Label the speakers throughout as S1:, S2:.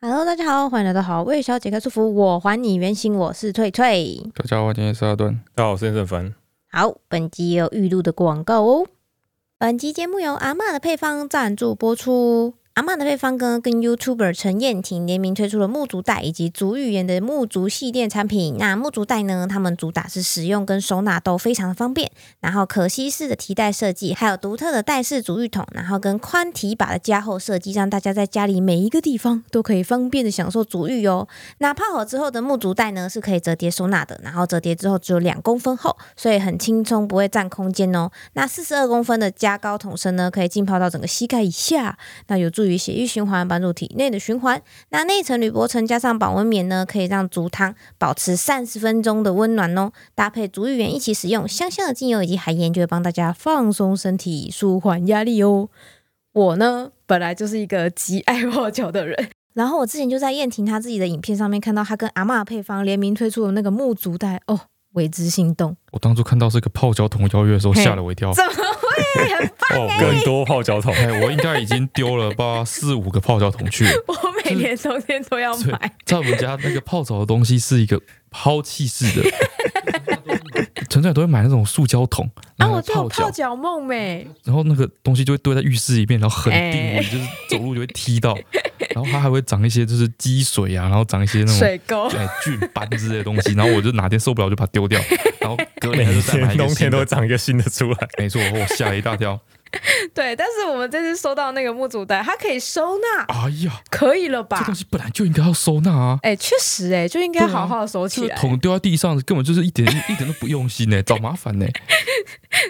S1: Hello，大家好，欢迎来到好味小姐开束缚，我还你原形，我是翠翠。
S2: 大家好，我今天是阿顿。
S3: 大家好，我是任正凡。
S1: 好，本集也有预录的广告哦。本集节目由阿嬷的配方赞助播出。阿嬷的配方跟跟 YouTuber 陈燕婷联名推出了木竹袋以及竹语言的木竹系列产品。那木竹袋呢，他们主打是使用跟手拿都非常的方便，然后可吸式的提袋设计，还有独特的袋式竹浴桶，然后跟宽提把的加厚设计，让大家在家里每一个地方都可以方便的享受竹浴哦。那泡好之后的木竹袋呢，是可以折叠收纳的，然后折叠之后只有两公分厚，所以很轻松，不会占空间哦。那四十二公分的加高桶身呢，可以浸泡到整个膝盖以下，那有助于血液循环，帮助体内的循环。那内层铝箔层加上保温棉呢，可以让竹汤保持三十分钟的温暖哦。搭配竹芋圆一起使用，香香的精油以及海盐就会帮大家放松身体，舒缓压力哦。我呢，本来就是一个极爱泡脚的人，然后我之前就在燕婷她自己的影片上面看到她跟阿嬷配方联名推出的那个木竹袋，哦，为之心动，
S2: 我当初看到这个泡脚桶邀约的时候，
S1: 嘿
S2: 吓了我一跳。
S1: 怎么会？ 很棒
S3: 哦
S1: 哎、，
S3: 更多泡脚桶，
S2: 哎，我应该已经丢了吧四五个泡脚桶去了。
S1: 我每年冬天都要
S2: 所以
S1: 买，
S2: 在我们家那个泡澡的东西是一个抛弃式 的，陈仔都会买那种塑胶桶，然
S1: 啊，
S2: 后
S1: 我都有
S2: 泡脚
S1: 泡，脚梦欸没？
S2: 然后那个东西就会堆在浴室里面，然后很定
S1: 哎
S2: 位，就是走路就会踢到，然后它还会长一些就是积水啊，然后长一些那
S3: 嗯
S2: 种
S1: 水沟，
S2: 哎菌斑之类的东西，然后我就哪天受不了就把它丢掉，然后隔
S3: 每
S2: 年就再买
S3: 年
S2: 一个
S3: 冬天
S2: 新
S3: 都
S2: 的。
S3: 长一个新的出来。
S2: 没错，我吓了一大跳。
S1: 对。但是我们这次收到那个木竹袋，它可以收纳，
S2: 哎呀，
S1: 可以了
S2: 这
S1: 吧
S2: 东？西本来就应该要收纳啊，
S1: 哎、确实、哎，就应该
S2: 对啊
S1: 好好收
S2: 这
S1: 起
S2: 个
S1: 来。
S2: 桶丢在地上，根本就是一点 一点都不用心呢、找麻烦 呢、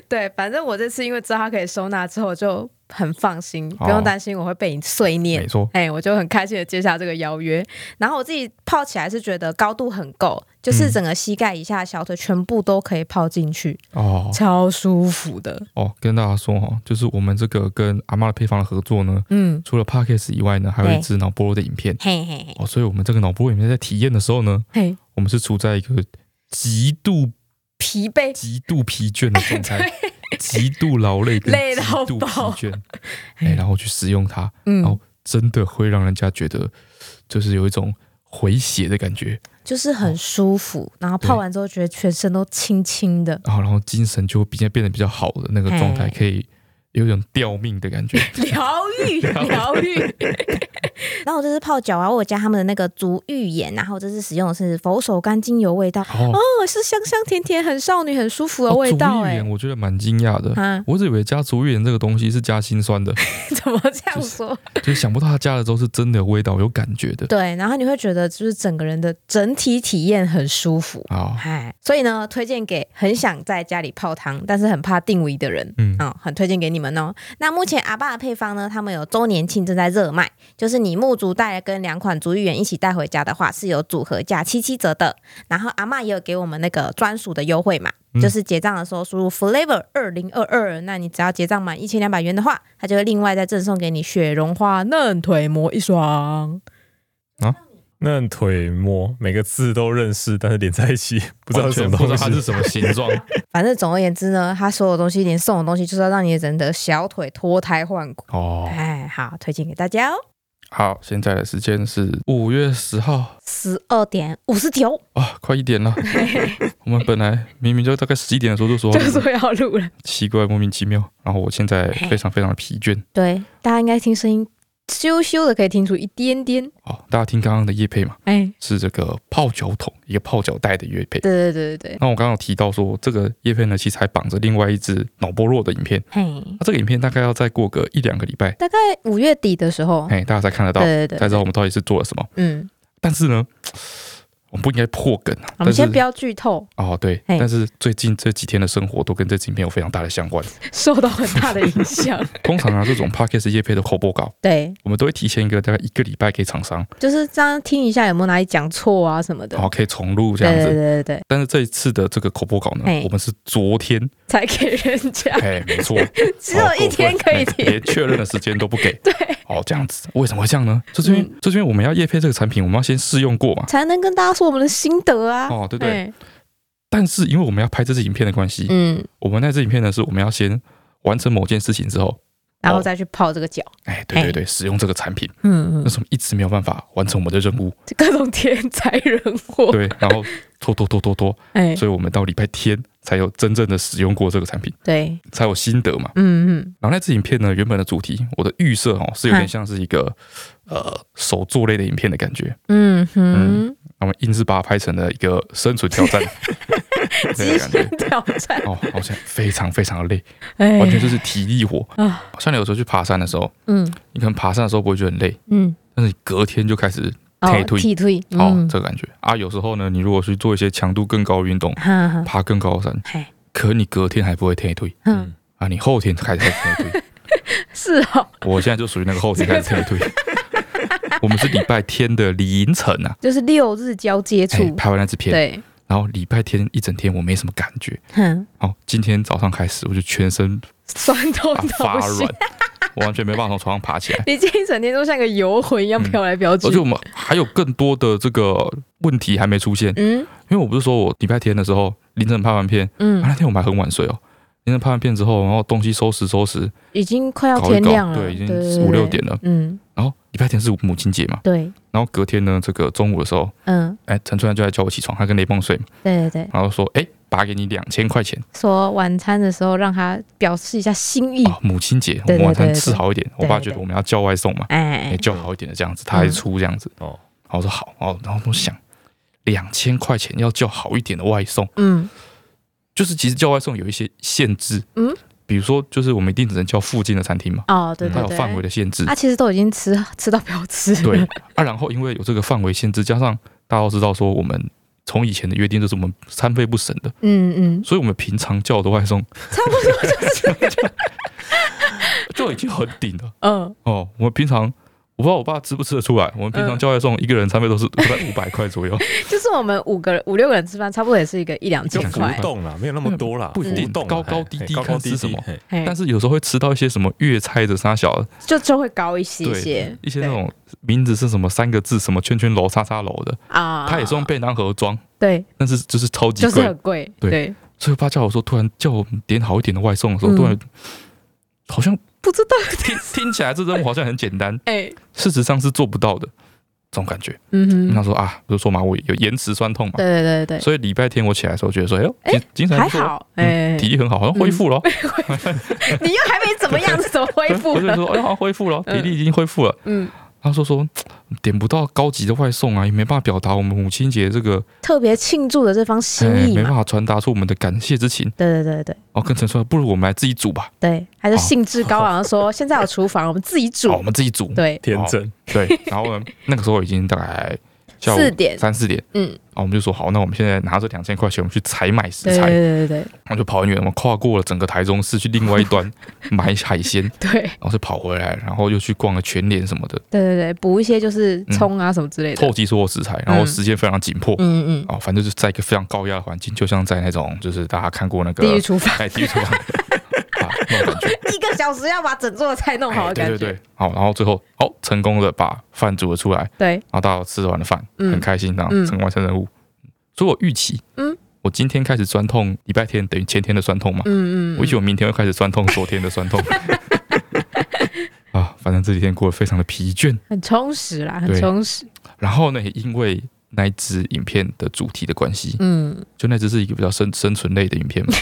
S1: 对，反正我这次因为知道它可以收纳之后，就很放心，
S2: 哦
S1: 不用担心我会被你碎念
S2: 没。错，
S1: 哎、我就很开心的接下这个邀约。然后我自己泡起来是觉得高度很够，就是
S2: 嗯
S1: 整个膝盖以下、小腿全部都可以泡进去，
S2: 哦
S1: 超舒服的。
S2: 哦，跟大家说哦，就是我们这个跟阿妈的配方的合作呢，
S1: 嗯，
S2: 除了 podcast 以外呢，还有一支脑波罗的影片
S1: 嘿嘿嘿，
S2: 哦，所以我们这个脑波罗影片在体验的时候呢，
S1: 嘿，
S2: 我们是处在一个极度
S1: 疲惫
S2: 极度疲倦的 状态，极度劳累跟
S1: 累
S2: 极
S1: 到
S2: 度疲
S1: 爆
S2: 倦，哎，然后去使用它，
S1: 嗯
S2: 然后真的会让人家觉得就是有一种回血的感觉。
S1: 就是很舒服，然后泡
S2: 对
S1: 完之后觉得全身都轻轻的，
S2: 然后然后精神就比较变得比较好的那个状态，
S1: 嘿
S2: 可以有一种吊命 的感觉。
S1: 疗愈疗愈。 然后我这是泡脚啊，我有加他们的那个足浴盐，然后这次使用的是佛手柑精油味道，
S2: 哦，
S1: 哦，是香香甜甜，很少女，很舒服的味道、
S2: 哦足浴
S1: 哎、
S2: 盐我觉得蛮惊讶的。
S1: 啊，
S2: 我一直以为加足浴盐这个东西是加辛酸的，
S1: 怎么这样说？
S2: 就是想不到它加了之后是真的有味道、有感觉的
S1: 对，然后你会觉得就是整个人的整体体验很舒服，
S2: 啊。
S1: 哎，所以呢，推荐给很想在家里泡汤，但是很怕定位的人。
S2: 嗯，
S3: 啊
S1: 嗯，很推荐给你们哦。那目前阿爸的配方呢，他们有周年庆正在热卖，就是你木竹带跟两款竹芋圆一起带回家的话，是有组合价七七折的。然后阿嬷也有给我们那个专属的优惠码，
S2: 嗯
S1: 就是结账的时候输入 flavor 二零二二，那你只要结账满一千两百元的话，他就会另外再赠送给你雪绒花嫩腿膜一双。
S3: 那腿摸每个字都认识，但是连在一起不知道是什么
S2: 完全不知
S3: 东
S2: 道它是
S3: 西。
S2: 什么形 状。
S1: 反正总而言之呢，他所有东西连送的东西，就是要让你的人的小腿脱胎换骨。
S2: 哦，
S1: 哎，好，推荐给大家哦，
S2: 好，现在的时间是五月十号
S1: 十二点五十九，
S2: 啊，快一 点了。我们本来明明就大概十一点的时候就说好
S1: 就
S2: 了
S1: 说要录了。
S2: 奇怪，莫名其妙。然后我现在非常非常的疲倦。
S1: 对，大家应该听声音，咻咻的可以听出一点点。
S2: 哦，大家听刚刚的叶配嘛，
S1: 哎，
S2: 是这个泡脚桶一个泡脚袋的叶配。
S1: 对对对对对，
S2: 那我刚刚有提到说，这个叶片呢，其实还绑着另外一支脑波弱的影片。
S1: 嘿，
S2: 那这个影片大概要再过个一两个礼拜，
S1: 大概五月底的时候，
S2: 哎，大家才看得到，
S1: 哦对对
S2: 才
S1: 对，
S2: 知道我们到底是做了什么。
S1: 嗯，
S2: 但是呢，我们不应该破梗啊。
S1: 我们
S2: 但是
S1: 先不要剧透，
S2: 哦，对，
S1: 嘿
S2: 但是最近这几天的生活都跟这支影片有非常大 的相关。
S1: 受到很大的影响。
S2: 通常啊，这种 podcast 叶配的口播稿，
S1: 对，
S2: 我们都会提前一个大概一个礼拜给厂商，
S1: 就是这样听一下有没有哪里讲错啊什么的
S2: 然。后可以重录这
S1: 对对
S2: 样
S1: 对
S2: 子。
S1: 对对，
S2: 但是这一次的这个口播稿呢
S1: 嘿，
S2: 我们是 昨天，
S1: 才给人家，
S2: 哎，没错，
S1: 只有一天可以
S2: 哦过分
S1: 听。
S2: 连确认的时间都不给。对，哦，这样子，为什么会这样呢？就是因为，
S1: 嗯
S2: 就是因为我们要业配这个产品，我们要先试用过嘛。
S1: 才能跟大家说我们的心得啊。
S2: 哦，对不对。
S1: 哎
S2: 但是因为我们要拍这支影片的关系，
S1: 嗯，
S2: 我们那支影片呢是我们要先完成某件事情之后，
S4: 然后再去泡这个脚，
S2: 哎，对对对，使用这个产品，
S4: 嗯
S2: 为，什么一直没有办法完成我们的任务？
S4: 各种天灾人祸，
S2: 对，
S1: 嗯
S2: 然后拖拖拖拖拖，
S4: 哎，
S2: 所以我们到礼拜天才有真正的使用过这个产品，
S4: 对，
S2: 才有心得嘛。
S4: 嗯嗯，
S2: 然后那支影片呢，原本的主题，我的预设哦，是有
S4: 嗨
S2: 点像是一个呃手作类的影片的感觉，
S4: 嗯哼，
S2: 那我们硬是把它拍成了一个生存 挑战类的感
S4: 极限
S2: 觉。
S4: 挑战，
S2: 哦，好像非常非常的累，
S4: 哎，
S2: 完全就是体力活
S4: 啊。
S2: 像你有时候去爬山的时候，
S4: 嗯
S2: 你可能爬山的时候不会觉得很累，
S4: 嗯，
S2: 但是你隔天就开始
S4: 哦
S2: 退，退
S4: 踢退，
S2: 哦、
S4: 嗯，
S2: 这个感觉啊。有时候呢，你如果去做一些强度更高的运动，
S4: 哈哈，
S2: 爬更高的山，
S4: 嗯嘿，
S2: 可你隔天还不会退退
S4: 嗯，
S2: 啊，你后天开始退退。
S4: 是哦，
S2: 我现在就属于那个后天开始 退退。我们是礼拜天的凌晨啊，
S4: 就是六日交接
S2: 哎、
S4: 处，
S2: 拍完那支片，
S4: 对，
S2: 然后礼拜天一整天我没什么感觉，
S4: 哼，
S2: 哦，今天早上开始我就全 身
S4: 酸痛
S2: 啊
S4: 到
S2: 发
S4: 不行
S2: 软，，我完全没办法从床上爬起来。
S4: 你今天一整天都像个游魂一样
S2: 嗯
S4: 飘来飘去
S2: 而且，我们还有更多的这个问题还没出现，
S4: 嗯
S2: 因为我不是说我礼拜天的时候凌晨拍完片，啊、
S4: 嗯，
S2: 那天我们还很晚睡哦。凌晨拍完片之后，然后东西收拾收拾，
S4: 已经快要
S2: 搞一
S4: 天亮
S2: 搞，
S4: 了，
S2: 对，已经
S4: 对
S2: 五六点，了。
S4: 对嗯，
S2: 然后礼拜天是母亲节嘛，
S4: 对，
S2: 然后隔天呢，这个中午的时候，
S4: 嗯，
S2: 哎，陈春兰就来叫我起床，他跟雷梦睡嘛，
S4: 对对对，
S2: 然后说，哎，把给你两千块钱
S4: 说晚餐的时候让他表示一下心意，
S2: 啊、母亲节我
S4: 对
S2: 们晚
S4: 对
S2: 餐
S4: 对
S2: 吃好一点，我
S4: 对
S2: 爸
S4: 对
S2: 觉得
S4: 对
S2: 我们要叫外送嘛，
S4: 哎嗯
S2: 哎，，叫好一点的这样子，他还出这样子，
S3: 哦，
S2: 然后我说好，哦，然后我想两千块钱要叫好一点的外送，
S4: 嗯
S2: 就是其实叫外送有一些限制，
S4: 嗯，
S2: 比如说就是我们一定只能叫附近的餐厅嘛，
S4: 哦，对
S2: 它
S4: 对
S2: 有
S4: 对，
S2: 范围的限制，
S4: 啊，其实都已经吃吃到不要吃了，
S2: 对啊，然后因为有这个范围限制，加上大家都知道说我们从以前的约定就是我们餐费不省的，
S4: 嗯嗯，
S2: 所以我们平常叫的外送
S4: 差不多就是，
S2: 就已经很顶了
S4: 嗯，
S2: 哦。我们平常我不知道我爸吃不吃得出来，我们平常叫外送一个人餐费都是大概五百块左 右，
S4: 就是我们五个五六个人吃饭，差不多也是一个一两
S3: 就
S4: 千
S3: 浮
S4: 块，
S3: 动啦，没有那么多啦，
S2: 不一定
S3: 浮动啦
S2: 高高低低
S3: 嘿高高
S2: 看
S3: 低低
S2: 是什么
S3: 嘿
S4: 哎
S2: 但，是有时候会吃到一些什么粤菜的沙小的，
S4: 就就会高一些
S2: 对
S4: 些，
S2: 一些那种名字是什么三个字什么圈圈楼叉叉楼的，
S4: 啊，
S2: 它也是用便当盒装，
S4: 对，
S2: 但是就是超级
S4: 就是
S2: 贵
S4: 很。贵，
S2: 对
S4: 对，
S2: 所以我爸叫我说，突然叫我点好一点的外送的
S4: 嗯
S2: 时候，突然好像
S4: 不知道，
S2: 听听起来这任务好像很简单，
S4: 哎，
S2: 事实上是做不到的，这种感觉。
S4: 嗯
S2: 他
S4: 哼，
S2: 说啊，不是说嘛，我有延迟酸痛嘛，
S4: 对对对
S2: 所以礼拜天我起来的时候觉得说，哎呦，
S4: 哎
S2: 精精神
S4: 对，
S2: 还
S4: 还
S2: 不错哦，
S4: 好，哎，
S2: 体力很好，好像恢复了哦。
S4: 你又还没怎么样，是怎么恢复
S2: 我就
S4: 的？
S2: 说，哎，好像恢复了哦，
S4: 嗯
S2: 体力已经恢复了。
S4: 嗯，
S2: 他说说嘖点不到高级的外送啊，也没办法表达我们母亲节这个，
S4: 特别庆祝的这方心
S2: 哎，
S4: 意
S2: 没办
S4: 嘛，
S2: 法传达出我们的感谢之情。
S4: 对对对对
S2: 哦，跟陈说，不如我们来自己煮吧。
S4: 对，还是兴致高昂地说，现在有厨房，我们自己煮
S2: 哦好，我，们自己煮。
S4: 对，
S3: 天真，
S2: 对，然后呢，那个时候已经大概下午
S4: 四点
S2: 三四点，
S4: 嗯，
S2: 然后我们就说好，那我们现在拿着两千块钱，我们去采买食
S4: 对
S2: 材，然
S4: 对对对
S2: 后就跑很远，我们跨过了整个台中市去另外一 端买海鲜，然
S4: 对对
S2: 后再跑回来，然后又去逛了全联什么的，
S4: 对对，补一些就是葱啊什么之类的
S2: 凑，集所有食材，然后时间非常紧迫，
S4: 嗯嗯，
S2: 哦，反正就是在一个非常高压的环境，就像在那种就是大家看过那个
S4: 地狱厨房
S2: 哎地狱厨房 啊那种感觉，
S4: 一个小时要把整桌的菜弄好
S2: 哎
S4: 的
S2: 对
S4: 感
S2: 对
S4: 觉
S2: 对，，好，然后最后哦成功的把饭煮了出来，
S4: 对，
S2: 然后大家吃完了饭，
S4: 嗯
S2: 很开心，然后
S4: 嗯
S2: 成功完成任务。所以我预期，
S4: 嗯，
S2: 我今天开始酸痛，礼拜天等于前天的酸痛嘛，
S4: 嗯嗯，
S2: 我预期我明天会开始酸痛，昨天的 酸痛。 啊，反正这几天过得非常的疲倦。
S4: 很充实啦，很
S2: 对
S4: 充实，
S2: 然后呢，也因为那一支影片的主题的关系，
S4: 嗯，
S2: 就那支是一个比较生生存类的影 片嘛，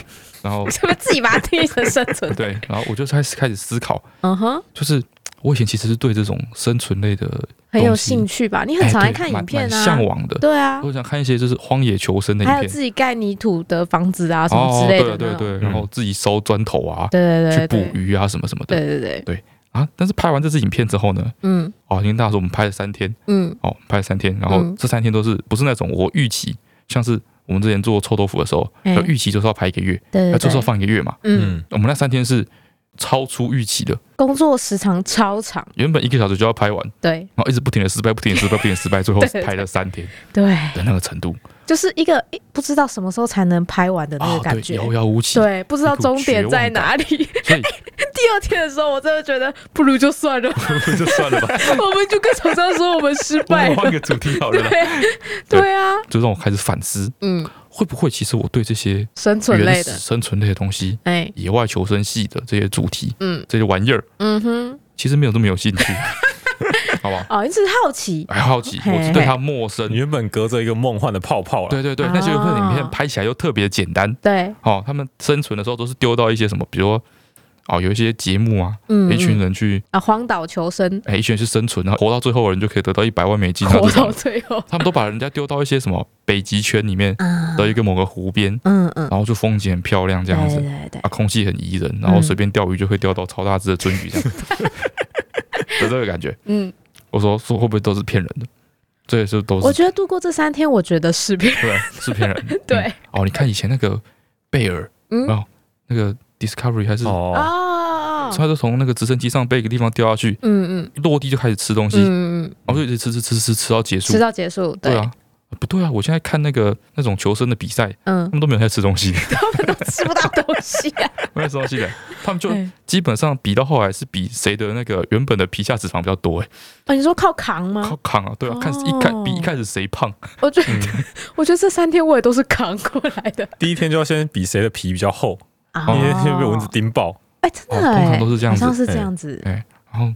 S2: 然后
S4: 怎么自己把它定义成生存？
S2: 对，然后我就开始开始思考，
S4: 嗯哼，
S2: 就是我以前其实是对这种生存类的
S4: 很有
S2: 东西
S4: 兴趣吧？你很
S2: 哎
S4: 常爱
S2: 对
S4: 看
S2: 蛮
S4: 影片
S2: 蛮
S4: 啊
S2: 向，往的。
S4: 对啊，
S2: 我想看一些就是荒野求生的影
S4: 还有
S2: 片，
S4: 自己盖泥土的房子啊什么
S2: 哦，
S4: 之类的那种，
S2: 对对对，
S3: 嗯
S2: 然后自己烧砖头啊，
S4: 对
S2: 去
S4: 对对
S2: 捕
S4: 对
S2: 鱼啊什么什么的
S4: 对对对，
S2: 啊。但是拍完这支影片之后呢，
S4: 嗯
S2: 哦，因为大家说我们拍了三天，
S4: 嗯
S2: 哦，拍了三天，然后
S4: 嗯
S2: 这三天都是不是那种我预期，像是我们之前做臭豆腐的时候，
S4: 哎
S2: 有预期就是要拍一个月，
S4: 对
S2: 那
S4: 对，
S2: 就是要
S4: 对
S2: 放一个月嘛。
S4: 嗯，，
S2: 我们那三天是超出预期的，
S4: 工作时长超长，
S2: 原本一个小时就要拍完，
S4: 对
S2: 然后一直不停的失败，不停的失败，不停的失败，最后
S4: 对对对
S2: 拍了三天
S4: 对，
S2: 的那个程度
S4: 就是一个诶不知道什么时候才能拍完的那
S2: 啊
S4: 个，感
S2: 对，
S4: 觉，
S2: 遥遥无期。
S4: 对，不知道终点在哪里。第
S2: 所以
S4: 二天的时候，我真的觉得不如就 算了，
S2: 就算 了吧，
S4: 我们就跟厂商说我们失
S2: 我
S4: 败
S2: 们
S4: 了。
S2: 换个主题好了啦。
S4: 对对啊，
S2: 就让我开始反思，
S4: 嗯
S2: 会不会其实我对这些
S4: 生存
S2: 原
S4: 类
S2: 始
S4: 的，
S2: 生存类的东西、
S4: 哎、
S2: 野外求生系的这些主题、
S4: 嗯
S2: 这些玩意儿，
S4: 嗯哼，
S2: 其实没有这么有兴趣， 好不好？
S4: 哦，你只是好奇，
S2: 还好奇，我是对它陌生
S3: 你。原本隔着一个梦幻的泡泡了，
S2: 对对对，那些
S4: 哦
S2: 影片拍起来又特别简单。
S4: 对，
S2: 哦，他们生存的时候都是丢到一些什么，比如说哦，有一些节目啊，
S1: 嗯，
S2: 一群人去，
S4: 啊，荒岛求生，
S2: 哎，一群人去生存，然后活到最后的人就可以得到一百万美金。啊
S4: 活
S2: 那这种
S4: 到最后，
S2: 他们都把人家丢到一些什么北极圈里面
S4: 嗯
S1: 啊，
S2: 的一个某个湖边，
S1: 嗯嗯，
S2: 然后就风景很漂亮这样子
S4: 哎
S1: 对。对对，
S2: 啊，空气很宜人，然后
S1: 嗯
S2: 随便钓鱼就会钓到超大只的鳟鱼这样， 有这个感觉。
S4: 嗯，
S2: 我说说会不会都是骗人的？这也是都
S4: 我
S2: 是
S4: 觉得度过这三天，我觉得是骗，
S2: 对啊是骗人的。
S4: 对
S2: 嗯哦，你看以前那个贝尔，
S4: 嗯
S2: 哦，那个 Discovery 还是
S3: 哦，
S4: 哦，
S2: 他就从那个直升机上被一个地方掉下去，
S4: 嗯嗯
S2: 落地就开始吃东西，
S4: 嗯嗯，
S2: 然后就一直吃吃吃吃吃到结束
S4: 吃。到结束，
S2: 对啊，不对啊！我现在看那个那种求生的比赛，
S4: 嗯
S2: 他，们都没有在吃东西，
S4: 他们都吃不到东西啊，哎
S2: 没有吃东西的，他 们就
S4: 对
S2: 基本上比到后来是比谁的那个原本的皮下脂肪比较多，哎，
S4: 哦，你说靠扛吗
S2: 靠？扛啊，对啊
S4: 哦，
S2: 看一开比一开始谁胖，
S4: 我觉得，
S2: 嗯
S4: 我觉得这三天我也都是扛过来的。
S3: 第一天就要先比谁的皮比较厚，
S4: 啊
S3: 因为先被蚊子叮爆。
S4: 哎，真的
S2: 哦通
S4: 哎，
S2: 常都是这样
S4: 好
S2: 子哎
S4: 像是这样子。
S2: 然后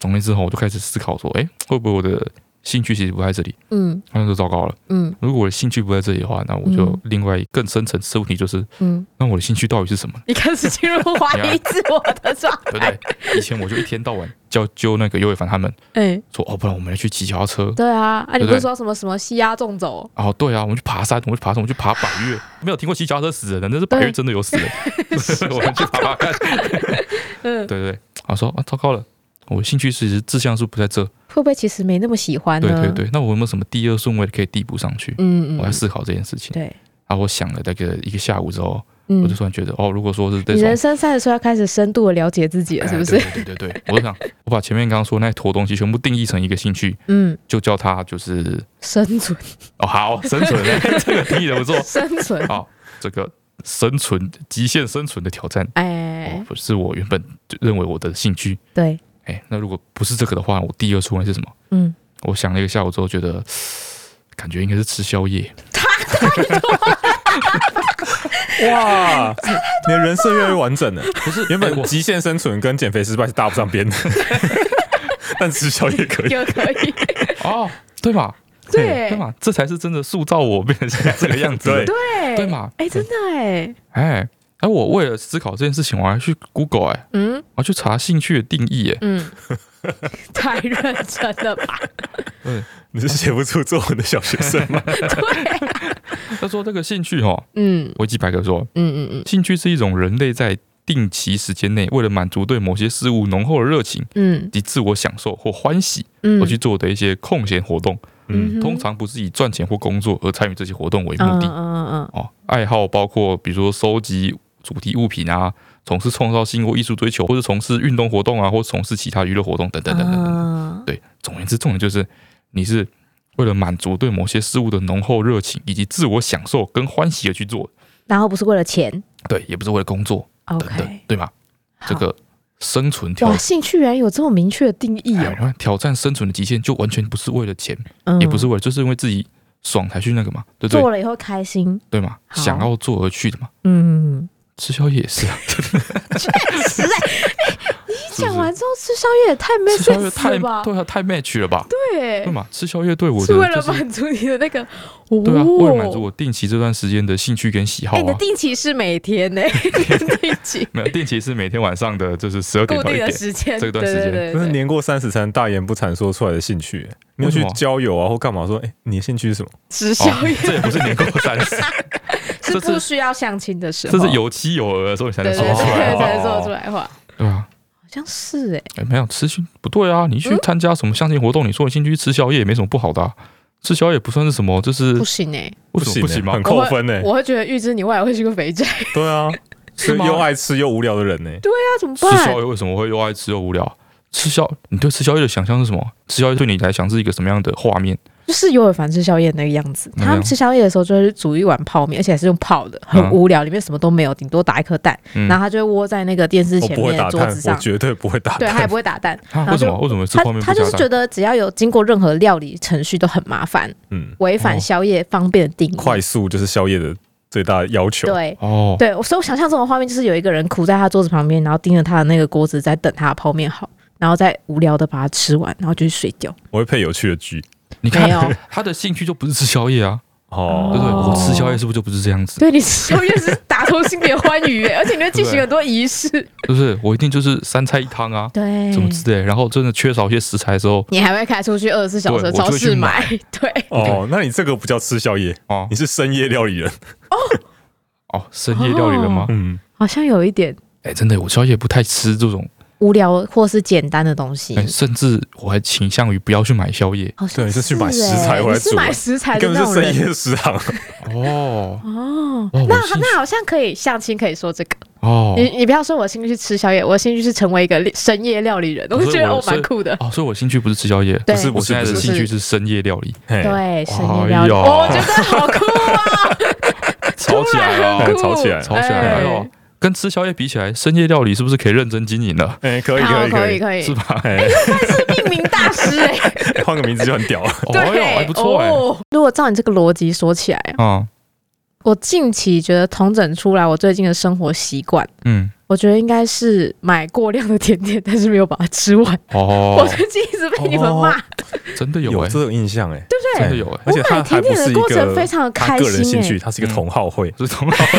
S2: 总而言之后我就开始思考说，哎，会不会我的兴趣其实不在这里？
S1: 嗯
S2: 那就糟糕了。
S1: 嗯
S2: 如果我的兴趣不在这里的话，那我就
S1: 嗯
S2: 另外更深层次的问题就是，
S1: 嗯，
S2: 那我的兴趣到底是什么呢？
S4: 你开始进入怀疑自我的状
S2: 对不
S4: 态。
S2: 对？以前我就一天到晚叫揪那个尤伟凡他们
S4: 哎，
S2: 说，哦，不然我们来去骑脚踏车。
S4: 对啊，啊，
S2: 对
S4: 你
S2: 不
S4: 不
S2: 对
S4: 是说什么什么西压纵走？
S2: 哦，对啊，我们去爬山，我们去爬山，我们去爬百 越。没有听过骑脚踏车死人的，但是百越
S4: 对
S2: 真的有 死人。 我们去爬爬看。对，
S4: 嗯
S2: 对对，我说啊，糟糕了，我的兴趣其实志向是不在这。
S4: 会不会其实没那么喜欢呢？
S2: 对对，对，那我有没有什么第二顺位可以递补上去？
S4: 嗯
S2: 我在
S4: 嗯，
S2: 思考这件事情。
S4: 对，
S2: 然后我想了大概一个下午之后，
S4: 嗯
S2: 我就，突然觉得，哦，如果说是这
S4: 你人
S2: 种，
S4: 生三十岁要开始深度的了解自己了，
S2: 哎
S4: 是不是？
S2: 对对对对，对我就想，我把前面刚刚说那一坨东西全部定义成一个兴趣，
S4: 嗯，
S2: 就叫它就是
S4: 生存，
S2: 哦，好，生存， 这个定义的不错。
S4: 生存，
S2: 好，这个生存极限生存的挑战，
S4: 哎
S2: 哦，，不是我原本就认为我的兴趣。
S4: 对，
S2: 哎，那如果不是这个的话，我第二出来是什么？
S4: 嗯，
S2: 我想了一个下午之后，觉得感觉应该是吃宵 夜。
S3: 哇，你的人设越来越完整了。
S2: 不是，
S3: 原
S2: 哎
S3: 本
S2: 我
S3: 极限生存跟减肥失败是搭不上边的，但吃宵夜可以。
S4: 又可以，
S2: 哦，对吧？
S4: 对
S2: 对嘛，这才是真的塑造我变成现在这个样子的。
S3: 对
S4: 对
S2: 对嘛
S4: 哎，真的哎，
S2: 哎，哎，我为了思考这件事情，我还去 Google 哎、
S4: 嗯
S2: 我还去查兴趣的定义哎、
S4: 嗯，太认真了 吧？
S3: 你是写不出作文的小学生吗？
S2: 他说这个兴趣哦，
S4: 嗯
S2: 维基百科说，
S4: 嗯嗯嗯
S2: 兴趣是一种人类在定期时间内，为了满足对某些事物浓厚的热情
S4: 嗯
S2: 及自我享受或欢喜
S4: 嗯，
S2: 而去做的一些空闲活动，
S3: 嗯，
S2: 通常不是以赚钱或工作而参与这些活动为目的。
S4: 嗯嗯
S2: 哦，爱好包括比如说收集主题物品啊，从事创造性或艺术追求，或者从事运动活动啊，或从事其他娱乐活动等等等等等
S4: 啊
S1: 嗯
S2: 等。对，总而言之，重点就是你是为了满足对某些事物的浓厚热情以及自我享受跟欢喜而去做，
S4: 然后不是为了钱
S2: 对，也不是为了工作等等
S4: ，OK，
S2: 对吗？这个生存挑
S4: 哇，哦兴趣原来有这么明确的定义
S2: 哎
S4: 哦
S2: 你，看挑战生存的极限，就完全不是为了钱，
S4: 嗯
S2: 也不是为了，就是因为自己爽才去那个嘛，对不对？
S4: 做了以后开心，
S2: 对嘛，
S4: 好
S2: 想要做而去的嘛。
S4: 嗯，
S2: 吃宵夜也 是啊，
S4: 实在，
S2: 你
S4: 讲完之后吃宵夜也太没
S2: 吃宵夜
S4: sense
S2: 太
S4: 了吧？
S2: 对啊，太 match 了吧？
S4: 对
S2: 对嘛，吃宵夜对我
S4: 是为
S2: 的
S4: 了
S2: 就是
S4: 满足你的那个，
S2: 对啊，
S4: 哦
S2: 为了满足我定期这段时间的兴趣跟喜好
S4: 哎，你的
S2: 啊。
S4: 定期是每天 呢，你的定期
S2: 没有定期是每天晚上的就是十二点
S4: 固
S2: 到一
S4: 定
S2: 点
S4: 的，时间，
S2: 这段时间
S4: 对对对
S3: 那是
S4: 对
S3: 年过三十才大言不惭说出来的兴趣。你要
S2: 为
S3: 去
S2: 什么
S3: 交友啊，或干嘛？说，哎、你的兴趣是什么？
S4: 吃宵
S2: 哦
S4: 夜，
S2: 这也不是年过三十，
S4: 是
S2: 这
S4: 不
S2: 是
S4: 需要相亲的时候，
S2: 这是有妻有儿的时候你才
S4: 对
S2: 能
S4: 对
S2: 说
S4: 对
S2: 出来的
S4: 对才
S2: 话，
S4: 能说出来的话，
S2: 对啊。
S4: 哦好像是哎，
S2: 哎，没有吃去不对啊！你
S4: 嗯
S2: 去参加什么相亲活动，你说你进去吃宵夜也没什么不好的、啊，吃宵夜不算是什么，就是哎
S4: 不行哎，
S2: 为什么不
S3: 欸
S2: 行吗
S3: 很？扣分呢、
S4: 我会觉得预知你未来会是个 肥宅，
S3: 对啊，
S2: 是
S3: 是
S2: 吗
S3: 又爱吃又无聊的人呢、欸
S4: 那啊怎么
S2: 吃宵
S4: 办？
S2: 夜为什么会又爱吃又无聊？吃宵，你对吃宵夜的想象是什么？吃宵夜对你来讲是一个什么样的画面？
S4: 就是尤尔凡吃宵夜那个样子。
S2: 没有
S4: 他们吃宵夜的时候，就是煮一碗泡面，而且还是用泡的，很
S2: 嗯
S4: 无聊，里面什么都没有，顶多打一颗蛋。
S2: 嗯
S4: 然后他就会窝在那个电视
S3: 我
S4: 前
S3: 不会
S4: 面
S3: 打
S4: 的桌
S3: 蛋，
S4: 子
S3: 我
S4: 上，
S3: 绝对不会打
S4: 对，他也
S3: 蛋。
S4: 不会打蛋。
S2: 啊
S4: 然后
S2: 为什
S4: 就
S2: 么为什么吃
S4: 他
S2: 泡面
S4: 他
S2: 不
S4: 就
S2: 加
S4: 是
S2: 蛋
S4: 觉？得只要有经过任何料理程序都很麻烦，
S3: 嗯，
S4: 违反
S2: 哦
S4: 宵夜方便的定义。
S3: 快速就是宵夜的最大要求。
S4: 对，
S2: 哦，
S4: 对，所以我想象中的画面就是有一个人苦在他桌子旁边，然后盯着他的那个锅子在等他的泡面好，然后再无聊的把它吃完，然后就去睡觉。
S3: 我会配有趣的剧。
S2: 你
S4: 没
S2: 看
S4: 有，
S2: 他的兴趣就不是吃宵夜啊，对不对？
S4: 哦
S2: 我吃宵夜是不是就不是这样子？
S4: 对你吃宵夜是打从心里的欢愉耶，而且你会进行很多仪式。
S2: 是不是？我一定就是三菜一汤啊，
S4: 对
S2: 什么之类的。然后真的缺少一些食材的时候，
S4: 你还会开出去二十四小时的
S2: 对我
S4: 超
S2: 就会去
S4: 市买，对，
S3: 哦，那你这个不叫吃宵夜，
S2: 哦
S3: 你是深夜料理人。
S2: 哦，深夜料理人
S4: 哦
S2: 吗？
S3: 嗯，
S4: 好像有一点
S2: 哎，真的，我宵夜不太吃这种，
S4: 无聊或是简单的东西
S2: 哎，，甚至我还倾向于不要去买宵夜。
S1: 好像
S3: 对是去买食
S1: 欸
S3: 材回来
S4: 你是
S2: 啊
S3: 煮
S4: 买食材的
S3: 根
S4: 那
S3: 本
S4: 种
S3: 是深
S4: 人。
S3: 夜食堂。
S2: 哦，
S4: 哦，
S2: 哦，
S4: 那
S2: 我兴趣
S4: 那好像可以相亲，可以说这个。
S2: 哦
S4: 你你不要说我兴趣是吃宵夜，我兴趣是成为一个深夜料理人，我
S2: 所以
S4: 觉得
S2: 我
S4: 我蛮
S2: 所以
S4: 酷的。
S2: 哦，所以我兴趣不是吃宵夜，
S4: 对
S3: 不是
S2: 我现在的
S3: 不是
S2: 兴趣是深夜料理，
S3: 嘿
S4: 对，深夜
S2: 哎
S4: 料理，
S2: 呦
S4: 我哦觉得好酷啊！
S2: 吵起来
S4: 突然
S2: 了
S4: 很
S3: 哎
S2: 哦，
S4: 酷啊
S3: 吵起来了
S2: 吵起来了
S4: 哎
S2: 哦。跟吃宵夜比起来，深夜料理是不是可以认真经营了？
S3: 哎，可以可
S4: 好
S3: 以
S4: 可以
S3: 以，
S4: 可以
S2: 是，吧？
S3: 哎，
S4: 命名大师哎，
S3: 换个名字就很屌了。
S2: 哦
S4: 对，
S2: 哟，还不错哎。
S4: 哦如果照你这个逻辑说起来，
S2: 啊，
S4: 我近期觉得统整出来我最近的生活习惯，
S2: 嗯，
S4: 我觉得应该是买过量的甜点，但是没有把它吃完。我
S2: 哦，
S4: 最近一直被你们骂，
S2: 真的有哎，
S3: 这种印象哎，
S4: 对不
S2: 真的
S4: 对？
S2: 有哎，
S3: 而且
S4: 我
S3: 他还
S4: 买甜
S3: 不
S4: 点
S3: 是
S4: 的
S3: 一
S4: 过程非
S3: 个
S4: 常
S3: 他
S4: 开
S3: 个人
S4: 心
S3: 兴
S4: 哎
S3: 趣，。他是一个同好会。
S2: 是同好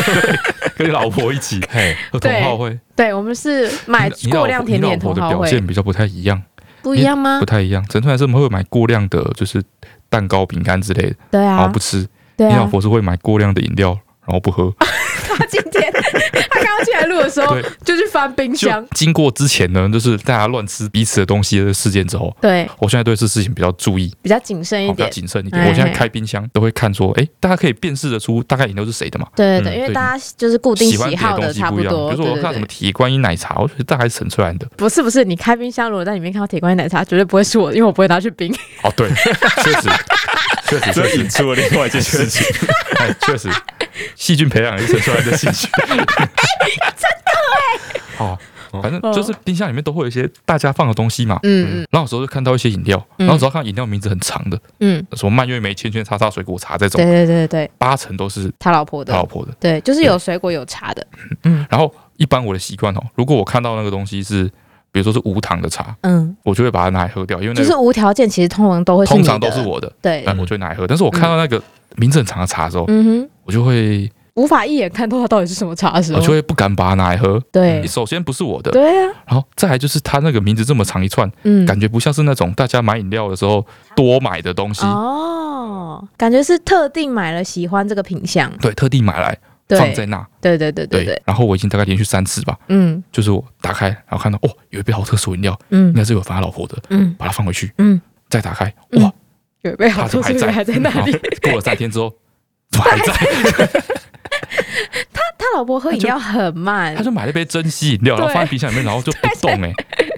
S2: 会跟老婆一起，
S3: 嗯 嘿，
S2: 和同好会。
S4: 对我们是买
S2: 你
S4: 过量甜点
S2: 你老婆
S4: 同
S2: 的
S4: 好
S2: 表
S4: 会
S2: 现，比较不太一样，
S4: 不一样吗
S2: 不？太一样。陈川是会买过量的，就是蛋糕、饼干之类的，
S4: 对
S2: 然后
S4: 啊
S2: 哦不，吃。
S4: 对
S2: 你老
S4: 啊。哦
S2: 婆是会买过量的饮料，然后不喝。
S4: 他今天他刚刚进来录的时候
S2: 对，
S4: 就去翻冰
S2: 就
S4: 箱。
S2: 经过之前呢，就是大家乱吃彼此的东西的事件之后，
S4: 对，
S2: 我现在对这事情比较注意，
S4: 比较谨慎一
S2: 好哦比较
S4: 点。
S2: 谨慎一点。
S4: 哎
S2: 我现在开冰箱都会看说，哎，大家可以辨识得出大概饮料是谁的嘛？
S4: 对对
S3: 嗯
S4: 对，因为
S2: 对
S4: 大家就是固定
S2: 喜欢
S4: 喜
S2: 别的
S4: 好
S2: 东
S4: 的
S2: 西
S4: 差
S2: 不一样，
S4: 多。
S2: 比如说
S4: 对
S2: 我
S4: 对
S2: 看什么
S4: 对，
S2: 铁观音奶茶，我觉得大概是陈翠兰的。
S4: 不是不是，你开冰箱，如果在里面看到铁观音奶茶，绝对不会是我，因为我不会拿去冰。
S2: 哦， 对，确实，确实，
S3: 这
S2: 确
S3: 引
S2: 实，
S3: 出了另外一件事 情。
S2: 哎，确实，细菌培养也是出来的细菌。真的哎，哦，反正就是冰箱里面都会有一些大家放的东西嘛。
S4: 嗯
S2: 然后有时候就看到一些饮料，
S4: 嗯
S2: 然后只要看到饮料名字很长的，
S4: 嗯嗯，
S2: 什么蔓越莓、千圈叉叉水果茶这
S4: 对
S2: 种，
S4: 对对对对，
S2: 八成都是
S4: 他老婆
S2: 他老
S4: 的，
S2: 婆的。
S4: 对，就是有水果有茶的。
S2: 然后一般我的习惯哦，如果我看到那个东西是，比如说是无糖的茶，
S4: 嗯，
S2: 我就会把它拿来喝掉，因为
S4: 就
S2: 那
S4: 是
S2: 个
S4: 无条件，其实通常都会是
S2: 通
S4: 你
S2: 常都
S4: 的
S2: 是。我的，
S4: 对
S2: 那，我就会拿来喝。但是我看到那个名字很长的茶的时候，
S4: 嗯哼，
S2: 我就会
S4: 无法一眼看透它到底是什么茶的时候
S2: 哦我，就会不敢把它拿来喝。
S4: 嗯对
S2: 首先不是我的，
S4: 对啊，
S2: 然后再来就是它那个名字这么长一串，
S4: 嗯，
S2: 感觉不像是那种大家买饮料的时候多买的东西，
S4: 哦，感觉是特定买了喜欢这个品相。
S2: 对，特地买来
S4: 对
S2: 放在那，
S4: 对对对对
S2: 对
S4: 对，。
S2: 然后我已经大概连续三次吧，
S4: 嗯
S2: 就是我打开然后看到哦，有一杯好特殊饮料，应
S4: 嗯
S2: 该是有发老婆的，
S4: 嗯
S2: 把它放回去，
S4: 嗯，
S2: 再打开，
S4: 嗯
S2: 哇，
S4: 有被好
S2: 它
S4: 处
S2: 怎么还
S4: 是
S2: 在？
S4: 还在那里。
S2: 然后过了三天之后，怎么还 在？
S4: 他老婆喝饮料很慢
S2: 他，就买了一杯珍稀饮料，然后
S4: 对
S2: 放在冰箱里面，然后就不动 哎、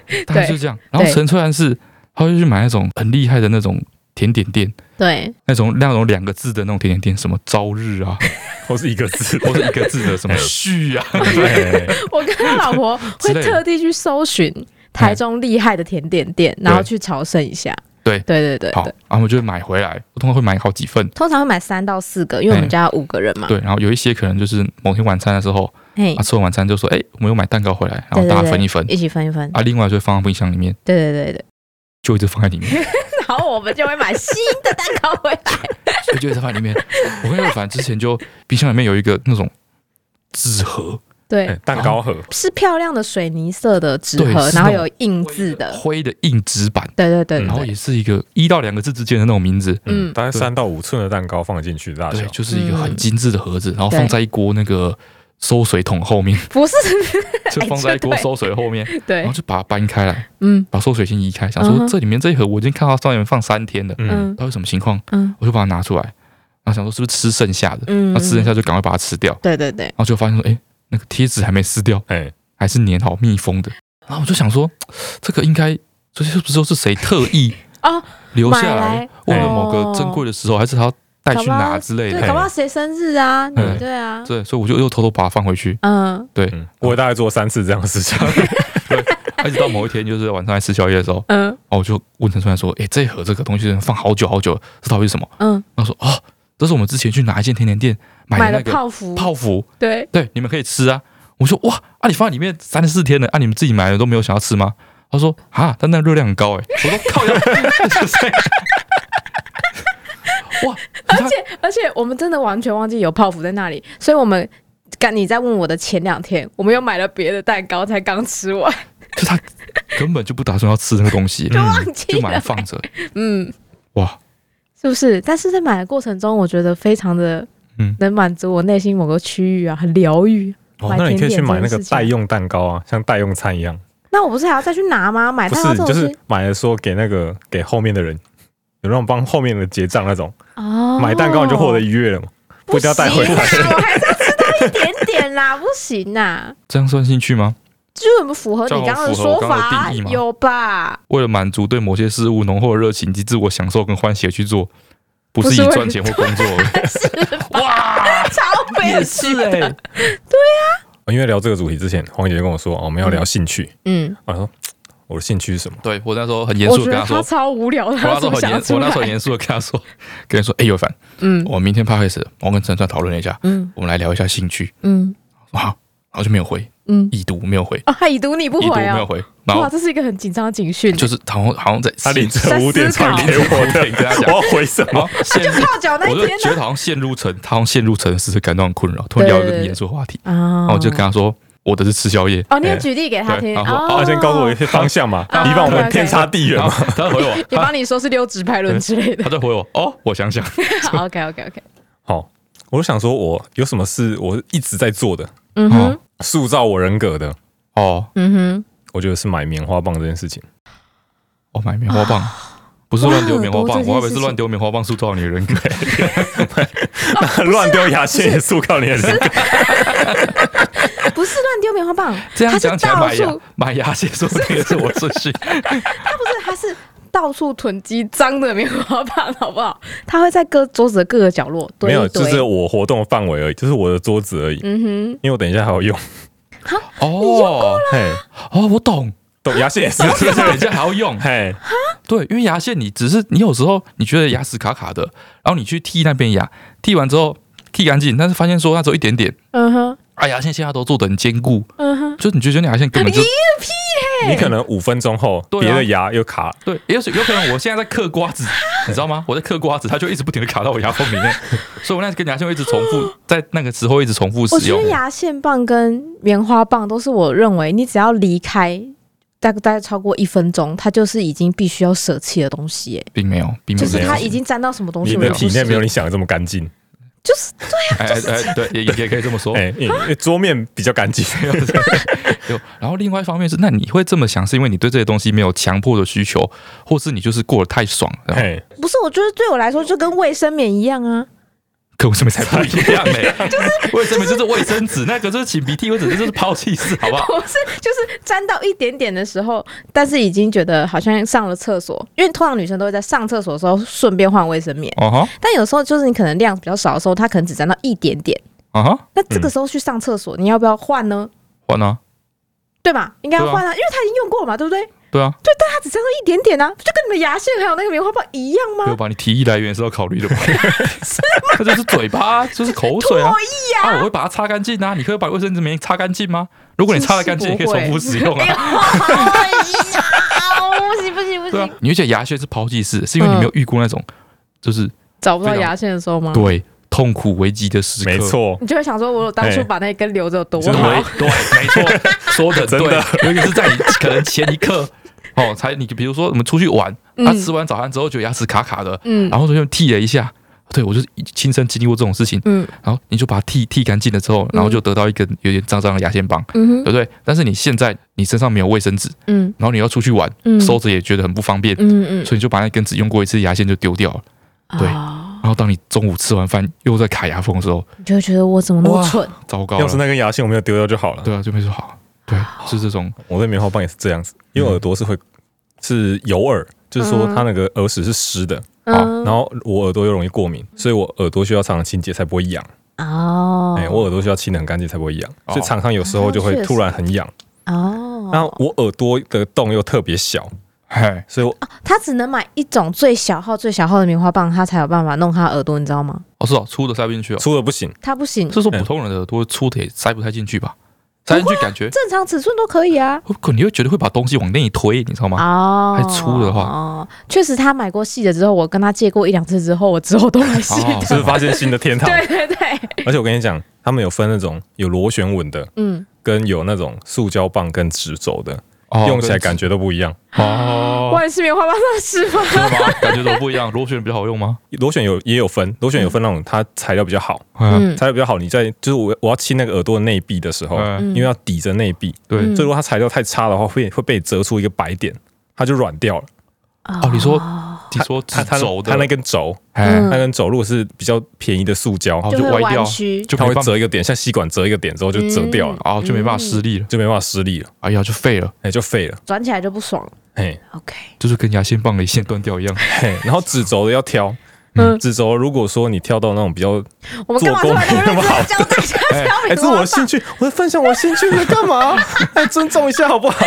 S2: 欸，大概就这样。
S4: 对
S2: 然后陈翠兰是，他会去买那种很厉害的那种甜点店，
S4: 对，
S2: 那种那种两个字的那种甜点店，什么朝日啊，
S3: 我是一个字，
S2: 或者一个字的什么旭啊，
S3: 对，
S4: 我跟他老婆
S2: 之
S4: 会
S2: 类的
S4: 特地去搜寻台中厉害的甜点店，然后去朝圣一下。
S2: 对
S4: 对对 对
S2: 好，
S4: 对，
S2: 然后我就会买回来，我通常会买好几份。
S4: 通常会买三到四个，因为我们家有五个人嘛。
S2: 对，然后有一些可能就是某天晚餐的时候，
S4: 嘿
S2: 啊，，吃完晚餐就说，哎、我们又买蛋糕回来，然后
S4: 对对
S2: 大家
S4: 对嗯
S2: 分一分，
S4: 一起分一分。
S2: 啊，另外就会放到冰箱里 面，
S4: 对对 对对，
S2: 就一直放在里面，
S4: 然后我们就会买新的蛋糕回来。
S2: 所以就一直放在里面。我跟反正之前就冰箱里面有一个那种纸盒，
S3: 哎
S4: 对，
S3: 蛋糕盒
S4: 是漂亮的水泥色的纸
S2: 对
S4: 盒，
S2: 是
S4: 然后
S2: 那种
S4: 有印字的。
S2: 灰的硬纸板，
S4: 对对对
S2: 然后
S4: 嗯对，
S2: 也是一个一到两个字之间的那种名字，
S4: 嗯
S3: 嗯，大概三到五寸的蛋糕放进去的大小
S2: 对，，就是一个很精致的盒子，然后
S4: 对
S2: 放在一锅那个收水桶后 面，
S4: 不是，
S2: 就放在一锅
S4: 哎对
S2: 收水后面，然
S4: 对
S2: 后，就把它搬开来，
S4: 嗯
S2: 把收水先移开，想
S4: 嗯
S2: 说
S4: 哼
S2: 这里面这一盒我已经看到上面放三天了，
S3: 嗯，
S4: 嗯
S2: 它有什么情况？
S4: 嗯
S2: 我就把它拿出来，然后想说是不是吃剩下的，
S4: 嗯，
S2: 那吃剩下就赶快把它吃掉，
S4: 对对对，
S2: 然后就发现说，哎，那个贴纸还没撕掉，
S3: 哎，
S2: 还是粘好密封的，然后我就想说，这个应该这是不是都是谁特意
S4: 哦，
S2: 留下
S4: 买
S2: 来
S4: 来，哦
S2: 为了某个珍贵的时候，还是他要带去拿之类
S4: 对，
S2: 的。
S4: 搞不好谁生日啊？
S2: 嗯
S4: 你对啊，
S2: 对，所以我就又偷偷把它放回去。
S4: 嗯
S2: 对，
S3: 嗯，我大概做三次这样的事 情。
S2: 一直到某一天，就是晚上在吃宵夜的时候，
S4: 嗯
S2: 哦，我就问陈川说：“诶，这一盒这个东西放好久好久了，这到底是什么
S4: 嗯，？”
S2: 他说：“哦，这是我们之前去哪一间甜点店买
S4: 买
S2: 的
S4: 了
S2: 那个
S4: 泡芙，
S2: 泡芙，
S4: 对，
S2: 对，你们可以吃啊。”我说：“哇，啊，你放在里面三四天了，啊，你们自己买的都没有想要吃吗？”他说：“啊，但那热量很高诶。我说：“靠呀， 哇，而且
S4: 而且我们真的完全忘记有泡芙在那里，所以我们刚你在问我的前两天，我们又买了别的蛋糕，才刚吃完
S2: 就他根本就不打算要吃那个东 西，
S4: 就忘记
S2: 就买了
S4: 了，
S2: 放着。
S4: 嗯，
S2: 哇，
S4: 是不是？但是在买的过程中，我觉得非常的
S2: 嗯
S4: 能满足我内心某个区域啊，很疗愈。
S3: 哦，
S4: 买
S3: 那你
S4: 甜
S3: 可以去
S4: 点
S3: 买
S4: 这
S3: 那
S4: 件
S3: 个
S4: 事情
S3: 代用蛋糕啊，像代用餐一样。
S4: 那我不是还要再去拿吗？买
S3: 不
S4: 蛋
S3: 是
S4: 糕，这
S3: 你
S4: 种
S3: 就
S4: 事
S3: 是买了说给那个给后面的人，有那种帮后面的结账那种，
S4: 哦，
S3: 买蛋糕你就获得愉悦了嘛，不一定要带回
S4: 不
S3: 来。
S4: 行啦我还是要吃到一点点啦，不 行啦，
S2: 这样算兴趣吗？
S4: 就是很不符合你刚刚的
S2: 这样
S4: 说
S2: 符合我刚
S4: 法
S2: 刚的定义，吗
S4: 有吧？
S2: 为了满足对某些事物浓厚的热情及自我享受跟欢喜而去做，不
S4: 不
S2: 是
S4: 是
S2: 以
S4: 为了
S2: 赚钱或工作而已。
S4: 超 悲剧的，
S2: 欸
S3: 因为聊这个主题之前，黄姐就跟我说，哦我们要聊兴趣。
S4: 嗯，
S3: 我说我的兴趣是什么？
S2: 对我那时候很严
S4: 我
S2: 肃
S4: 觉
S2: 的跟
S4: 得
S2: 他说，
S4: 他
S2: 我
S4: 超无聊的，
S2: 那
S4: 他
S2: 时
S4: 怎
S2: 候
S4: 么
S2: 很严
S4: 想得，
S2: 我
S4: 出
S2: 那
S4: 来
S2: 时候很？严肃的跟他说，跟他说，哎，有凡，
S4: 嗯
S2: 我明天 p 开始，我跟陈川讨论了一下，
S4: 嗯
S2: 我们来聊一下兴趣。
S4: 嗯
S2: 我说好，然后就没有回，
S4: 嗯，
S2: 已读没有回，
S4: 哦，他已读你不
S2: 已读
S4: 回
S2: 没有
S4: 啊？
S2: 回，然
S4: 哇，
S2: 后
S4: 这是一个很紧张的警讯，
S2: 就是好像好像在
S3: 他凌
S4: 在
S3: 晨
S4: 思
S3: 五点传
S4: 考
S3: 给我的
S2: 你跟他， 讲
S3: 我要回什
S2: 然
S3: 么？
S2: 后陷入
S4: 泡脚那
S2: 我
S4: 一
S2: 就
S4: 天
S2: 觉得好像陷入沉，他好像陷入沉思，感到很困扰，突然聊一个
S4: 对对对
S2: 严肃的话题，
S4: 啊
S2: 然后哦我就跟他说，我的是吃宵夜，
S4: 哦，你有
S3: 哎
S4: 举例给他
S2: 对
S4: 听，
S2: 然后
S4: 哦
S3: 他，先告诉我一些方向嘛，
S4: 啊
S3: 以防我们
S4: OK，OK
S3: 天差地远
S2: 然
S3: 嘛。
S2: 后他回我，
S4: 也
S2: 他
S4: 帮你说是溜直派论之 类的
S2: 他。就回我，哦，我想想，
S4: OK OK OK，
S3: 好，我就想说，我有什么事我一直在做的，
S4: 嗯
S2: 哦
S4: 哼，
S3: 塑造我人格的，
S2: 哦，
S4: 嗯哼，
S3: 我觉得是买棉花棒这件事情。
S2: 我买棉花棒。不是乱丢棉花
S4: 啊哇
S2: 棒，
S4: 我这
S2: 我
S4: 件
S2: 以为是
S4: 事情
S2: 乱丢棉花棒塑造你的人格。
S3: 乱丢牙线也塑造你的人格。
S4: 哎不是乱丢棉花棒，
S2: 这样
S4: 他是
S2: 讲起来，
S4: 到
S2: 买牙
S4: 处，
S2: 买牙线说这个是我顺 序。
S4: 他不是，他是到处囤积脏的棉花棒，好不好？他会在各桌子的各个角落堆
S3: 没有，
S4: 一堆。
S3: 就是我活动的范围而已，就是我的桌子而已。
S4: 嗯
S3: 因为我等一下还要用，
S2: 哦
S3: 嘿，
S2: 哦，我懂，
S3: 懂牙线 也是，
S2: 这个人家还要用。
S3: 嘿，
S2: 对，因为牙线你只是你有时候你觉得牙齿卡卡的，然后你去剔那边牙，剔完之后剔干净，但是发现说那只有一点点，
S4: 哼，嗯哼，
S2: 啊，牙线现在都做的很坚固，
S4: 嗯哼，
S2: 就你就觉得你牙线根本就
S3: 你可能五分钟后
S2: 对啊
S3: 别的牙又卡了，
S2: 对，也许有可能我现在在嗑瓜子，你知道吗？我在嗑瓜子，它就一直不停的卡到我牙缝里面，所以我那根牙线会一直重复，在那个时候一直重复
S4: 我
S2: 使
S4: 觉
S2: 用
S4: 得。牙线棒跟棉花棒都是我认为，你只要离开大概大概超过一分钟，它就是已经必须要舍弃的东西耶，
S2: 并没有，嗯并没
S4: 就
S2: 有这
S4: 是
S2: 样
S4: 它
S2: 子，
S4: 已经沾到什么东
S3: 你
S4: 西我也
S3: 的
S4: 不
S3: 体
S4: 行，
S3: 内没有你想的这么干净，
S4: 就是
S2: 哎哎哎，对，也也可以这么说。
S3: 哎，因为桌面比较干净，
S2: 有，然后另外一方面是，那你会这么想，是因为你对这些东西没有强迫的需求，或是你就是过得太爽了。
S3: 嘿，
S4: 不是？我觉得对我来说就跟卫生棉一样 啊，
S2: 可卫生棉才不一样呢、 就是卫生棉就是卫生纸，那个就是擤鼻涕或者就是抛弃式，好不好？
S4: 不是， 就是沾到一点点的时候，但是已经觉得好像上了厕所，因为通常女生都会在上厕所的时候顺便换卫生棉，
S2: 哦哈，
S4: 但有时候就是你可能量比较少的时候，它可能只沾到一点点，
S2: 啊哈，
S4: 那这个时候去上厕所，你要不要换呢？
S2: 换啊，
S4: 对吧？应该要
S2: 对啊
S4: 换啊，因为它已经用过了嘛，对不对？
S2: 对啊，
S4: 它只沾到一点点啊，就跟你们牙线还有那个棉花棒一样
S2: 有
S4: 吗？
S2: 把你提议来源是要考 虑的吧？那就是嘴巴，就是口
S4: 唾
S2: 水啊。
S4: 液呀、
S2: 啊，我会把它擦干净啊！你可以把卫生纸棉擦干净吗？如果你擦得干净，也可以重复使用
S4: 哎呦，
S2: 啊。
S4: 啊不行不行不
S2: 对啊
S4: 行，，
S2: 你会觉得牙屑是抛弃式，
S4: 嗯
S2: 是因为你没有遇过那种，就是
S3: 嗯
S4: 找不到牙线的时候吗？
S2: 对啊痛苦危机的时刻。
S3: 没错，
S4: 你就会想说，我有当初
S3: 哎
S4: 把那根留着有多
S3: 就是
S4: 好
S3: 我？
S2: 对，没错，说的
S3: 真的
S2: 对，尤其是在你 可能前一刻哦，才你比如说我们出去玩，他、
S4: 嗯
S2: 吃完早餐之后觉得牙齿卡卡的，
S4: 嗯
S2: 然后就剃了一下，对我就是亲身经历过这种事情，
S4: 嗯
S2: 然后你就把它剃剃干净了之后，然后就得到一根有点脏脏的牙线棒，
S4: 嗯
S2: 对
S4: 哼
S2: 不对？但是你现在你身上没有卫生纸，
S4: 嗯
S2: 然后你要出去玩，
S4: 嗯
S2: 收着也觉得很不方便，
S4: 嗯嗯，
S2: 所以你就把那根只用过一次的牙线就丢掉了。对
S4: 啊
S2: 然后当你中午吃完饭又在卡牙缝的时候，
S4: 你就会觉得我怎么那么蠢？
S2: 糟糕
S3: 要是
S2: 了，
S3: 那根牙线我没有丢掉就好了。
S2: 对啊，就没说好，对，是这种
S3: 我对棉花棒也是这样子，因为我耳朵是会是有耳，就是
S4: 嗯
S3: 说它那个耳屎是湿的，
S2: 嗯
S3: 然后我耳朵又容易过敏，所以我耳朵需要常常清洁才不会痒。
S4: 哦，啊
S3: 哎、我耳朵需要清的很干净才不会痒，
S2: 哦
S3: 所以常常有时候就会突然很痒。
S4: 哦，
S3: 然后我耳朵的洞又特别小，
S2: 嗨，
S3: 所以我
S4: 他只能买一种最小号、最小号的棉花棒，他才有办法弄他耳朵，你知道吗？
S2: 哦是哦，粗的塞不进去哦，
S3: 粗的不行。
S4: 他不行，
S2: 是说普通人的耳朵粗的也塞不太进去吧？塞进去感觉，
S4: 正常尺寸都可以啊。
S2: 我可能会觉得会把东西往那里推，你知道吗？
S4: 哦，
S2: 还粗的话
S4: 哦，确实他买过细的之后，我跟他借过一两次之后，我之后都买细
S2: 哦
S4: 的。
S3: 是不是发现新的天堂？
S4: 对对对，
S3: 而且我跟你讲，他们有分那种有螺旋纹的，
S4: 嗯，
S3: 跟有那种塑胶棒跟直轴的，
S2: 哦
S3: 用起来感觉都不一样。
S2: 哦，
S4: 我也是棉花棒上师傅。
S2: 真的吗？感觉怎么不一样？螺旋比较好用吗？
S3: 螺旋有也有分，螺旋有分那种它材料比较好，
S2: 嗯，
S3: 材料比较好，你在就是我我要亲那个耳朵的内壁的时候，
S2: 嗯
S3: 因为要抵着内壁，
S2: 对，
S4: 嗯
S3: 所以如果它材料太差的话，会会被折出一个白点，它就软掉了。
S2: 哦你说你
S3: 它
S2: 说
S3: 它它
S2: 走的
S3: 它那根轴，
S2: 哎
S4: 嗯
S3: 它那根轴如果是比较便宜的塑胶，
S2: 哦
S4: 就
S2: 就
S4: 会
S2: 歪掉
S4: 弯曲，
S2: 就
S3: 它
S2: 没
S3: 会
S2: 办法，
S3: 折一个点，像吸管折一个点之后就折掉
S4: 嗯
S3: 了，
S2: 哦就没办法施力了，
S3: 就没办法施力了，
S2: 哎呀就废了，
S3: 哎，就废了，
S4: 转起来就不爽。
S3: 哎。
S4: OK，
S2: 就是跟牙线棒的线断掉一样。
S3: 嘿 然后指轴的要挑，
S4: 嗯
S3: 指轴如果说你挑到那种比较，
S4: 我们干嘛突然那么认真教大家
S2: 哎
S4: 教
S3: 哎，这是我的兴趣，我在分享我的兴趣，你干嘛？ 哎，尊重一下好不好？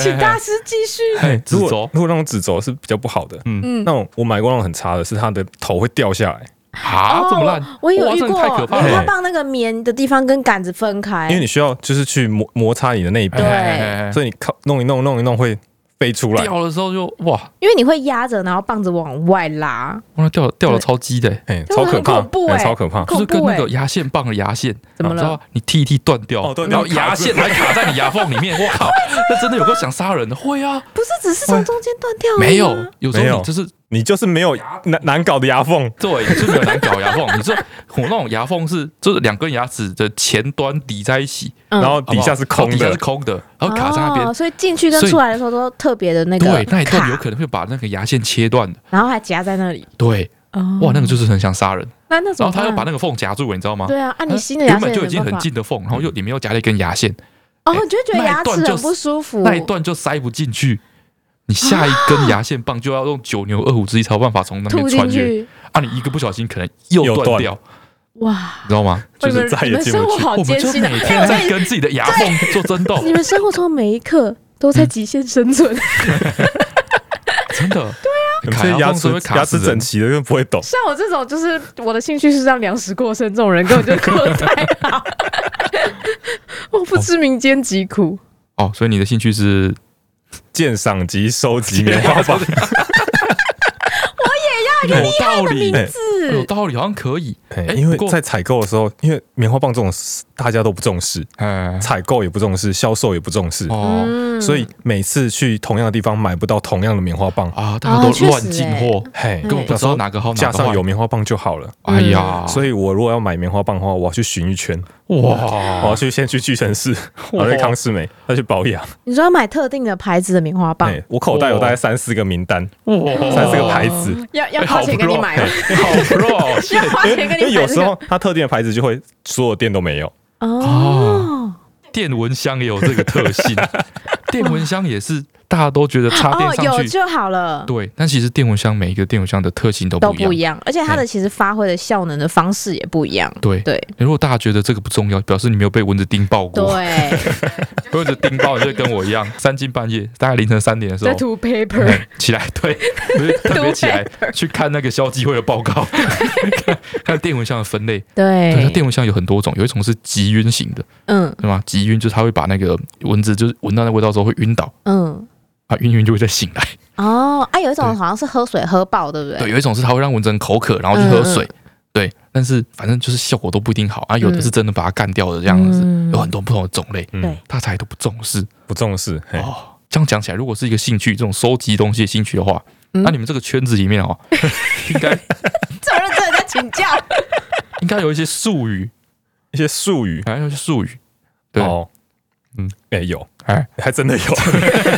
S4: 请大师继续。
S2: 哎，直
S3: 如果
S2: 轴
S3: 如果那种指轴是比较不好的，
S4: 嗯
S3: 那种我买过那种很差的，是它的头会掉下来，
S2: 啊，这么烂
S4: 哦，我也有
S2: 哇
S4: 遇
S2: 这个
S4: 过，
S2: 太可怕
S3: 了
S4: 棉花棒那个棉的地方跟杆子分开，
S3: 因为你需要就是去摩摩擦你的内壁
S2: 哎，哎哎哎
S3: 所以你靠弄一弄弄一弄会飞出来，
S2: 掉了之后就哇，
S4: 因为你会压着，然后棒子往外拉，
S2: 哇，那掉了掉了超鸡的欸，
S3: 哎，
S4: 这
S3: 超
S4: 个
S3: 可
S4: 很
S3: 怕
S4: 恐怖，
S3: 哎
S4: 哎
S3: 超可怕。
S2: 就是
S4: 恐
S2: 跟
S4: 怖
S2: 那
S4: 哎
S2: 个！牙线棒的牙线，啊
S4: 怎么
S2: 你知道
S4: 了
S2: 吗？你剃一剃断掉，
S3: 哦断
S2: 然
S3: 掉
S2: 后牙线还卡在你牙缝里 面，我靠，那真的有个想杀人的，会啊，
S4: 不是只是从中间断掉而已啊吗，
S2: 没有，有时
S3: 没
S2: 候
S3: 有
S2: 你就是
S3: 你就是没有难难搞的牙缝，
S2: 对，就是没有难搞牙缝，你这我那种牙缝是就是两根牙齿的前端抵在一起，
S4: 嗯
S3: 然后
S2: 好不
S3: 底
S2: 好
S3: 下是
S2: 然后
S3: 空
S2: 底下是
S3: 的，
S2: 空的，然后卡在那边
S4: 哦，。所以进去跟
S2: 所以
S4: 出来的时候都特别的那个
S2: 对，那一段
S4: 卡
S2: 有可能会把那个牙线切断的。
S4: 然后还夹在那里。
S2: 对，
S4: 哦
S2: 哇，那个就是很想杀人。
S4: 那那怎
S2: 然后
S4: 么
S2: 他
S4: 办？
S2: 又把那个缝夹住了，你知道吗？
S4: 对啊，按你新的牙
S2: 原
S4: 线
S2: 本
S4: 也
S2: 就
S4: 没
S2: 已经
S4: 办
S2: 很
S4: 法。
S2: 近的缝，然后又里面又夹了一根牙线，
S4: 哦，你就会觉得
S2: 那一
S4: 牙齿
S2: 段就
S4: 很
S2: 是
S4: 不舒服。
S2: 那一段就塞不进去。你下一根牙线棒就要用九牛二虎之力才有办法从那边
S4: 吐
S2: 穿
S4: 进
S2: 越
S4: 去，
S2: 啊！你一个不小心可能又
S3: 又
S2: 断
S3: 断
S2: 掉，
S4: 哇！
S2: 你知道吗？
S3: 就
S4: 你
S3: 是
S4: 们
S3: 再
S4: 你
S3: 也
S4: 们
S3: 进不
S4: 生活
S3: 去。
S4: 好
S2: 我们
S4: 艰
S2: 就
S4: 辛啊！ 啊
S2: 每天在跟自己的牙缝做争斗，
S4: 你们生活中每一刻都
S2: 嗯
S4: 在极限 生存，
S2: 真的。对
S3: 嗯所以牙齿
S2: 会卡
S3: 牙
S2: 死
S3: 齿
S2: 人
S3: 整齐的就不会懂，
S4: 像我这种，就是我的兴趣是让粮食过剩，这种人根本就过太好。 我不知民间疾苦，
S2: 哦，所以你的兴趣是
S3: 鉴赏级收集棉花 棒，
S2: 啊有道理，
S3: 哎
S4: 嗯
S2: 有道理，好像可以。
S3: 哎
S2: 哎
S3: 因为
S2: 不过
S3: 在采购的时候，因为棉花棒这种事大家都不重视，
S2: 哎
S3: 采购也不重视，销售也不重视，
S2: 哦
S4: 嗯
S3: 所以每次去同样的地方买不到同样的棉花棒，
S2: 啊，大家都
S4: 哦确实欸
S2: 乱进货，哎
S3: 嘿，
S2: 根本不知道哪个好哪
S3: 架
S2: 个坏
S3: 上有。棉花棒就好了。
S2: 哎呀，
S3: 所以，我如果要买棉花棒的话，我要去巡一圈，我
S2: 哇
S3: 要，去先去屈臣氏，然后去康士美，再去保养。
S4: 你说要买特定的牌子的棉花棒，
S3: 哎，我口袋有大概三四个名单，
S2: 哇
S3: 三四个牌子，
S4: 要要
S2: 哎
S4: 花
S2: 好
S4: 钱给你买吗？
S2: 哎好 pro，谢
S4: 要花
S3: 因为
S4: 钱给
S3: 因为
S4: 你买
S3: 有
S4: 这
S3: 时
S4: 个
S3: 候它特定的牌子就会所有店都没有。
S4: 哦
S2: 电蚊香也有这个特 性，电蚊香也是大家都觉得插啊电
S4: 哦，有
S2: 上去，
S4: 就好了。
S2: 对，但其实电蚊香每一个电蚊香的特性都
S4: 都
S2: 不一样哎
S4: 不一。样，而且它的其实发挥的效能的方式也不一样。
S2: 对，
S4: 对
S2: 如果大家觉得这个不重要，表示你没有被蚊子叮爆过，
S4: 对，
S2: 被 蚊子叮爆你就跟我一样，三更半夜，大概凌晨三点的时候
S4: 在。涂 paper，
S2: 哎起来，对，我就特别起来去看那个消基会的报 告，看看电蚊香的分类。对，它
S4: 对，
S2: 电蚊香有很多种，有一种是急晕型的，
S4: 嗯
S2: 对吗？急晕就是它会把那个蚊子就是闻到那味道之后会晕倒
S4: 嗯，
S2: 啊，晕晕就会再醒来。
S4: 哦，啊，有
S2: 对
S4: 一种好像是喝水喝爆，对不对？
S2: 对，有一种是它会让蚊子很口渴，然后去喝水。
S4: 嗯
S2: 对，但是反正就是效果都不一定好啊，有的是真的把它干掉的这
S4: 这
S2: 样子，
S4: 嗯
S2: 有很多不同的种类，
S3: 嗯
S4: 对，
S2: 大家也都不重视
S3: 不重视。嘿
S2: 哦。这样讲起来，如果是一个兴趣，这种收集东西的兴趣的话，
S4: 嗯
S2: 那你们这个圈子里面 哦，应该
S4: 这认真在请 教。
S2: 应该有一些术语，
S3: 一些术语
S2: 还有一些术语。对
S3: 哦，
S2: 嗯
S3: 嗯，哎有，
S2: 哎
S3: 哎，还真的有，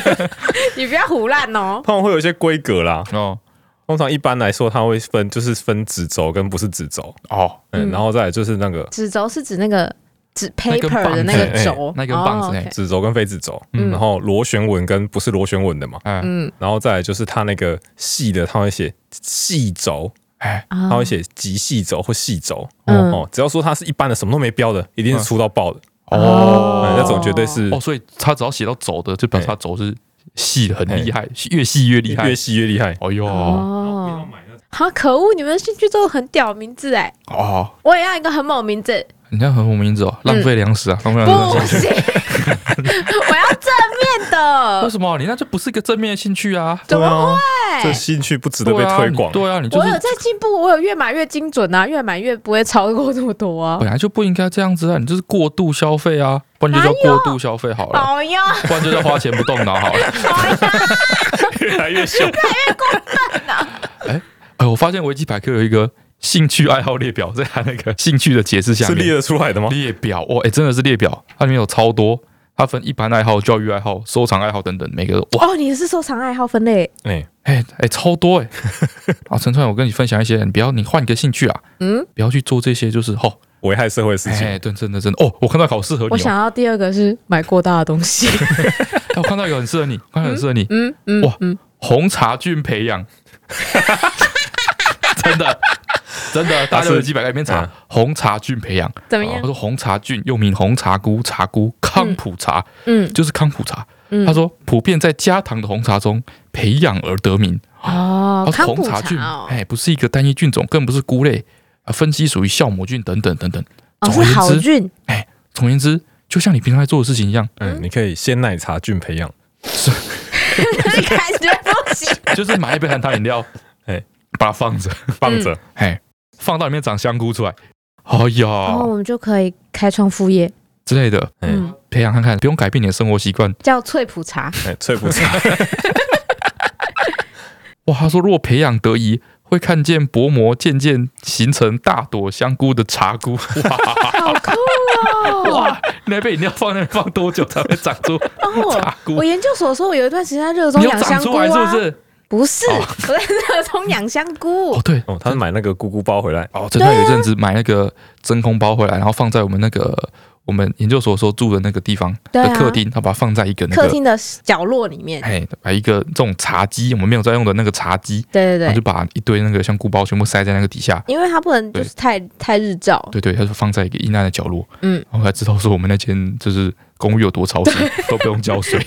S4: 你不要胡乱哦。
S3: 他们会有一些规格啦。
S2: 哦
S3: 通常一般来说，它会分就是分指轴跟不是指轴，
S2: 哦，
S3: 嗯，
S4: 嗯
S3: 然后再来就是那个
S4: 指轴是指那个纸
S2: 那根
S4: paper
S2: 棒
S4: 的那
S3: 子
S4: 个
S3: 哎
S4: 轴，
S2: 那根棒子
S4: 哦
S2: 哎
S4: OK
S3: 纸轴跟非纸轴，
S4: 嗯
S3: 然后螺旋纹跟不是螺旋纹的嘛，
S2: 哎
S4: 嗯，
S3: 然后再来就是它那个细的，它会写细轴，
S2: 哎，
S4: 啊
S3: 它会写极细轴或细轴，
S4: 嗯
S3: 哦，只要说它是一般的，什么都没标的，一定是粗到爆的，
S4: 哦
S3: 哎那种绝对是
S2: 哦，所以他只要写到走的，就表示
S3: 哎
S2: 他走是细的很厉害，越细越厉害
S3: 越。细越厉害。
S2: 哦哟，哦
S4: 哦，好可恶！你们兴趣都有很屌的名字哎，
S2: 哦，
S4: 我也要一个很猛名字，
S2: 你这样很有名字哦，浪费粮食啊，浪费粮
S4: 嗯不
S2: 食。
S4: 行，我要正面
S2: 为
S4: 的，
S2: 什么？你那就不是一个正面的兴趣啊！
S4: 怎么
S3: 这
S4: 会？
S3: 兴趣不值得被
S2: 对啊，
S3: 推
S2: 你
S3: 广。
S2: 对啊，你就
S4: 我有
S2: 是
S4: 在进步，我有越买越精准啊，越买越不会超过这么多啊
S2: 本。来就不应该这样子啊！你就是过度消费啊，不然就叫过度消费好了，
S4: 保佑，
S2: 不然就叫花钱不动脑好了。
S4: 保佑！
S3: 越来越凶。
S2: 哎，我发现维基百科有一个兴趣爱好列表，在它那个兴趣的解释下
S3: 是
S2: 面
S3: 列得出来的吗？
S2: 列表，哇，哎、真的是列表，它里面有超多，它分一般爱好、教育爱好、收藏爱好等等，每个都哇，
S4: 哦，你是收藏爱好分类，
S3: 哎，
S2: 哎、哎、超多 哎、啊，陈川，我跟你分享一些，你不要，你换个兴趣啊，
S4: 嗯，
S2: 不要去做这些，就是哦，
S3: 危害社会的事
S2: 哎、
S3: 情。
S2: 对，真的真的，哦，我看到好适合
S4: 我
S2: 你、哦，
S4: 想要第二个是买过大的 东西，
S2: 哎我看到有很适合你，我看到有很适合你，
S4: 嗯嗯，
S2: 哇
S4: 嗯，
S2: 红茶菌培养， 真的。真的，大家有几百个里面查
S3: 嗯
S2: 红茶菌培养，哦
S4: 怎么
S2: 他
S4: 样？
S2: 说红茶菌又名红茶菇、茶菇、康普茶，
S4: 嗯
S2: 就是康普茶，
S4: 嗯，
S2: 他说普遍在加糖的红茶中培养而得名。
S4: 哦
S2: 他，说
S4: 康
S2: 红
S4: 普
S2: 茶菌，
S4: 哦，
S2: 哎，不是一个单一菌种，更不是菇类，啊，分析属于酵母菌等等等等。
S4: 哦
S2: 总而
S4: 是
S2: 言
S4: 好
S2: 之，
S4: 菌，
S2: 总而言之，就像你平常在做的事情一样，
S3: 嗯，你可以鲜奶茶菌培养，
S4: 感觉不行。
S2: 就是买一杯含糖饮 料，
S3: 哎，
S2: 把它放着，
S3: 放着。
S4: 嗯
S2: 哎，放到里面长香菇出来，哎
S4: 然后
S2: 呀
S4: 哦我们就可以开创副业，
S2: 之类的，
S3: 哎
S4: 嗯，
S2: 培养看看，不用改变你的生活习惯。
S4: 叫翠普 茶。
S3: 哎，脆不茶，
S2: 哇，他说若培养得宜。会看见薄膜渐渐形成大朵香菇的茶菇， 哇
S4: 好酷哦！
S2: 哇！那杯饮料放那边放多久才会长出
S4: 哦
S2: 茶，菇
S4: 我研究所说，我有一段时间在热衷
S2: 你有
S4: 养
S2: 长
S4: 香菇
S2: 出来是不
S4: 啊，
S2: 是？
S4: 不是，
S2: 哦
S4: 我在热衷养香菇
S2: 哦，，对，
S3: 哦，他是买那个咕咕包回来，
S2: 哦，真的有一阵子买那个真空包回来，然后放在我们那个我们研究所所住的那个地方
S4: 对
S2: 的
S4: 啊
S2: 客厅，他把它放在一个那
S4: 客
S2: 个，
S4: 厅的角落里面。
S2: 哎，把一个这种茶几，我们没有在用的那个茶几，
S4: 对
S2: 然
S4: 对
S2: 哦后就
S4: 对，
S2: 把一堆那个香菇包全部塞在那个底下。
S4: 因为它不能就是太太日照。
S2: 对对，他就放在一个阴暗的角落，
S4: 嗯，
S2: 然后才知道说我们那间就是公寓有多潮湿， 都不用浇水，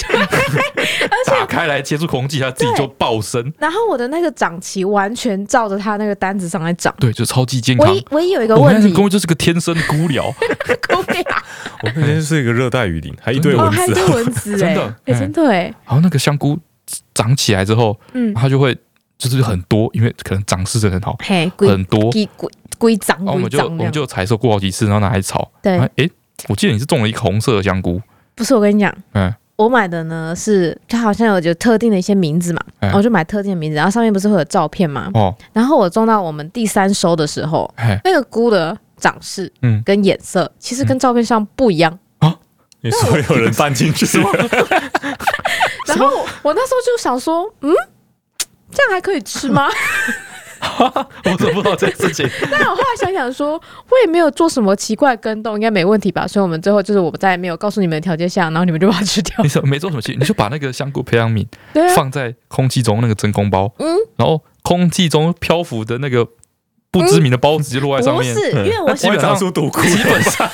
S2: 打开来接触空气，它自己就爆生，
S4: 然后我的那个长期完全照着它那个单子上来长。
S2: 对，就超级健
S4: 唯
S2: 康
S4: 一。唯一有一个
S2: 我们
S4: 问
S2: 那
S4: 题
S2: 间，公寓就是个天生孤 寮，
S4: 狗 粮
S3: 我那天是一个热带雨林，还一堆
S2: 对
S4: 哦，
S3: 蚊
S4: 还有一
S3: 子
S4: 堆
S3: 啊。
S4: 蚊子 哎
S2: 真的，
S4: 哎
S2: 哎
S4: 真的哎，
S2: 然后那个香菇长起来之后，
S4: 嗯，
S2: 它就会就是很多，因为可能长势真的很好，
S4: 嘿，龟
S2: 很多。哦
S4: 龟龟龟长
S2: 然后我
S4: 龟
S2: 们就我
S4: 长那
S2: 们
S4: 样。
S2: 就哎采收过好几次，然后拿来炒。
S4: 对
S2: 然后，诶，我记得你是种了一个红色的香菇，
S4: 不是我跟你讲，
S2: 嗯，
S4: 我买的呢是它好像有有特定的一些名字嘛，
S2: 哎
S4: 我就买特定的名字，然后上面不是会有照片嘛，
S2: 哦，
S4: 然后我种到我们第三收的时候，
S2: 哎，
S4: 那个菇的长势，
S2: 嗯
S4: 跟颜色其实跟照片上不一样。
S3: 你说有人搬进去，
S4: 然后我我那时候就想说，嗯，这样还可以吃吗？
S2: 我怎么不知道这件事情？
S4: 但我后来想想说，我也没有做什么奇怪的跟动，应该没问题吧？所以我们最后就是我们在没有告诉你们的条件下，然后你们就把它吃 掉
S2: 你。怎么没做什么事？你就把那个香菇培养皿
S4: 对啊，
S2: 放在空气中那个真空包，
S4: 嗯，
S2: 然后空气中漂浮的那个不知名的孢子就落在上
S4: 不
S2: 面，
S4: 是，因为我
S2: 那
S3: 基
S2: 基
S3: 本
S2: 本
S3: 上
S2: 上
S3: 出毒菇，嗯基本上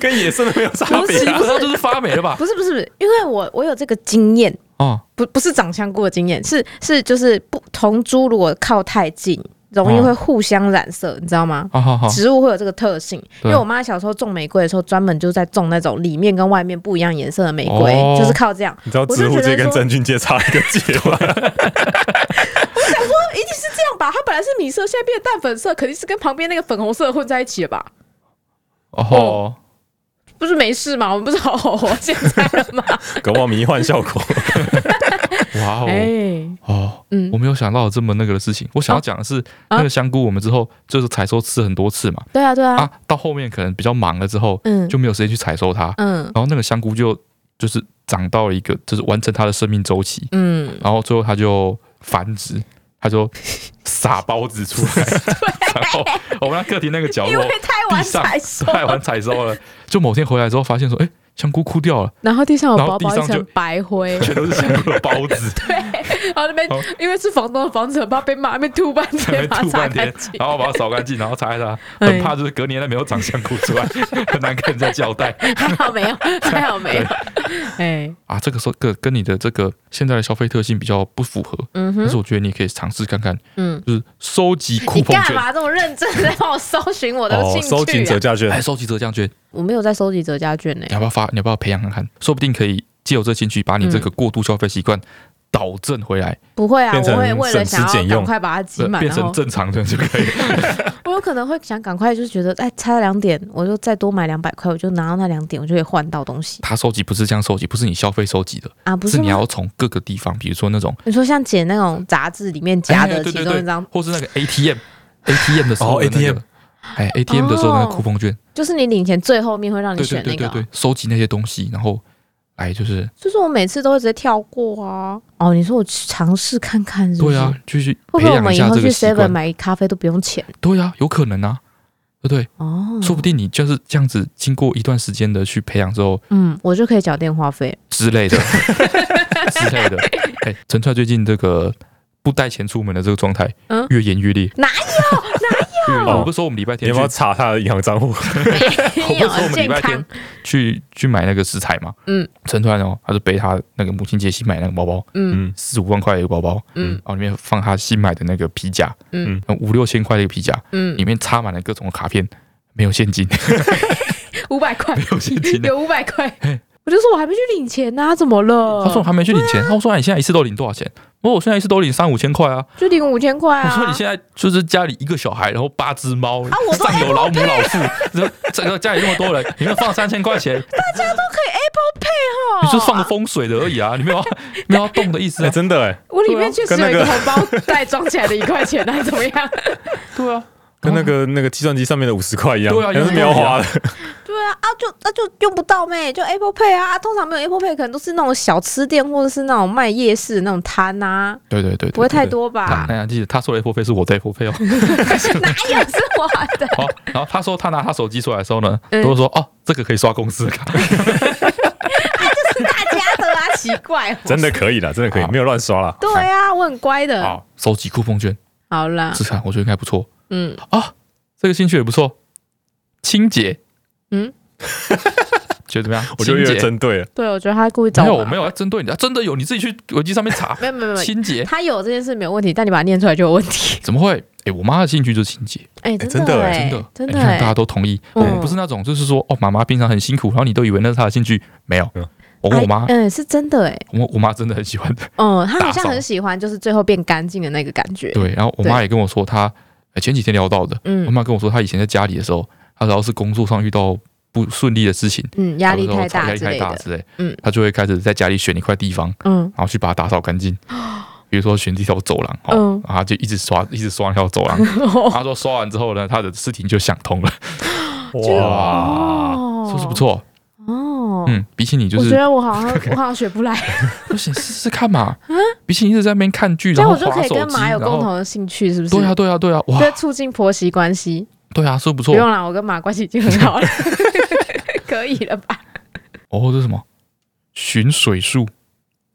S3: 跟野生的没有差
S2: 基
S3: 别啊。
S2: 本上就是发霉了吧？
S4: 不是不是不是，因为我我有这个经验。
S2: 哦，
S4: 不不是长香菇的经验，是是就是不同株如果靠太近，容易
S2: 哦
S4: 会互相染色，你知道吗？
S2: 好
S3: 哦
S2: 好好，
S4: 植物会有这个特性，因
S2: 对
S4: 为我妈小时候种玫瑰的时候，专门就在种那种里面跟外面不一样颜色的玫瑰，
S2: 哦
S4: 就是靠这样，
S3: 你知道植物界跟真菌界差一个界吗？
S4: 一定是这样吧？它本来是米色，现在变淡粉色，肯定是跟旁边那个粉红色混在一起了吧？
S2: 哦，
S4: 不是没事吗？我们不是好好活现在了吗？
S3: 搞不好迷幻效果。
S2: 哇 哦，
S4: 哎，
S2: 哦，
S4: 嗯
S2: 我没有想到有这么那个的事情。我想要讲的是，
S4: 啊
S2: 那个香菇我们之后就是采收吃很多次嘛，
S4: 对啊，对啊，
S2: 啊，到后面可能比较忙了之后，
S4: 嗯
S2: 就没有时间去采收它，
S4: 嗯
S2: 然后那个香菇就就是长到了一个，就是完成它的生命周期，
S4: 嗯，
S2: 然后最后它就繁殖， 它就撒孢子出来，然后我们那客厅那个角
S4: 因
S2: 落
S4: 为太
S2: 地
S4: 完
S2: 上
S4: 才收，
S2: 太晚采收了。就某天回来之后，发现说，哎、香菇枯掉了，
S4: 然后地上有
S2: 然
S4: 薄
S2: 后地
S4: 薄一
S2: 上
S4: 层
S2: 就
S4: 白灰，
S2: 全都是香菇的包子，
S4: 然后那边
S2: 好
S4: 因为是房东的房子，很怕被骂，那边吐半
S2: 在那边
S4: 天，把 它
S2: 吐
S4: 擦
S2: 半天
S4: 干净，。
S2: 然后把它扫干净，然后擦一擦，
S4: 哎
S2: 很怕就是隔年它没有长香菇出来，很难跟人家交代
S4: 还好 没有，还好没有。哎，
S2: 啊。这个时候跟跟你的这个现在的消费特性比较不符合，
S4: 嗯
S2: 但是
S4: 哼，
S2: 我觉得你可以尝试看看，
S4: 嗯，
S2: 就是收集
S4: 你
S2: 酷碰
S4: 干
S2: 券，
S4: 嘛这么认真在帮我搜寻我的
S3: 哦，收
S4: 兴
S3: 紧
S4: 趣
S3: 折
S4: 啊？
S3: 价券
S2: 哎，，收集折价券，
S4: 我没有在收集折价券呢
S2: 你。要不要发？你要不要培养看看？说不定可以借由这兴趣，把你
S4: 嗯
S2: 这个过度消费习惯导正回来，
S4: 不会啊，
S3: 变成
S4: 我会为了想
S3: 省吃俭
S4: 要
S3: 用
S4: 赶快把它挤
S2: 呃
S4: 满，哦
S2: 变
S4: 然
S2: 成
S4: 后
S2: 正常人就可以 了。
S4: 我有可能会想赶快，就是觉得哎，差两点，我就再多买两百块，我就拿到那两点，我就可以换到东西
S2: 他收集不是这样收集，不是你消费收集的，
S4: 啊，不
S2: 是
S4: 吗
S2: 你要从各个地方，比如说那种
S4: 你说像捡那种杂志里面夹
S2: 哎
S4: 的
S2: 对
S4: 其
S2: 对
S4: 中
S2: 对
S4: 一张，
S2: 或是那个 ATM ATM 的时候
S3: 哦
S2: 的那个
S3: ATM
S2: 哎 ATM 的时候的那个酷碰券，
S4: 就是你领钱最后面会哦让你
S2: 对
S4: 选
S2: 对
S4: 那
S2: 对
S4: 个
S2: 对
S4: 啊，
S2: 对，收集那些东西，然后哎就是
S4: 就是我每次都会直接跳过啊。哦，你说我尝试看看是不
S2: 对
S4: 是？
S2: 啊，就是
S4: 会
S2: 培
S4: 不会我
S2: 养
S4: 们
S2: 一
S4: 以
S2: 下
S4: 后
S2: 这
S4: 去
S2: 个习
S4: Seven
S2: 惯，
S4: 买咖啡都不用钱？
S2: 对啊，有可能啊，对不对？
S4: 哦，
S2: 说不定你就是这样子，经过一段时间的去培养之后
S4: 嗯，我就可以缴电话费。
S2: 之类的之类的，哎，陈帅最近这个。不带钱出门的这个状态，
S4: 嗯
S2: 越演越烈。
S4: 哪
S2: 有哪有？我不是说我们礼拜
S3: 哦你
S2: 天
S3: 要
S2: 去
S3: 不要查他的银行账户？
S2: 我不是说我们礼拜天去去买那个食材嘛，
S4: 嗯，
S2: 陈川哦，他就背他那个母亲节新买那个包包，
S4: 嗯
S3: 嗯，
S2: 四五万块的一个包包，
S4: 嗯
S2: 然后里面放他新买的那个皮夹，
S4: 嗯
S2: 那五六千块的一个皮夹，
S4: 嗯
S2: 里，面插满了各种卡片，没有现金，
S4: 五 百块，
S2: 有现金 的。
S4: 有五百块。我就说我还没去领钱呐、怎么了？
S2: 他说我还没去领钱，他说啊你现在一次都领多少钱？我说我现在一次都领三五千块啊。
S4: 就领五千块啊。啊
S2: 我说你现在就是家里一个小孩，然后八只猫，
S4: 我都
S2: 上有老母老父，这整个家里那么多人，你们放三千块 钱，
S4: 可以 Apple Pay 哈，
S2: 你就是放个风水的而已啊，你没 有要没有要动的意思
S3: 哎，
S2: 啊。
S3: 真的哎，
S4: 我里面确实有
S3: 跟
S4: 一个
S3: 那个
S4: 红包袋装起来的一块钱 啊，怎么样？
S2: 对啊，
S3: 跟那个那个计算机上面的五十块一样，
S2: 对啊
S3: 但是没有花的，
S4: 对啊，啊就啊就用不到咩，就 Apple Pay 啊啊，通常没有 Apple Pay 可能都是那种小吃店或者是那种卖夜市那种摊啊，
S2: 对对对对
S4: 不会太多吧？
S2: 啊那样记得他说的 Apple Pay 是我的 Apple Pay 哦。
S4: 哪有是我的？
S2: 好，然后他说他拿他手机出来的时候呢，
S4: 嗯
S2: 都是说哦，这个可以刷公司的卡，
S4: 是大家的啊，奇怪哦。
S3: 真的可以的，真的可以，
S2: 好
S3: 没有乱刷啦。
S4: 对啊，我很乖的。
S2: 好，收集酷碰券，
S4: 好啦，
S2: 试看，我觉得应该不错
S4: 嗯，
S2: 啊，这个兴趣也不错，清洁，
S4: 嗯，
S2: 觉得怎么样？
S3: 我就越
S2: 清洁
S3: 针对了，
S4: 对，我觉得他故意找
S2: 没有，
S4: 我
S2: 我
S4: 麻
S2: 没有要针对你，啊真的有，你自己去维基上面查
S4: 没有没有没有，
S2: 清洁，
S4: 他有这件事没有问题，但你把它念出来就有问题。
S2: 怎么会？哎，我妈的兴趣就是清洁，
S4: 哎，
S3: 真的
S4: 哎，
S2: 真的，
S4: 真
S2: 哎
S4: 的
S2: 你看大
S4: 哎
S2: 家，都同意，我
S4: 嗯
S2: 们不是那种就是说哦，妈妈平常很辛苦，然后你都以为那是她的兴趣，没有
S3: 嗯，
S2: 我问我妈
S4: 哎，嗯，是真的哎，
S2: 我我妈真的很喜欢
S4: 嗯，他好像
S2: 打扫
S4: 很喜欢，就是最后变干净的那个感觉。
S2: 对，然后我妈也跟我说，她呃前几天聊到的，我
S4: 嗯
S2: 妈跟我说，她以前在家里的时候，她只要是工作上遇到不顺利的事情，
S4: 嗯，压力
S2: 她就说
S4: 太大
S2: 压力
S4: 之
S2: 太
S4: 类
S2: 大
S4: 的，
S2: 之类，
S4: 嗯
S2: 她就会开始在家里选一块地方，
S4: 嗯
S2: 然后去把它打扫干净。比如说选这条走廊，哦，
S4: 嗯
S2: 然后她就一直刷，一直刷那条走 廊。她说刷完之后呢，她的事情就想通了，哇，
S4: 啊哦
S2: 是啊不是不错？
S4: 哦。
S2: 嗯，比起你就
S4: 我觉
S2: 是
S4: 得我好 像我好像学不来，
S2: 不行，试试看嘛。比起你一直在那边看剧，
S4: 这
S2: 然后
S4: 样我就
S2: 划
S4: 可以
S2: 手
S4: 跟
S2: 机，
S4: 马有
S2: 然
S4: 共
S2: 后
S4: 同的兴趣，是不是？
S2: 对啊，对啊，对啊，哇
S4: 就，促进婆媳关系。
S2: 对啊，是不
S4: 不
S2: 错。
S4: 用啦，我跟马关系已经很 好了，可以了吧？
S2: 哦，这是什么？寻水术，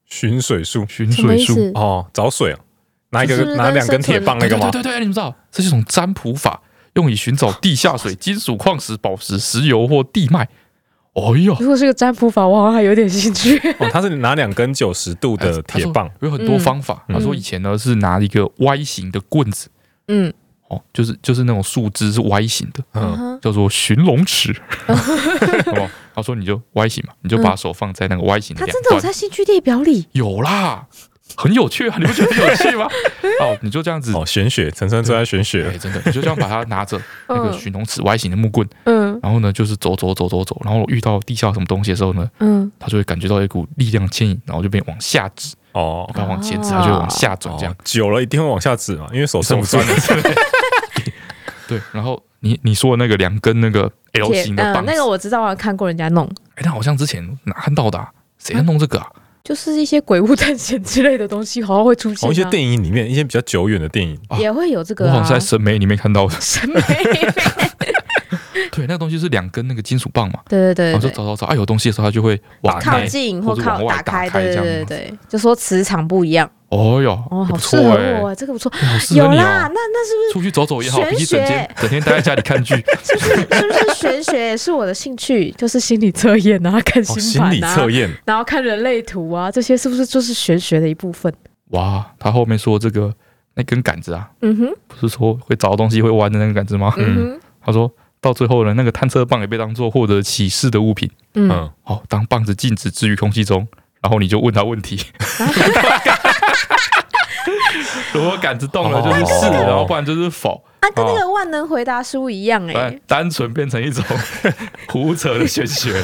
S3: 寻水术
S2: 寻水术，
S3: 哦，找水啊，拿一
S4: 就是
S3: 个
S4: 跟
S3: 拿两根铁棒那个吗
S2: 对？对哎对对，你们知道，这是一种占卜法，用以寻找地下水、金属、矿石、宝石、石油或地脉。哎呦，
S4: 如果是个占卜法，我好像还有点兴 趣。
S3: 哦，他是拿两根九十度
S2: 哎
S3: 的铁棒，
S2: 有很多方法。
S3: 嗯
S2: 他说以前呢是拿一个 Y 型的棍子，
S4: 嗯，
S2: 哦，就是就是那种树枝是 Y 型的，
S4: 嗯
S3: 嗯，
S4: 哼
S2: 叫做寻龙 尺， 好不好？他说你就 Y 型嘛，你就把手放在那个 Y 型的
S4: 他
S2: 两
S4: 真的
S2: 端，
S4: 有在兴趣列表里，
S2: 有啦，很有趣啊，你不觉得很有趣 吗？哦，你就这样子。
S3: 哦，玄学，陈川最爱玄学
S2: 对，
S3: 了，
S2: 真的，你就这样把它 拿着那
S3: 嗯
S2: 个寻龙尺 Y 型的木棍，
S4: 嗯
S2: 然后呢，就是走走走走走，然后遇到地下什么东西的时候呢，
S4: 嗯，
S2: 它就会感觉到一股力量牵引，然后就变往下指，
S3: 哦
S2: 把，它往前指，
S4: 哦
S2: 它就会往下转，这样
S3: 哦久了一定会往下指嘛，因为手撑
S2: 手
S3: 不住
S2: 酸。 了。对， 然后你你说的那个两根那个 L
S4: 铁
S2: 型的
S4: 嗯
S2: 棒子，
S4: 那个我知道，我有看过人家弄，
S2: 哎，那好像之前哪看到的啊？谁在弄这个啊？
S4: 就是一些鬼物探险之类的东西，好像会出现
S3: 哦，
S4: 啊。
S3: 一些电影里面，一些比较久远的电影，
S2: 啊
S4: 也会有这
S2: 我
S4: 个
S2: 好像
S4: 嗯啊
S2: 在，审美里面看到的。
S4: 审美。
S2: 对，那个东西是两根那个金属棒嘛，
S4: 对对
S2: 然后
S4: 对
S2: 就
S4: 对对，
S2: 找找找，啊，有东西的时候它就会往
S4: 靠
S2: 内。
S4: 近
S2: 或
S4: 或
S2: 者
S4: 靠
S2: 往外
S4: 打
S2: 打
S4: 开，
S2: 开
S4: 对
S2: 这
S4: 对对
S2: 样
S4: 对，就说磁场不一样
S2: 哦哟，
S4: 哦，
S2: 也
S4: 好
S2: 不
S4: 适
S2: 错
S4: 合
S2: 哎
S4: 我，哎，这个不错，
S2: 哎好适
S4: 有
S2: 合你
S4: 啦，
S2: 哦。
S4: 那那是不
S2: 出去走走也好，
S4: 玄
S2: 比起整天
S4: 学
S2: 整天待在家里看剧，
S4: 是是不是是不是玄学是我的兴趣？就是心理测验啊，看
S3: 哦，
S4: 星
S3: 心
S4: 盘
S3: 理
S4: 啊
S3: 测，验，
S4: 然后看人类图啊，这些是不是就是玄学的一部分？
S2: 哇，他后面说这个那根杆子啊，
S4: 嗯哼，
S2: 不是说会找东西会弯的那个杆子吗？
S4: 嗯哼，
S2: 他说到最后呢，那个探测棒也被当做获得启示的物品，
S4: 嗯，
S3: 嗯，
S2: 哦，当棒子静止置于空气中，然后你就问他问题。如果杆子动了就是是，
S3: 哦
S2: 然后不然就是否，
S4: 啊，跟那个万能回答书一样
S2: 单
S4: 哎，
S2: 单纯变成一种 胡扯的玄学。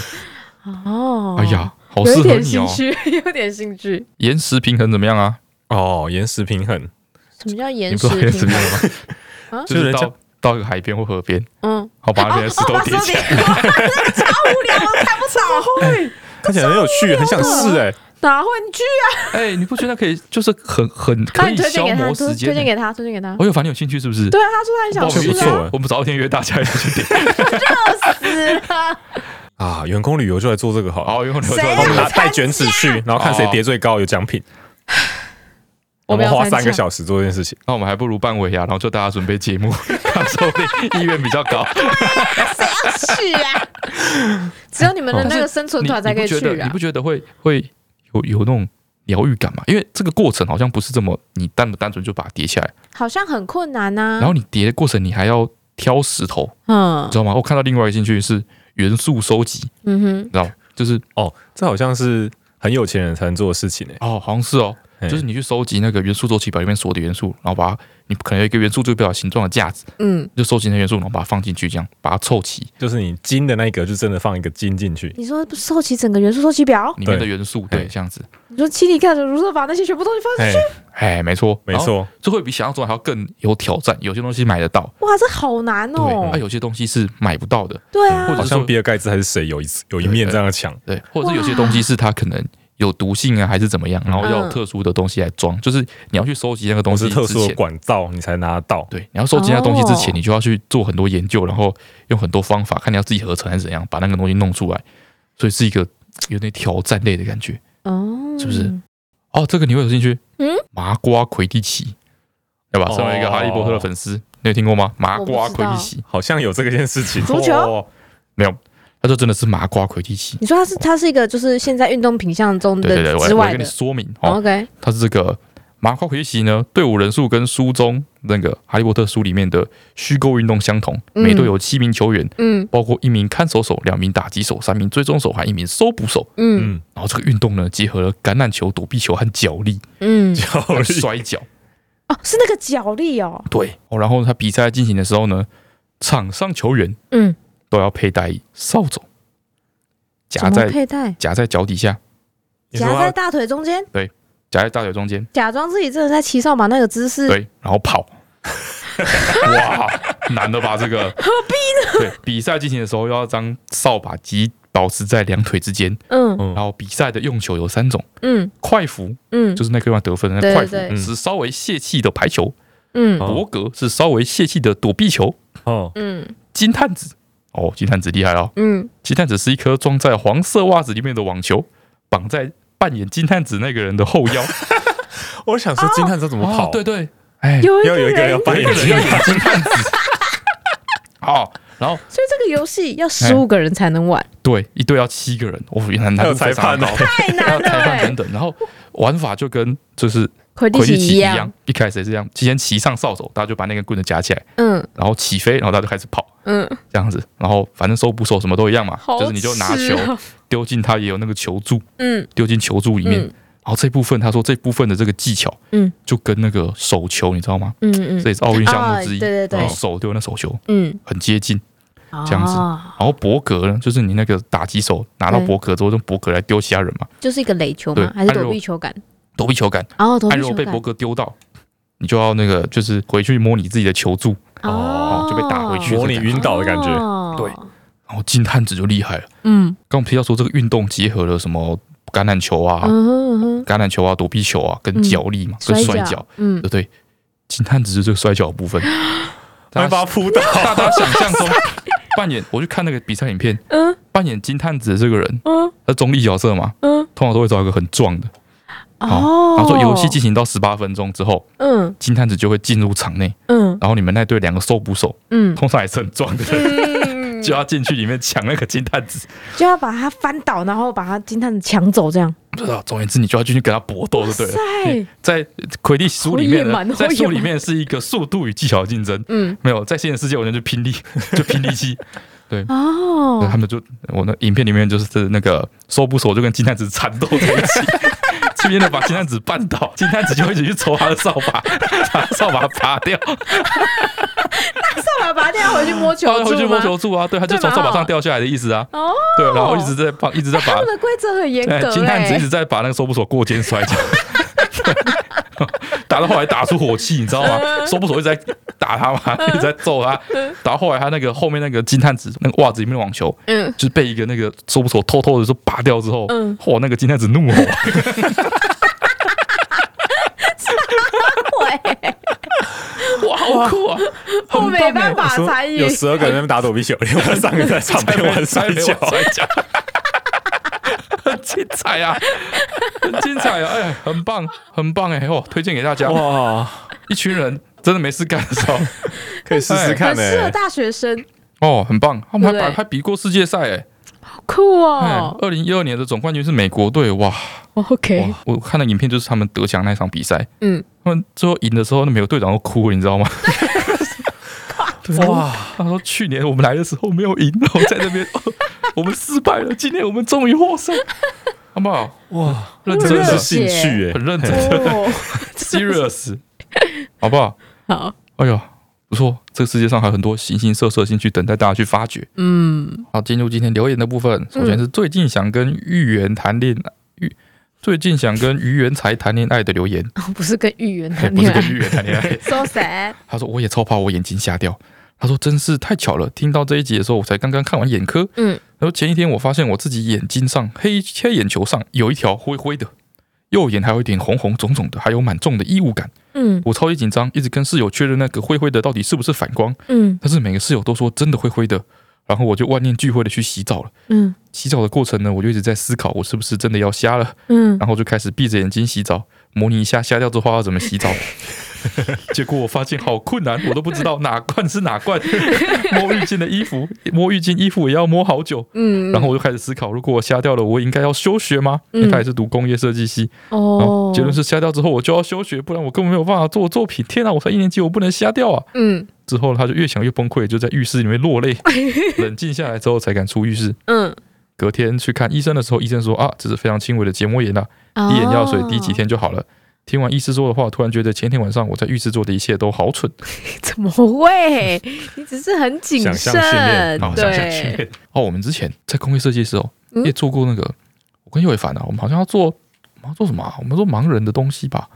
S4: 哦，
S2: 哎，呀，好
S4: 有
S2: 适
S4: 一
S2: 合
S4: 点
S2: 你
S4: 兴
S2: 哦！
S4: 趣， 有点兴趣。
S2: 岩石平衡怎么样啊？
S3: 哦，岩石平衡，
S4: 什么叫
S2: 你
S4: 岩
S2: 不
S4: 石
S2: 知道岩石
S4: 平
S2: 平
S4: 衡？
S2: 衡吗？
S4: 啊
S2: 就
S3: 就是人家
S2: 到到一个海边或河边，
S4: 嗯，
S2: 好把那边的石
S4: 哦
S2: 头
S4: 把手
S2: 叠起来。
S4: 叠过来，那个超无聊，我看不着。会
S3: 看起来很有趣，很想试哎，
S4: 哪会你去？
S2: 哎，你不觉得可以就是很很
S4: 那
S2: 可
S4: 你
S2: 以
S4: 推荐
S2: 消
S4: 给他，
S2: 磨
S4: 推
S2: 时
S4: 推
S2: 间欸？
S4: 荐给他，推荐给他。
S2: 我有，反正有兴趣是不是？
S4: 对啊，他
S2: 那我
S4: 说他很
S2: 们
S4: 想
S2: 一
S4: 去
S2: 起
S3: 不错
S4: 啊，
S3: 欸
S2: 我们早天约大家一起去点。
S4: 死了。
S3: 啊，员工旅游就来做这个好了，
S2: 好，然后你们
S4: 谁
S2: 说
S4: 啊
S3: 我们 拿
S4: 参加
S3: 带卷尺去，然后看谁叠最高有奖品。哦
S4: 我
S3: 我
S4: 们
S3: 们
S4: 要
S3: 花
S4: 参
S3: 三个
S4: 加
S3: 小时做这件事情，
S2: 那我们还不如办尾牙，然后就大家准备 节目，他说不定意愿比较高。
S4: 是啊，只有你们的那个生存
S2: 你
S4: 团才可以
S2: 你不觉
S4: 去
S2: 得你
S4: 啊
S2: 不。觉得会会有有那种疗愈感吗？因为这个过程好像不是这么你单单纯就把它叠起来，
S4: 好像很困难啊
S2: 然
S4: 呐、
S2: 后你叠的过程你还要挑石头，
S4: 啊
S2: 你知。道吗？我看到另外一个兴趣是元素收集，
S4: 嗯嗯哼，
S2: 你知道吗就是
S3: 哦，这好像是很有钱人才能做的事情哎。
S2: 哦，好像是哦，
S3: 嗯
S2: 就是你去收集那个元素周期表里面所有的元素，然后把它，你可能有一个元素就表形状的架子，
S4: 嗯，
S2: 就收集那元素，然后把它放进去，这样把它凑齐
S3: 就是你金的那一格，就真的放一个金进去。
S4: 你说收集整个元素收集表，
S2: 里面的
S3: 对
S2: 元素，对，
S3: 嗯
S2: 这样子，
S4: 你说七里看的如何把那些全部东西放进
S3: 哎，
S2: 哎，没错，
S3: 没，错，
S2: 就会比想象中还要更有挑战。有些东西买得到，
S4: 去，哇，这好难
S2: 对，
S4: 哦
S2: 啊，。有些东西是买不到的，
S4: 对
S2: 或者
S4: 啊
S3: 好
S2: 是，
S3: 像比尔盖茨还是谁有一次有一面这样的墙。
S2: 对，或者是有些东西是它可能有毒性啊，还是怎么样，然后要有
S4: 嗯
S2: 特殊的东西来装，就是你要去收集那个东
S3: 我
S2: 西
S3: 是特
S2: 之
S3: 殊的
S2: 前。
S3: 管道，你才拿得到。
S2: 对，你要收集那个东西之前，
S4: 哦
S2: 你就要去做很多研究，然后用很多方法，看你要自己合成还是怎样，把那个东西弄出来。所以是一个嘖有点挑战类的感觉。
S4: 哦，
S2: 是不是？哦，这个你会有兴趣？
S4: 嗯，
S2: 麻瓜魁地奇，对吧？
S3: 哦
S2: 身为一个哈利波特的粉丝，你有听过吗？麻瓜魁地奇，
S3: 好像有这个件事情。
S4: 足球
S3: 哦
S2: 他就真的是麻瓜魁地奇。
S4: 你说它是它是一个就是现在运动品项中
S2: 对对对，
S4: 的
S2: 我
S4: 之
S2: 来我来
S4: 外
S2: 跟你
S4: 的
S2: 说明哦。
S4: ，OK，
S2: 它是这个麻瓜魁地奇呢，队伍人数跟书中那个《哈利波特》书里面的虚构运动相同，
S4: 嗯
S2: 每队有七名球员，
S4: 嗯
S2: 包括一名看守手、两名打击手、三名追踪手和一名搜捕手。
S4: 嗯
S3: 嗯，
S2: 然后这个运动呢，结合了橄榄球、躲避球和脚力、
S4: 嗯，
S3: 效
S2: 和
S3: 率
S2: 摔跤。
S4: 哦，是那个脚力哦，
S2: 对，哦，然后他比赛进行的时候呢，场上球员
S4: 嗯，
S2: 都要佩戴扫帚，夹
S4: 怎么
S2: 在
S4: 佩戴？
S2: 夹在脚底下，
S3: 你说
S4: 夹在
S3: 他
S4: 大腿中间，
S2: 夹在大腿中间，
S4: 假装自己真的在骑扫把那个姿势，
S2: 对，然后 跑。哇，难的吧？这个何必呢？对，比赛进行的时候要将扫把及保持在两腿之间。
S4: 嗯
S2: 然后比赛的用球有三种：
S4: 嗯
S2: 快服，
S4: 嗯
S2: 就是那个地方得分的那
S4: 对
S2: 个快服，
S4: 对
S3: 对
S2: 是稍微泄气的排球；
S4: 嗯
S3: 哦
S2: 博格是稍微泄气的躲避球；
S3: 哦，
S4: 嗯
S2: 金探子，哦，金探子厉害哦，
S4: 嗯，
S2: 金探子是一颗装在黄色袜子里面的网球，绑在扮演金探子那个人的后腰。
S3: 我想说金探子怎么跑？
S2: 哦对对，哎，
S4: 有一
S3: 要
S4: 个
S3: 有一个人
S4: 人
S3: 要扮
S2: 有一
S3: 演
S2: 个人
S3: 金
S2: 要
S3: 探
S2: 演金探 子。哦，然后
S4: 所以这个游戏要十
S2: 哎
S4: 五个人才能玩，
S2: 对，一队要七个人，哦，原来难
S3: 还
S2: 度
S3: 有
S2: 非
S3: 裁
S2: 常
S3: 判
S2: 高
S3: 哦，
S4: 太
S2: 还有
S4: 难了
S2: 裁判等 等，
S4: 欸，
S2: 然后玩法就跟就是
S4: 魁地
S2: 魁
S4: 奇
S2: 地奇一
S4: 样
S2: 样，，一开始也是这样，先骑上扫帚，大家就把那根棍子夹起来，
S4: 嗯
S2: 然后起飞，然后大家就开始跑
S4: 嗯，
S2: 这样子，然后反正收捕手什么都一样嘛，
S4: 好
S2: 就是你就拿
S4: 吃
S2: 球
S4: 哦
S2: 丢进它也有那个球柱，
S4: 嗯
S2: 丢进球柱里面，
S4: 嗯
S2: 然后这部分他说这部分的这个技巧，
S4: 嗯，
S2: 就跟那个手球你知道吗？
S4: 嗯嗯
S2: 这也是奥运项目之一，
S4: 哦对对对
S2: 然后手丢那手球
S4: 嗯，
S2: 很接近。
S4: 这
S2: 这样子
S4: 哦
S2: 然后博格呢，就是你那个打击手拿到
S4: 对
S2: 博格之后，用博格来丢其他人嘛，
S4: 就是一个垒球
S2: 对
S4: 嘛，还是
S2: 按
S4: 躲
S2: 揉
S4: 避球杆？
S2: 躲避球杆。
S4: 哦，躲
S2: 哎，
S4: 避
S2: 如
S4: 球
S2: 果被博
S4: 杆，
S2: 格丢到，你就要那个就是回去摸你自己的球柱，
S4: 哦
S2: 哦，就被打回去
S3: 模拟晕倒的感觉。
S4: 觉
S2: 对，然后金探子就厉害了。
S4: 嗯
S2: 刚我们提到说这个运动结合了什么橄榄球啊、
S4: 嗯哼嗯哼，
S2: 橄榄球啊、躲避球啊、跟脚力嘛、跟摔跤，，
S4: 嗯
S2: 对不对？金探子是这个摔跤的部分，
S3: 会把他扑倒。
S2: 大家想象中， 扮演我去看那个比赛影片，
S4: 嗯
S2: 扮演金探子的这个人，
S4: 嗯
S2: 他中立角色嘛，
S4: 嗯，
S2: 通常都会找一个很壮的。啊
S4: 哦，
S2: 然后说游戏进行到十八分钟之后，
S4: 嗯
S2: 金探子就会进入场内，
S4: 嗯
S2: 然后你们那队两个受捕手，
S4: 嗯，
S2: 通常也是很壮的人，
S4: 嗯
S2: 就要进去里面抢那个金探子。
S4: 就要把它翻倒，然后把它金探子抢走，这样。
S2: 不知道，总而言之，你就要进去跟他搏斗，就对了。
S4: 塞，
S2: 在魁地奇书里面
S4: 好野蛮
S2: 呢，
S4: 好
S2: 在
S4: 野
S2: 书
S4: 蛮
S2: 里面是一个速度与技巧的竞争，
S4: 嗯，
S2: 没有在现实世界，我觉得就拼 力，就拼力气。
S4: 哦
S2: 他，们就我那影片里面就是那个收捕手就跟金蛋子缠斗在一起， 这边的把金蛋子绊倒，金蛋子就一直去抽他的扫 把，把扫把拔掉，
S4: 干嘛把它掉回去摸球
S2: 他会
S4: 柱
S2: 去
S4: 吗
S2: 摸？球柱啊，对，他就
S4: 对
S2: 从
S4: 嘛
S2: 扫把
S4: 哦
S2: 上掉下来的意思啊，
S4: 哦，
S2: 对，然后一直在帮，一直在
S4: 他
S2: 把
S4: 们的规 则很严
S2: 哎
S4: 格
S2: 金蛋子一直
S4: 哎。
S2: 在把那个收捕手过肩摔跤。 打到后来打出火气，你知道吗？收捕手一直在打他嘛，一直在揍他。打到后来，他那个后面那个金探子那个袜子里面的网球，
S4: 嗯，
S2: 就是被一个那个收捕手偷偷的说拔掉之后，
S4: 嗯
S2: 嚯，那个金太子怒吼，
S4: 会，
S2: 哇，好酷啊！
S4: 我没办
S3: 我
S4: 法
S3: 说
S4: 参与
S3: 有。十二个人在那边打躲避球，连我上个在场边玩摔跤，
S2: 摔跤，很 精彩啊，很精彩啊，哎，很棒，很棒哎，哦，推荐给大家，
S3: 哇，
S2: 一群人真的没事干的时候，
S3: 可以试试看
S4: 很
S3: 呢、
S4: 适合大学生，
S2: 哦，很棒，他们还
S4: 对不
S2: 把
S4: 对
S2: 还比过世界赛哎，
S4: 好酷
S2: 哎
S4: 哦，。
S2: 二零一二年的总冠军是美国队，哇
S4: OK，
S2: 哇，我看的影片就是他们得奖那场比赛，
S4: 嗯，
S2: 他们最后赢的时候，那美国队长都哭了，你知道吗？
S3: 欸哇，
S2: 他说：“去年我们来的时候没有赢，然后在那边、 哦 我们失败了，今年我们终于获胜，好不好？
S3: 哇，
S2: 认
S3: 真
S2: 真
S3: 的是
S2: 的，
S3: 兴趣哎、
S2: 很认真
S4: 哦，
S2: ，serious，好不好？
S4: 好，
S2: 哎呦，不错，这个世界上还有很多形形色色的兴趣等待大家去发掘。
S4: 嗯，
S2: 好，进入今天留言的部分，首先是最近想跟芋圆谈恋爱，芋最近想跟于元才谈恋爱的留言，
S4: 不是跟芋圆
S2: 嘿
S4: 谈
S2: 不是
S4: 恋爱
S2: 跟芋圆谈恋爱。”
S4: ，so sad，
S2: 他说我也超怕我眼睛瞎掉。他说真是太巧了，听到这一集的时候，我才刚刚看完眼科。
S4: 嗯，
S2: 然后前一天我发现我自己眼睛上黑黑眼球上有一条灰灰的，右眼还有一点红红肿肿的，还有蛮重的异物感。
S4: 嗯
S2: 我超级紧张，一直跟室友确认那个灰灰的到底是不是反光，
S4: 嗯
S2: 但是每个室友都说真的灰灰的。然后我就万念俱灰的去洗澡了。
S4: 嗯
S2: 洗澡的过程呢，我就一直在思考我是不是真的要瞎了。
S4: 嗯，
S2: 然后就开始闭着眼睛洗澡，模拟一下瞎掉之后要怎么洗澡。结果我发现好困难，我都不知道哪罐是哪罐。 摸浴巾的衣服，摸浴巾衣服也要摸好久。
S4: 嗯，
S2: 然后我就开始思考，如果我瞎掉了，我应该要休学吗？因为他也是读工业设计系。然后
S4: 嗯哦，
S2: 结论是瞎掉之后我就要休学，不然我根本没有办法做作品。天啊，我才一年级，我不能瞎掉啊！
S4: 嗯
S2: 之后他就越想越崩溃，就在浴室里面落 泪。冷静下来之后才敢出浴室。
S4: 嗯，
S2: 隔天去看医生的时候，医生说啊，这是非常轻微的结膜炎啊，
S4: 哦
S2: 滴眼药水滴几，天就好了。听完医师说的话，我突然觉得前天晚上我在浴室做的一切都好蠢，
S4: 哦 怎么会？你只是很谨
S3: 想
S4: 慎
S3: 象训练，
S2: 然后想想
S4: 对，
S2: 去。哦，我们之前在工业设计的时候
S4: 嗯
S2: 也做过那个，我跟叶伟凡啊，我们好像要做，我们要做什么、啊？我们做盲人的东西吧？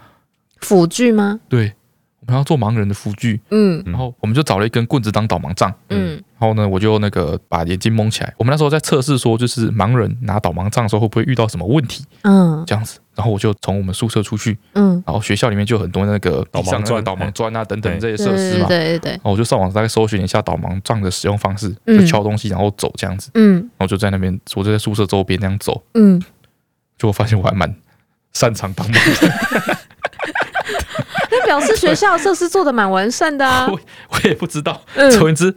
S4: 辅具吗？
S2: 对，我们要做盲人的辅具，
S4: 嗯
S3: 嗯
S2: 然后我们就找了一根棍子当导盲杖。
S4: 嗯
S2: 然后呢，我就那个把眼睛蒙起来。我们那时候在测试说，就是盲人拿导盲杖的时候会不会遇到什么问题
S4: 嗯
S2: 这样子。然后我就从我们宿舍出去，
S4: 嗯，
S2: 然后学校里面就有很多那个
S3: 导
S2: 地
S3: 盲
S2: 上那个
S3: 砖
S2: 导盲砖啊等等
S3: 哎
S2: 这些
S4: 对
S2: 设施
S4: 对
S2: 嘛。
S4: 嗯对对，
S2: 然后我就上网大概搜寻一下导盲杖的使用方式，
S4: 嗯
S2: 就敲东西然后走这样子，
S4: 嗯
S2: 然后就在那边，我就在宿舍周边那样走，
S4: 嗯，
S2: 就我发现我还蛮擅长当盲人，
S4: 那表示学校设施做的蛮完善的啊，
S2: 我也不知道。
S4: 嗯
S2: 总而言之，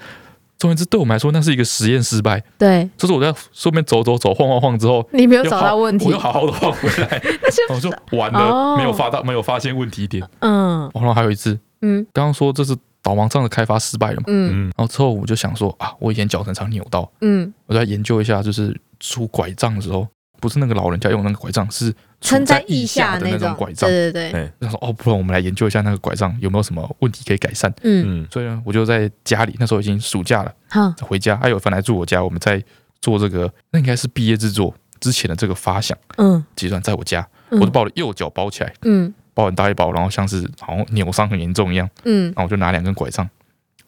S2: 总而言之，对我们来说那是一个实验失败，
S4: 对。
S2: 就是我在顺便走走走晃晃晃之后。
S4: 你没有
S2: 又
S4: 找
S2: 好
S4: 到问题
S2: 我，又好好的晃回来，
S4: 但是
S2: 我就完
S4: 哦
S2: 了，没有发到，没有发现问题点。
S4: 嗯
S2: 然后还有一次，
S4: 嗯
S2: 刚刚说这是导盲杖的开发失败了嘛，
S4: 嗯
S3: 嗯，
S2: 然后之后我就想说啊，我以前脚常常扭到，
S4: 嗯，
S2: 我在研究一下，就是拄拐杖的时候，不是那个老人家用那个拐杖，是杵
S4: 撑在
S2: 腋
S4: 腋下
S2: 的那
S4: 种
S2: 拐杖。
S4: 对对对，
S2: 他说：“哦，不然我们来研究一下那个拐杖有没有什么问题可以改善。
S4: 嗯，
S3: 嗯”，
S2: 所以呢，我就在家里，那时候已经暑假了，
S4: 好，
S2: 回家，还有凡来住我家，我们在做这个，那应该是毕业制作之前的这个发想
S4: 嗯，
S2: 计算，在我家，
S4: 嗯
S2: 我就把我的右脚包起来，
S4: 嗯
S2: 包很大一包，然后像是好像扭伤很严重一样，
S4: 嗯，
S2: 然后我就拿两根拐杖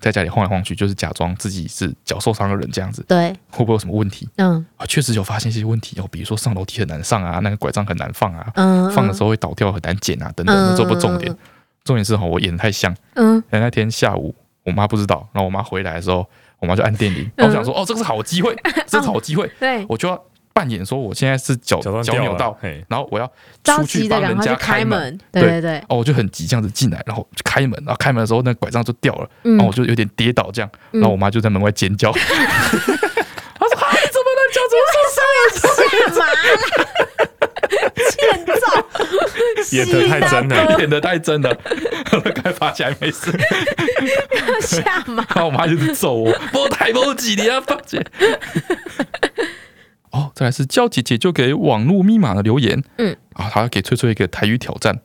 S2: 在家里晃来晃去，就是假装自己是脚受伤的人这样子，
S4: 对，
S2: 会不会有什么问题？
S4: 嗯
S2: 啊，确实有发现一些问题哦，比如说上楼梯很难上啊，那个拐杖很难放啊，
S4: 嗯，
S2: 放的时
S4: 候，
S2: 候会倒掉，很难捡啊，等等的，这不重点
S4: 嗯，
S2: 重点是哈，我演得太像。
S4: 嗯
S2: 哎，那天下午我妈不知道，然后我妈回来的时候，我我妈就按电铃。
S4: 嗯
S2: 然后我想说，哦，这个是好 机会，这是好机会，
S4: 对，
S2: 我就要扮演说我现在是脚
S3: 假装
S2: 脚
S3: 掉
S2: 扭
S3: 了
S2: 到，
S3: 嘿，
S2: 然后我要
S4: 着
S2: 出
S4: 急
S2: 去
S4: 的
S2: 帮
S4: 赶
S2: 人
S4: 快
S2: 家
S4: 去
S2: 开门。
S4: 门，对对对，
S2: 哦，我就很急这样子进来，然后就开门，然后开门的时候那拐杖就掉了，
S4: 嗯
S2: 然后我就有点跌倒这样，
S4: 嗯
S2: 然
S4: 啊
S2: 后我妈就在门外尖 叫，
S4: 干嘛啦？欠揍！
S3: 演得太真了，
S2: 哎演的太真了， 我该爬起来没事，
S4: 下马。
S2: 然后我妈就是揍我，我太不急，你要放啊姐。哦，再来是叫姐姐就给网络密码的留言，
S1: 嗯，
S2: 啊，她要给翠翠一个台语挑战，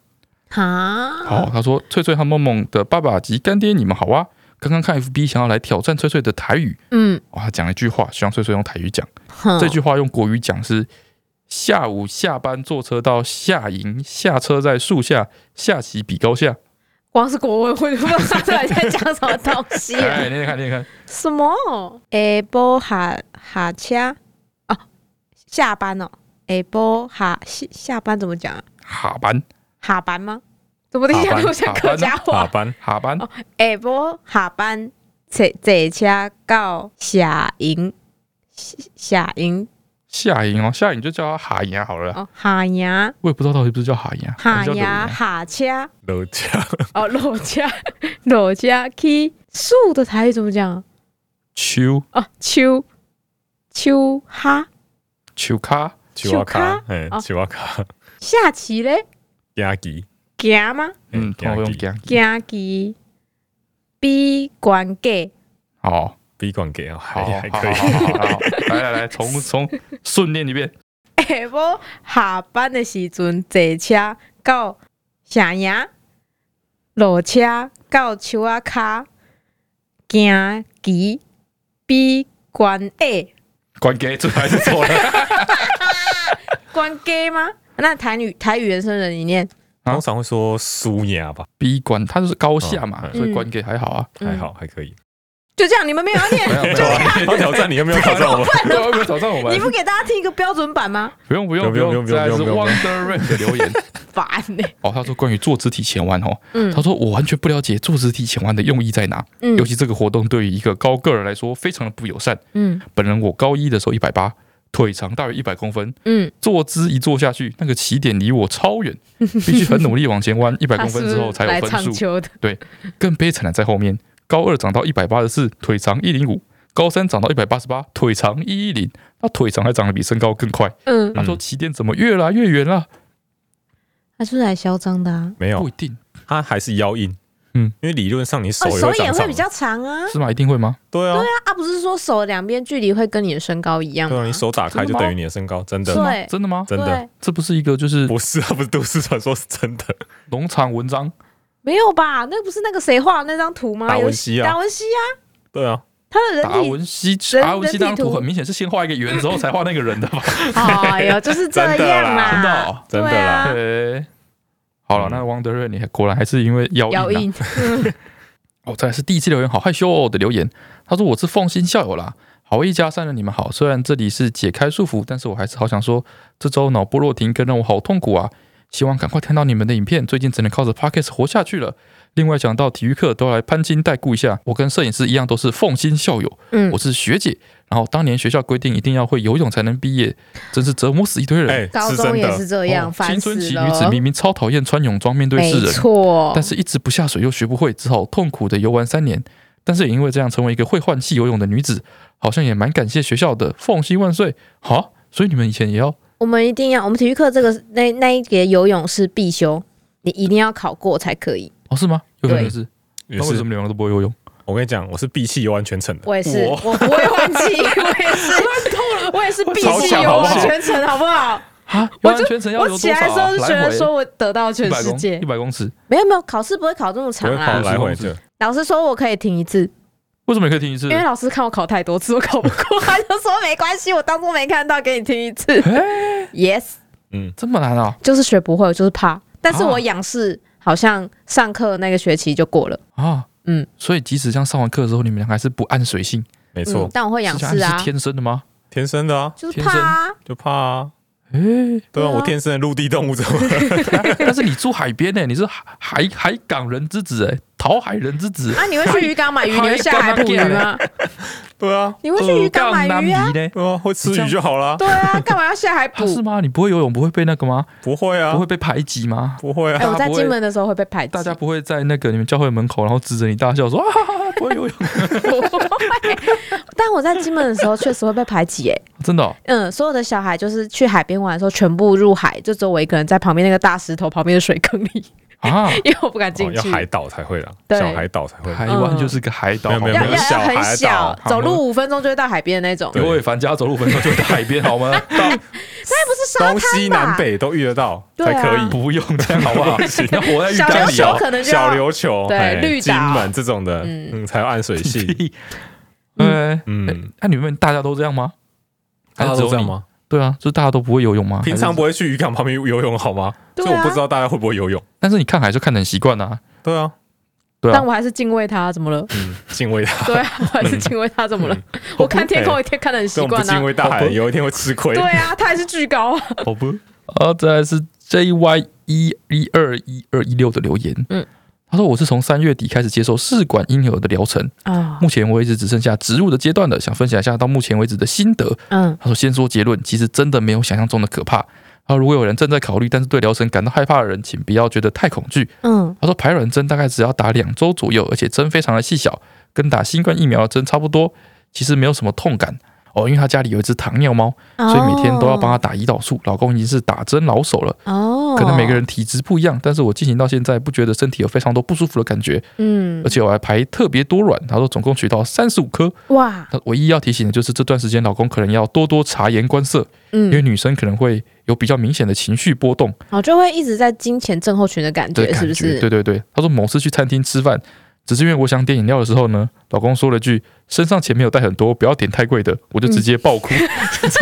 S4: 哈，
S2: 哦，她说翠翠和梦梦的爸爸及干爹你们好啊，刚刚看 FB 想要来挑战翠翠的台语，
S4: 嗯，
S2: 哇、她讲了一句话，希望翠翠用台语讲。
S4: 哼
S2: 这句话用国语讲是：下午下班坐车到下营，下车在树下下棋比高下。
S4: 光是国文会不知道他到底在讲什么东西啊、
S2: 哎，你看，你看，
S4: 什么？下波下下车哦，下班哦，下波下下下班怎么讲啊？
S2: 哈班
S4: 下班吗？怎么听起来
S2: 下班
S4: 都像客家
S3: 打
S4: 话？
S3: 班
S2: 哈班
S4: 哦下波下班，坐坐车到下营，下下营
S2: 下营哦，下营就叫他哈牙好了啦。
S4: 哦，下营
S2: 我也不知道到底是不是叫哈牙，还是叫
S4: 下
S2: 鲁
S4: 营
S2: 牙
S4: 下车。
S3: 楼 下
S4: 哦，老家老家去树的台语怎么讲啊
S2: 秋
S4: 哦？秋秋哈
S2: 秋卡
S3: 吉娃卡
S4: 卡，
S3: 哎
S4: 哦，
S3: 吉娃卡，
S4: 下棋嘞，
S3: 亚吉，
S4: 行吗？
S3: 哎
S2: 嗯，通常会用
S3: 吉
S2: 讲
S4: 行棋比关格
S2: 好，
S3: 笔管给啊，
S2: 好，好
S3: 还还，
S2: 好
S3: 可以，
S2: 好 好好来来来，从从顺念一遍，
S4: 下晡下班的时阵坐车到城营，落车到树仔卡，行棋比关格
S2: 关给这还是错了。
S4: 关格吗？那台语台语原生人里面，
S2: 好
S3: 通常会说苏雅吧，
S2: B 关，它就是高下嘛，
S3: 嗯
S2: 所以关给还好啊。
S4: 嗯
S3: 还好还可以。
S4: 就这样，你们没有要 念
S2: 没有没有，啊
S3: 他挑战你又没有挑 战我，
S2: 没有没有挑战我们
S4: 你，不给大家听一个标准版吗？
S2: 不用不用
S3: 不用不用不用
S2: 这还是
S3: 不用不用
S2: Wonder Rap 的留言
S4: 烦欸呢、
S2: 哦。他说关于坐姿体前弯哦，
S4: 嗯
S2: 他说我完全不了解坐姿体前弯的用意在哪，
S4: 嗯
S2: 尤其这个活动对于一个高个儿来说非常的不友善。
S4: 嗯
S2: 本人我高一的时候一百八，腿长大约一百公分，
S4: 嗯，
S2: 坐姿一坐下去，那个起点离我超 远，必须很努力往前弯一百公分之后才
S4: 来
S2: 有分
S4: 唱
S2: 数。
S4: 秋的，
S2: 更悲惨的在后面，高二长到一百八十四，腿长一零五。高三长到一百八十八，腿长一一零，那腿长还长得比身高更快。
S4: 嗯，
S2: 他说起点怎么越来越远了？
S4: 他是来嚣张的啊，
S3: 没
S2: 不
S3: 有
S2: 一，定
S3: 他还是腰硬，
S2: 嗯
S3: 嗯，因为理论上你手
S4: 哦，手
S3: 长
S4: 也会
S3: 长
S4: 比较长啊，
S2: 是吗？一定会吗？
S3: 对啊，
S4: 啊，不是说手两边距离会跟你的身高一样
S3: 对
S4: 吗
S3: 啊，？你手打开就等于你的身高，真的
S4: 真的吗对
S2: 真的吗？
S3: 真的
S4: 对，
S2: 这不是一个就是
S3: 不是啊，不是都市传说，是真的。
S2: 农场文章
S4: 没有吧？那不是那个谁画的那张图吗？
S3: 达文西啊
S4: 有达文西啊，
S3: 对啊，
S4: 他的
S2: 达
S4: 人体，
S2: 文西
S4: 人
S2: 达文西那张
S4: 人体
S2: 图
S4: 图
S2: 很明显是先画一个圆之后才画那个人的吧？
S4: 哎呦，就是这
S3: 真的
S4: 样
S3: 啦
S2: 真的
S4: 啦，
S2: 哦，
S3: 真的
S4: 对啊
S3: 啦，
S2: 对。好了，
S3: 嗯
S2: 那 Wonder 你果然还 是因为腰
S4: 摇
S2: 硬啊。
S4: 印，
S2: 哦，再来是第一次留言，好害羞哦的留言。他说我是奉新校友啦，好一家三人你们好。虽然这里是解开束缚，但是我还是好想说，这周脑波落停更让我好痛苦啊。希望赶快看到你们的影片，最近只能靠着 podcast 活下去了。另外讲到体育课，都要来攀亲带故一下。我跟摄影师一样，都是奉新校友，
S4: 嗯
S2: 我，是学姐。然后当年学校规定一定要会游泳才能毕业，真是折磨死一堆人。
S3: 哎，
S4: 啊高
S3: 是
S4: 中
S3: 真
S4: 也是
S3: 的，
S4: 这
S2: 哦
S4: 样，
S2: 青
S4: 烦死
S2: 春期女子
S4: 了，
S2: 明明超讨厌穿泳装面对
S4: 没
S2: 世人，
S4: 错，
S2: 但是一直不下水又学不会，只好痛苦的游玩三年。但是也因为这样成为一个会换气游泳的女子，好像也蛮感谢学校的，奉新万岁！好、所以你们以前也要
S4: 我们一定要，我们体育课这个那那一节游泳是必修，你一定要考过才可以。
S2: 哦是吗？有可能
S4: 对
S2: 是，
S3: 也
S2: 那为什么。
S3: 是
S2: 你们两个都不会游泳？
S3: 我跟你讲，我是闭气游完全程的，
S4: 我也是，我不会换气，我也是，透了，我也是必
S3: 超
S4: 须
S3: 强
S4: 游
S3: 好不
S4: 完
S3: 好
S4: 全程，好不好？
S2: 啊，游
S4: 我
S2: 完
S4: 就
S2: 全程要
S4: 我
S2: 游
S4: 起
S2: 多少、
S4: 来的时候
S2: 啊？
S4: 就觉
S2: 来
S4: 得
S2: 回
S4: 说我得到
S2: 一
S4: 全
S2: 百
S4: 世
S2: 公
S4: 界
S2: 一，百公尺，
S4: 没有没有，考试不会考这么
S3: 我
S4: 长啊
S3: 会跑
S4: 啦。
S3: 来回
S2: 是
S3: 的，
S4: 老师说我可以停一次，
S2: 为什么你可以听一次
S4: 因？为老师看我考太多次，我考不过，他就说没关系，我当初没看到，给你听一次。Yes，
S3: 嗯，
S2: 这么难啊！
S4: 就是学不会，我就是怕，但是
S2: 啊
S4: 我仰视好像上课那个学期就过了。
S2: 啊，
S4: 嗯，
S2: 所以即使这样上完课之后，你们两个还是不按水性，
S3: 没
S4: 嗯
S3: 错，
S4: 但我会仰
S2: 是这
S4: 视
S2: 样
S4: 啊
S2: 是，天生的吗？
S3: 天生的啊，
S4: 就是怕啊。
S3: 就怕啊，
S2: 诶，
S3: 对啊，
S4: 对啊
S3: 我天生的陆地动物怎么 了？
S2: 但是你住海边呢，你是海海海港人之子哎，讨海人之子。
S4: 啊，你会去渔 港买鱼，你会下海捕鱼吗？
S3: 对啊，
S4: 你会去渔港买
S2: 呃南
S4: 鱼啊？
S2: 呢？
S3: 对啊，会吃鱼就好啦。
S4: 对啊，干嘛要下海 捕
S2: 啊？是吗？你不会游泳，不会被那个吗？
S3: 不会啊，
S2: 不会被排挤吗？
S3: 不会
S4: 哎，
S3: 啊，
S4: 我在金门的时候会被排挤
S2: 大，家不会在那个你们教会门口，然后指着你大 笑说啊，不会游泳，
S4: 但我在金门的时候确实会被排挤哎。
S2: 真的哦
S4: 嗯，所有的小孩就是去海边玩的时候，全部入海，就只有我一个人在旁边那个大石头旁边的水坑里，
S2: 啊！
S4: 因为我不敢进
S3: 哦要
S4: 去。
S3: 海岛才会啦，
S4: 对
S3: 小海岛才会。
S2: 台湾就是个海岛，
S3: 嗯没有
S4: 要
S3: 没有没有
S4: 要要很
S3: 小
S4: 小
S3: 海岛，
S4: 走路五分钟就会到海边的那
S3: 啊
S4: 种。
S2: 刘伟凡家走路五分钟就到海边，好 吗？
S4: 那
S3: 东
S4: 不是
S3: 西
S4: 沙滩
S3: 南
S4: 吧？
S3: 北都遇得到，
S4: 对啊
S3: 才可以。
S2: 不用这样，好不好？你要活在浴
S4: 小
S2: 缸
S4: 琉
S2: 里
S4: 球
S2: 哦。
S4: 可能就要
S3: 小琉球、
S4: 对
S3: 哎
S4: 绿岛
S3: 金门这种的，
S4: 嗯
S3: 嗯，才有暗水系。
S2: 屁对，
S3: 嗯
S2: 哎那你们大家都这样吗？
S4: 哎
S2: 还是只有你？
S3: 吗？
S2: 对啊，就大家都不会游泳吗？
S3: 平常不
S2: 还是，
S3: 会去渔港旁边游泳好吗？
S4: 对
S3: 所以
S4: 啊
S3: 我不知道大家会不会游泳。
S2: 但是你看海就看得很习惯啊。
S3: 对啊，
S2: 对啊
S4: 但，我还是敬畏它，怎 么了？
S3: 嗯，敬畏它。
S4: 对啊，我还
S3: 嗯
S4: 是敬畏它，怎么了？ 我看天
S3: 欸
S4: 空一天看得很
S3: 这
S4: 习
S3: 种不
S4: 惯
S3: 敬
S4: 啊。
S3: 畏大海，
S2: 好吧
S3: 有一天会吃亏
S4: 对。啊，它还是巨 高啊。
S2: 好不？啊，再来是 J Y 一一二一二一六的留言，
S4: 嗯
S2: 嗯，他说我是从三月底开始接受试管婴儿的疗程，
S4: 啊，
S2: 目前为止只剩下植入的阶段了，想分享一下到目前为止的心得。
S4: 嗯，
S2: 他说：“先说结论，其实真的没有想象中的可怕。”他说：“如果有人正在考虑，但是对疗程感到害怕的人，请不要觉得太恐惧。”
S4: 嗯，
S2: 他说：“排卵针大概只要打两周左右，而且针非常的细小，跟打新冠疫苗的针差不多，其实没有什么痛感。”哦，因为他家里有一只糖尿猫，
S4: 嗯哦
S2: 所以每天都要帮他打胰岛素。老公已经是打针老手了，
S4: 他。哦，
S2: 可能每个人体质不一样，但是我进行到现在不觉得身体有非常多不舒服的感觉，
S4: 嗯
S2: 而，且我还排特别多卵。他说总共取到三十五颗，
S4: 哇，
S2: 那唯一要提醒的就是这段时间老公可能要多多察言观色，因为
S4: 嗯，
S2: 女生可能会有比较明显的情绪波动
S4: 哦，就会一直在金钱症候群的感
S2: 的
S4: 觉，
S2: 感
S4: 是
S2: 觉。
S4: 不是？
S2: 对对对，他说某次去餐厅吃饭，只是因为我想点饮料的时候呢，老公说了句身上钱没有带很多，不要点太贵的，我就直接 爆哭，真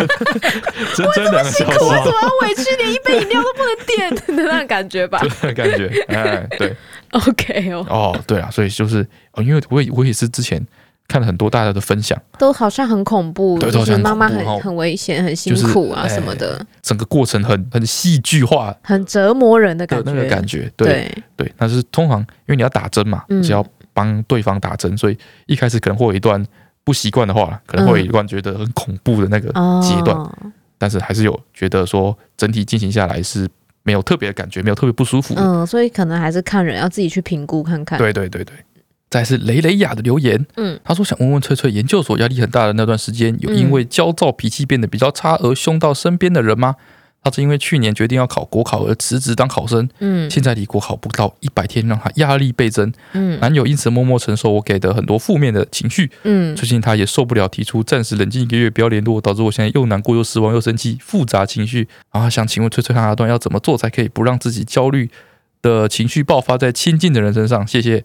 S2: 真真两个
S4: 辛
S2: 小
S4: 苦，我怎
S2: 时。
S4: 么要委屈，连一杯饮料都不能点的那种感觉吧
S2: 就是感觉，哎，对，
S4: ？OK 哦，
S2: 哦，对啊，所以就是，哦，因为我也我也是之前看了很多大家的分享，
S4: 都好像很恐怖，
S2: 对
S4: 就
S2: 都好
S4: 是
S2: 像很
S4: 妈妈
S2: 恐
S4: 很
S2: 怖哦
S4: 很危险、很辛
S2: 就是
S4: 苦啊什
S2: 哎
S4: 么的，
S2: 整个过程很很戏剧化
S4: 很折磨人的
S2: 的
S4: 感
S2: 那个
S4: 觉，
S2: 感觉，对，
S4: 对，
S2: 对，但是通常因为你要打针嘛，
S4: 嗯
S2: 只要帮对方打针，所以一开始可能会有一段不习惯的话，可能会有一段觉得很恐怖的那个
S4: 嗯哦
S2: 阶段，但是还是有觉得说整体进行下来是没有特别的感觉，没有特别不舒服的。
S4: 嗯，所以可能还是看人，要自己去评估看看。，
S2: 对对对对。再来是雷雷雅的留言，
S4: 嗯，
S2: 他说想问问翠翠，研究所压力很大的那段时间，有因为焦躁脾气变得比较差而凶到身边的人吗？他是因为去年决定要考国考而辞职当考生，
S4: 嗯
S2: 现在离国考不到一百天，让他压力倍增，
S4: 嗯
S2: 男友因此默默承受我给的很多负面的情绪。
S4: 嗯，
S2: 最近他也受不了，提出暂时冷静一个月，不要联络，导致我现在又难过又失望又生气，复杂情绪。然后想请问翠翠和阿段要怎么做才可以不让自己焦虑的情绪爆发在亲近的人身上？谢谢。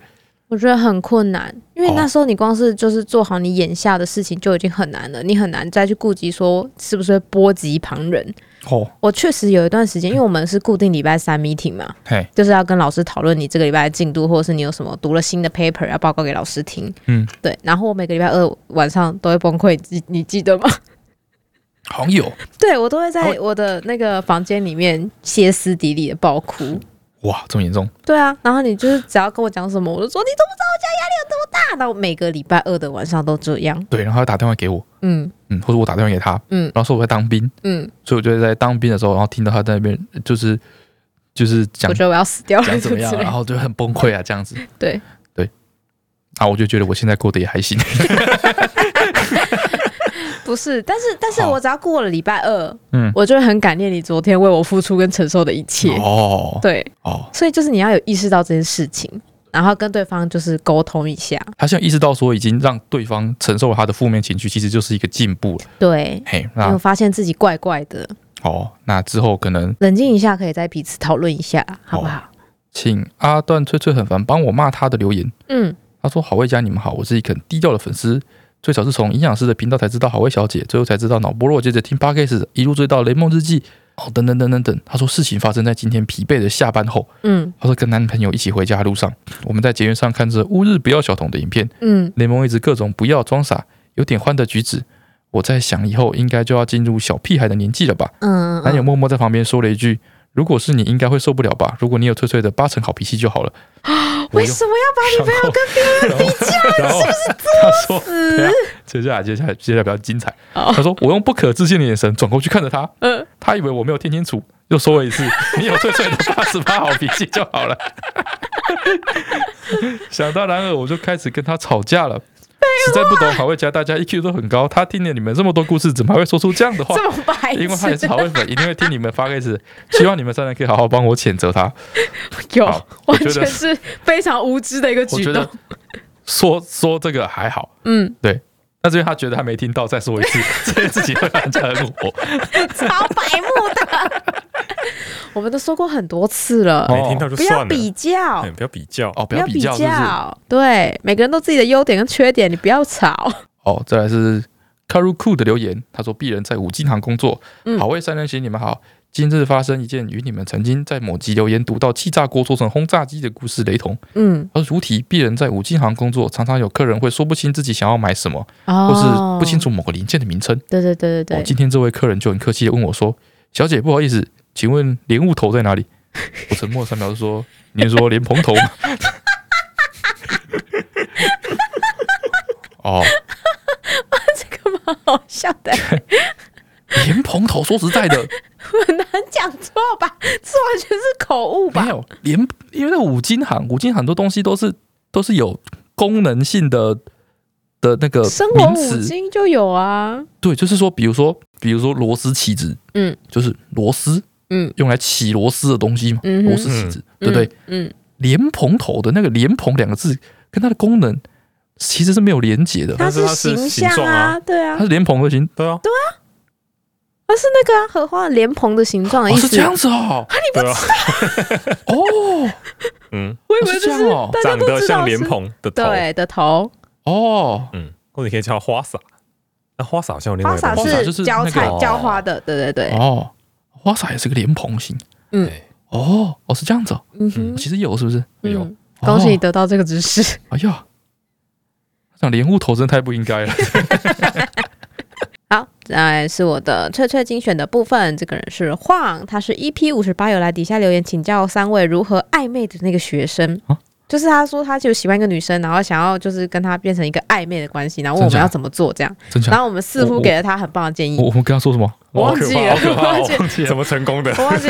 S4: 我觉得很困难，因为那时候你光是就是做好你眼下的事情就已经很难了，你很难再去顾及说是不是会波及旁人。
S2: 哦，
S4: 我确实有一段时间，因为我们是固定礼拜三 meeting 嘛，
S2: 嘿，
S4: 就是要跟老师讨论你这个礼拜的进度，或者是你有什么读了新的 paper 要报告给老师听。
S2: 嗯，
S4: 对。然后我每个礼拜二晚上都会崩溃，你记你记得吗？
S2: 好像有
S4: 对我都会
S2: 好
S4: 在我的那个房间里面歇斯底里的爆 哭。
S2: 哇，这么严重？
S4: 对啊，然后你就是只要跟我讲什么，我就说你都不知道我家压力有多大。然后每个礼拜二的晚上都这样。
S2: 对，然后他打电话给我，
S4: 嗯
S2: 嗯，或者我打电话给他，
S4: 嗯
S2: 然后说我在当兵，
S4: 嗯，
S2: 所以我就在当兵的时候，然后听到他在那边就是就是讲
S4: 我觉得我要死掉了，
S2: 讲怎么样啊
S4: 之，类的
S2: 然后就很崩溃啊，这样子。
S4: 对
S2: 对，啊，我就觉得我现在过得也还行。
S4: 不是，但是但是
S2: 好
S4: 我只要过了礼拜二，
S2: 嗯
S4: 我就会很感念你昨天为我付出跟承受的一切。
S2: 哦
S4: 对，
S2: 哦，
S4: 所以就是你要有意识到这件事情，然后跟对方就是沟通一下。
S2: 他现在意识到说已经让对方承受了他的负面情绪，其实就是一个进步了。
S4: 对，
S2: 嘿，
S4: 你有
S2: 那
S4: 发现自己怪怪的，
S2: 哦，那之后可能
S4: 冷静一下，可以再彼此讨论一下，好不
S2: 哦
S4: 好？
S2: 请阿段翠翠很烦帮我骂他的留言。
S4: 嗯，
S2: 他说：“好味家，你们好，我是一个很低调的粉丝，最早是从营养师的频道才知道好味小姐，最后才知道脑波弱，接着听 podcast，一路追到雷梦日记，哦，等等等等等。”他说事情发生在今天疲惫的下班后，
S4: 嗯
S2: 他说跟男朋友一起回家的路上，我们在捷运上看着乌日不要小童的影片，
S4: 嗯
S2: 雷蒙一直各种不要装傻，有点欢的举止。我在想，以后应该就要进入小屁孩的年纪了吧？
S1: 嗯，
S2: 男友
S1: 嗯
S2: 默默在旁边说了一句：“如果是你，应该会受不了吧？如果你有翠翠的八成好脾气就好了。”我
S4: 为
S2: 又
S4: 什么要把
S2: 然后
S3: 比较是不是？
S2: 他说：“等一下接下来，接下来，接下来比较精彩。”
S4: 哦
S2: 他说：“我用不可置信的眼神转过去看着他，
S4: 呃，
S2: 他以为我没有听清楚，又说了一次：你有翠翠的八十八好脾气就好了。”想当然尔，我就开始跟他吵架了。实在不懂还会加大家 EQ 都很高，他听了你们这么多故事，怎么还会说出这样的话？
S4: 这么白
S2: 因为他也是
S4: 痴，
S2: 好粉，一定会听你们发开始，希望你们三人可以好好帮我谴责他。
S4: 有
S2: 好我
S4: 完
S2: 觉得
S4: 全是非常无知的一个
S2: 我
S4: 举
S2: 觉
S4: 动
S2: 得。说说这个还好，
S4: 嗯，
S2: 但是因为他觉得他没听到，再说一 次，这件事情会让人家很火。
S4: 超白目的。 我们都说过很多次了，
S2: 哦
S3: 没听到就
S4: 不要
S3: 算了
S4: 比，较，
S3: 嗯不要比较，
S2: 哦，不
S4: 不
S2: 要
S4: 要
S2: 比较，是不是？
S4: 较对，每个人都自己的优点跟缺点，你不要吵。
S2: 哦，再来是 Karuku 的留言，他说：“鄙人在五金行工作，
S4: 嗯
S2: 好位三人行，你们好。今日发生一件与你们曾经在某集留言读到气炸锅做成轰炸机的故事雷同。
S4: 嗯，
S2: 而如题，鄙人在五金行工作，常常有客人会说不清自己想要买什么，
S4: 哦
S2: 或是不清。楚某个零件的名称。
S4: 对对对
S2: 哦
S4: 对，对，
S2: 今天这位客人就很客气的问我说：“小姐，不好意思，请问莲雾头在哪里？” 我沉默三秒，就说：“您说莲蓬头吗？” 哦，
S4: 这个蛮好笑的，
S2: 莲蓬头，说实在 的，
S4: 很难讲错吧？这完全是口误吧
S2: 没？有莲，因为那五金行，五金行很多东西都是都是有功能性的的那个
S4: 生活
S2: 名
S4: 五
S2: 词，
S4: 金就有啊。
S2: 对，就是说，比如说，比如说螺丝起子，
S4: 嗯，
S2: 就是螺丝，
S4: 嗯，
S2: 用来起螺丝的东西嘛，
S4: 嗯哼
S2: 螺丝起子，对不对？
S4: 嗯？嗯，
S2: 莲蓬头的那个“莲蓬”两个字跟它的功能其实是没有连结的，
S4: 它
S3: 但是它是
S4: 形
S3: 形
S4: 象
S3: 状啊
S4: 对啊
S2: 它，是莲蓬的形，
S3: 对啊，
S4: 它是那个啊荷花莲蓬的形状的意
S2: 哦，是
S4: 思
S2: 这。样子 哦，
S3: 对啊，
S2: 哦
S3: 嗯，
S4: 我以
S2: 哦
S4: 为
S2: 是
S4: 就
S2: 这样
S4: 是
S2: 哦，
S4: 大家
S3: 长
S4: 都
S3: 得
S4: 知道
S3: 像
S4: 是
S3: 莲蓬的头，
S4: 对的头，
S2: 哦，
S3: 嗯，或者你可以叫它花洒，那花洒好像有另外
S4: 花
S3: 一个
S4: 洒
S3: 东西
S2: 花洒就是
S4: 是浇
S2: 那个
S4: 菜
S3: 哦
S4: 浇花的，对对对。
S2: 哦，花洒也是个莲蓬型，
S4: 嗯
S3: 对，
S2: 哦，哦是这样子哦，
S4: 嗯哼，
S2: 其实有是不是？
S3: 有
S4: 嗯，恭喜你得到这个知识。
S2: 哎呀，讲莲雾头真的太不应 该了，
S4: 好，再来是我的翠翠精选的部分。这个人是晃，他是 EP 五十八有来底下留言请教三位如何暧昧的那个学生。
S2: 啊
S4: 就是他说他就喜欢一个女生，然后想要就是跟她变成一个暧昧的关系，然后问我
S2: 真
S4: 们
S2: 假
S4: 要怎么做这样。
S2: 真
S4: 然
S2: 假？
S4: 后我们似乎给了他很棒的建议
S2: 我，我们跟他说什么？
S4: 我忘记了
S3: 好可怕，
S4: 我
S3: 好
S4: 忘记
S3: 可
S4: 了
S3: 怕
S2: 忘记了
S3: 怎么成功的？
S4: 我忘 记。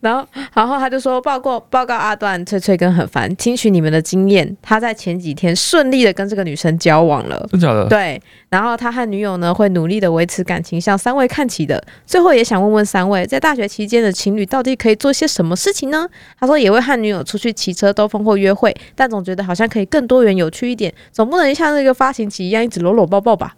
S4: 然后，然后他就说报告报告阿段、翠翠跟很烦，听取你们的经验，他在前几天顺利的跟这个女生交往了。
S2: 真假的？
S4: 对，然后他和女友呢会努力的维持感情，向三位看齐的。最后也想问问三位，在大学期间的情侣到底可以做些什么事情呢？他说也会和女友出去骑车兜风或约会，但总觉得好像可以更多元有趣一点，总不能像那个发情期一样一直搂搂抱抱吧？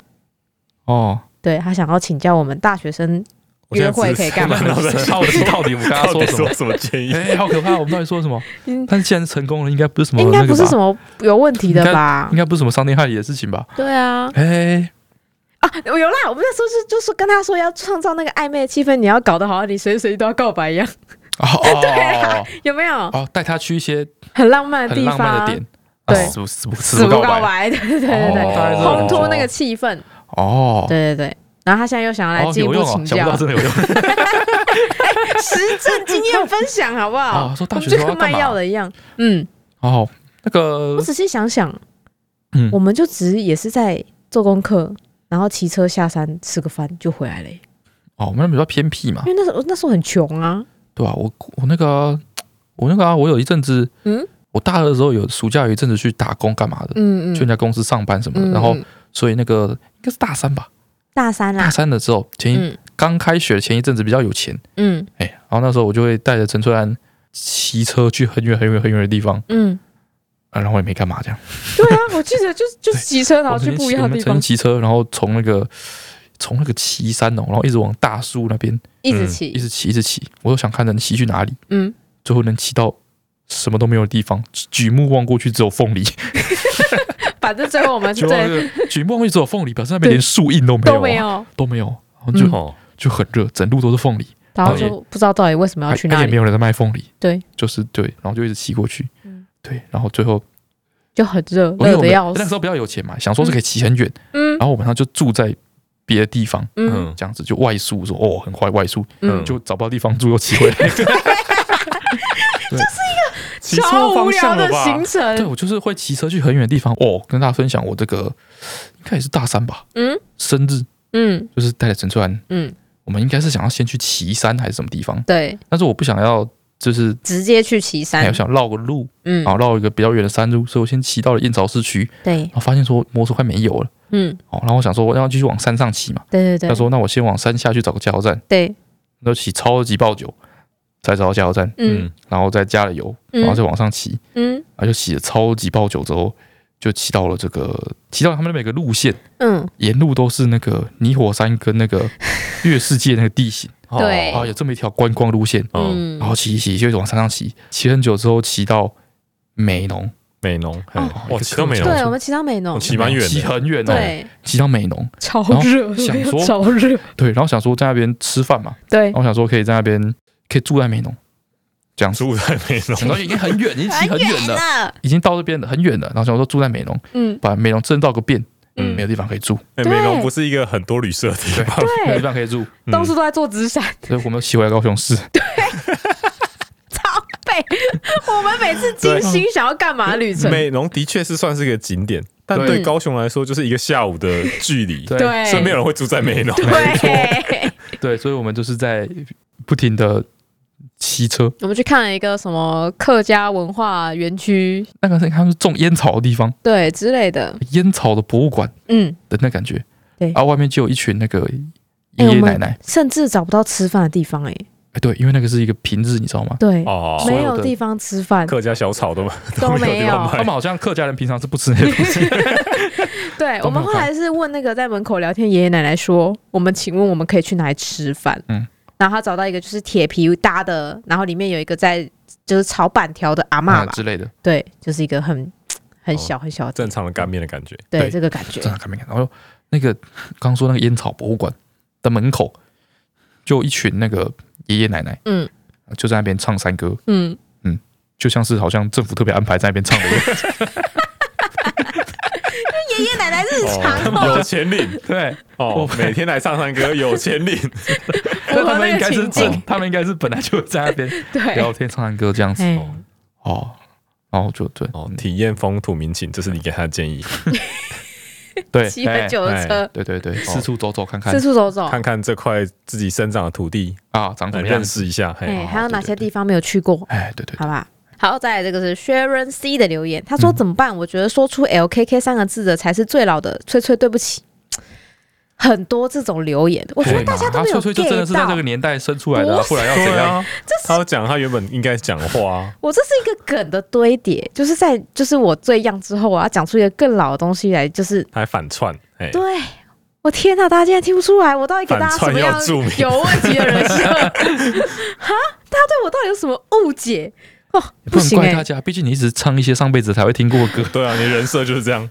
S2: 哦，
S4: 对他想要请教我们大学生
S3: 我现在
S4: 约会可以干嘛
S3: 只是满脑袋想
S2: 好奇 到底我们跟他
S3: 到
S2: 说
S3: 底
S2: 什么
S3: 说？什么建议？
S2: 哎，好可怕！我们到底说什么
S4: 嗯？
S2: 但是既然成功了，应该不是什么
S4: 应该
S2: 那
S4: 不
S2: 个
S4: 是什
S2: 吧？
S4: 么有问题的吧
S2: 应？该不是什么伤天害理的事情吧？
S4: 对啊，
S2: 哎，
S4: 啊，有啦，我们那时候是就是跟他说要创造那个暧昧的气氛，你要搞得好像你随时随地都要告白一样，
S2: 哦哦
S4: 有没有？
S2: 哦，带他去一些
S4: 很浪漫的
S2: 很
S4: 地
S2: 浪
S4: 方，
S2: 漫的点，
S4: 对
S2: 啊死不死不
S4: 死
S2: 死
S4: 不
S2: 不
S4: 告
S2: 告白
S4: 白，对对对对对，
S2: 哦
S4: 烘托那个气氛，
S2: 哦，
S4: 对对对。然后他现在又想要来
S2: 哦
S4: 进一
S2: 有
S4: 步
S2: 用哦，
S4: 请
S2: 想
S4: 教
S2: 不到真的有用
S4: 实证经验分享，好不好？
S2: 哦说大学
S4: 我
S2: 时
S4: 们
S2: 候要
S4: 就跟
S2: 干
S4: 卖
S2: 嘛
S4: 药的一样，嗯，
S2: 哦。那
S4: 我
S2: 个
S4: 仔细想想，
S2: 嗯
S4: 我们就只是也是在做功课，然后骑车下山吃个饭就回来了耶，
S2: 哦，我们那比较偏僻嘛
S4: 因，为那时候那时候很穷啊，
S2: 对吧、我我那个我那个、啊，我有一阵子，
S4: 嗯
S2: 我大二的时候有暑假有一阵子去打工干嘛的，
S4: 嗯
S2: 去人家公司上班什么的。
S4: 嗯
S2: 然后
S4: 嗯
S2: 所以那个应该是大三吧，
S4: 大三
S2: 大
S4: 啦，
S2: 三的时候前一
S4: 嗯
S2: 刚、开学前一阵子比较有钱，
S4: 嗯
S2: 哎、然后那时候我就会带着陈翠兰骑车去很远很远很远的地方，
S4: 嗯，
S2: 啊、然后也没干嘛这样。
S4: 对啊，我记得 就是就是骑车然
S2: 我
S4: 后
S2: 曾
S4: 去
S2: 经
S4: 不
S2: 骑
S4: 一样
S2: 我
S4: 的
S2: 们
S4: 地
S2: 曾
S4: 方
S2: 经，骑车，然后从那个从那个岐山哦，然后一直往大树那边
S4: 一直
S2: 一
S4: 骑，
S2: 直骑，一直骑，我都想看能骑去哪里，
S4: 嗯，
S2: 最后能骑到什么都没有的地方，举举目望过去只有凤梨，
S4: 反正最后 我们
S2: 就
S4: 对
S2: 举目望过去只有凤梨，表示那边连树荫都没有、啊，
S4: 都没有，嗯
S2: 都没有，然后就、
S3: 哦，
S2: 就很热，整路都是凤梨，
S4: 然后
S2: 然后也
S4: 就不知道到底为什么要
S2: 而
S4: 去
S2: 且
S4: 那
S2: 哎也没
S4: 里，
S2: 有人在卖凤梨，
S4: 对，
S2: 就是对，然后就一直骑过去，
S4: 嗯
S2: 对，然后最后
S4: 就很热，
S2: 我因为我
S4: 热的
S2: 们
S4: 要
S2: 那哦
S4: 死
S2: 时。候比较有钱嘛，想说是可以骑很远，
S4: 嗯
S2: 然后我晚上就住在别的地方，
S4: 嗯，
S2: 这样子就外宿说哦很坏外宿，
S4: 嗯
S2: 就找不到地方住又骑回来。
S3: 骑错
S4: 超无
S3: 方
S4: 聊
S3: 向了
S4: 的
S3: 吧？
S4: 行
S2: 对
S4: 程，
S2: 我就是会骑车去很远的地方哦，跟大家分享我这个应该也是大三吧，
S4: 嗯
S2: 生日
S4: 嗯
S2: 就是带着陈翠安，
S4: 嗯，
S2: 我们应该是想要先去岐山还是什么地方，
S4: 对，
S2: 但是我不想要就是
S4: 直接去岐
S2: 还
S4: 山
S2: 有，哦想绕个路，
S4: 嗯
S2: 然，后绕一个比较远的山路，所以我先骑到了燕巢市区，
S4: 对
S2: 然，后发现说摩托车快没油了，
S4: 嗯，
S2: 哦，然后我想说要继续往山上骑嘛，
S4: 对对
S2: 他
S4: 对，
S2: 说那我先往山下去找个加油站，
S4: 对，
S2: 那就骑超级爆久，才找到加油站，
S4: 嗯，
S2: 然后再加了油，
S4: 嗯
S2: 然后再往上骑，
S4: 嗯
S2: 然后就骑了超级爆久之后，就骑到了这个骑到他们的每个路线。
S4: 嗯，
S2: 沿路都是那个泥火山跟那个月世界那个地形，
S3: 哦
S4: 对
S2: 啊，有这么一条观光路线，
S3: 嗯，
S2: 哦然
S4: 嗯，
S2: 后骑一骑就一直往山上骑，骑很久之后骑到美浓，
S3: 美浓，
S2: 哦
S3: 哇，骑到美浓
S4: 对，我们骑到美浓
S3: 我，骑蛮远
S2: 骑
S3: 的，
S2: 很远哦，
S4: 对，
S2: 骑到美浓，
S4: 超
S2: 然后
S4: 热，
S2: 想说 哦
S4: 超热，
S2: 对，然后想说在那边吃饭嘛，
S4: 对
S2: 然，后想说可以在那边可以住在美浓，这样子，
S3: 住在美
S2: 想
S3: 浓
S2: 到，已经很远，已经骑很远了，
S4: 了，
S2: 已经到这边了，很远了，然后想说住在美浓，
S4: 啊嗯
S2: 把美浓震到个遍，
S3: 嗯
S2: 没有地方可以住，
S3: 哎
S4: 对
S3: 美浓不是一个很多旅社的地
S2: 对
S3: 方，，
S2: 没有地方可以住，
S3: 嗯
S4: 到处都在做直闪，
S2: 所以我们骑回来高雄市，
S4: 超背。我们每次精
S3: 对
S4: 心想要干嘛的旅程，
S3: 美浓的确是算是个景点，但
S2: 对
S3: 对高雄来说就是一个下午的距离，
S2: 对
S4: 对，
S3: 所以没有人会住在美浓。
S4: 对，
S2: 对，所以我们就是在不停的骑车，
S4: 我们去看了一个什么客家文化园区，
S2: 那个是他们是种烟草的地方，
S4: 对之类的，
S2: 烟草的博物馆
S4: 嗯，
S2: 的那感觉。
S4: 对
S2: 然后外面就有一群那个
S4: 哎
S2: 爷爷
S4: 我们
S2: 奶奶，哎、
S4: 甚至找不到吃饭的地方，哎，
S2: 对，因为那个是一个平日，你知道吗？
S4: 对，
S3: 哦，
S2: 所
S4: 没
S2: 有
S4: 有
S2: 的
S4: 地方吃饭，
S3: 客家小炒都
S4: 都
S3: 没
S4: 没
S3: 有地方
S4: 有
S3: 卖。
S4: 哦
S2: 他们好像客家人平常是不吃那些 东西，
S4: 对，
S2: 都没有
S4: 我们后来是问那个在门口聊天爷爷奶奶说，我们请问我们可以去哪里吃饭？
S2: 嗯
S4: 嗯，然后他找到一个就是铁皮搭的，然后里面有一个在就是炒板条的阿嬷
S2: 啊
S3: 嗯
S4: 吧，
S2: 之类的。
S4: 对，就是一个很很小很小的
S3: 正常的干面的感觉，
S4: 对
S2: 哦对
S4: 这个感觉
S2: 真，的看没看？然后那个刚刚说那个烟草博物馆的门口，就有一群那个爷爷奶奶，
S4: 嗯
S2: 就在那边唱山歌，
S4: 嗯，
S2: 就像是好像政府特别安排在那边唱的一 样。
S4: 爷爷奶奶日常
S3: 哦有钱领
S2: 对，
S3: 哦
S2: 我，
S3: 每天来唱唱歌，有钱领，
S4: 符
S2: 但他
S4: 合
S2: 们
S4: 那
S2: 应
S4: 个
S2: 该是
S4: 情境
S2: 正，，他们应该是本来就在那边
S4: 对
S2: 聊，天、唱唱歌这样子。
S4: 哎，
S2: 哦，然后就对，
S3: 哦，体验风土民情，这是你给他的建议，
S2: 对，哎
S4: 骑很久的车，
S2: 对对对，四处走走看看
S4: 四处走走，
S3: 看看这块自己生长的土地，
S2: 啊，长
S3: 来
S2: 怎么样
S3: 认？识一下。嘿，
S4: 哎，还有哪
S2: 哦对对
S4: 些
S2: 对
S4: 地方没有去过？
S2: 哎，对嗯对，对
S4: 好吧。好，再来这个是 Sharon C 的留言，他说怎么办？我觉得说出 LKK 三个字的才是最老的，翠翠对不起。很多这种留言，我觉得
S2: 对
S4: 大家
S2: 嘛
S4: 都没有
S2: 他翠翠就真的
S4: get
S2: 是在这
S4: 到
S2: 个，年代生出来的啊，
S4: 不是
S2: 不然要怎
S3: 对
S2: 样？
S3: 啊，他要讲他原本应该讲的话啊，
S4: 我这是一个梗的堆叠，就是在就是我最样之后，我要讲出一个更老的东西来，就是
S3: 他还反串，哎，
S4: 对我天哪，大家竟然听不出来，我到底给大家什么样
S3: 反串要注明
S4: 有问题的人设？ 哈，大家对我到底有什么误解？哦，
S2: 也
S4: 不
S2: 能
S4: 行哎、
S2: 怪大家，毕竟你一直唱一些上辈子才会听过的歌。
S3: 对啊，你的人设就是这样，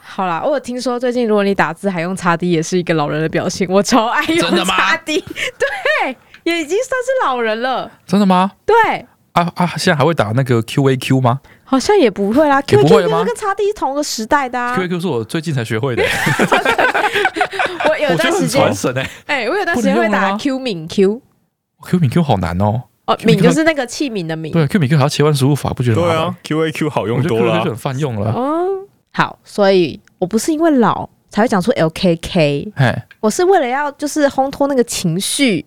S4: 好啦，我有听说最近如果你打字还用叉 D，也是一个老人的表情。我超爱
S2: 真的
S4: 用
S2: 吗
S4: 叉 D，对， 也已经算是老人了。
S2: 真的吗？
S4: 对，
S2: 啊啊，现在还会打那个 Q A Q 吗
S4: 好像也不会啦。
S2: 也
S4: Q
S2: 不
S4: Q
S2: 会吗
S4: 跟跟叉 D 是同个时代的啊
S2: ？Q A。Q 是我最近才学会 的，
S4: 我有
S2: 我觉
S4: 段
S2: 得
S4: 时
S2: 很
S4: 间
S2: 传，神哎。
S4: 哎、我有段时间
S2: 不能
S4: 会
S2: 用了吗
S4: 打 Q 敏 Q，
S2: Q 敏 Q 好难哦，
S4: 哦，
S2: Q 敏
S4: 敏就是那个器皿的敏。
S2: 对，Q 敏 Q 还要切换输入法，不觉得
S3: 对
S2: 吗
S3: 啊？，Q A Q 好
S2: 我
S3: 用
S2: 觉得
S3: 多
S2: Q
S3: 了
S2: A
S3: 啊
S2: Q 就很泛用了啊。
S4: 哦，好，所以我不是因为老才会讲出 L K K，
S2: 哎，
S4: 我是为了要就是烘托那个情绪，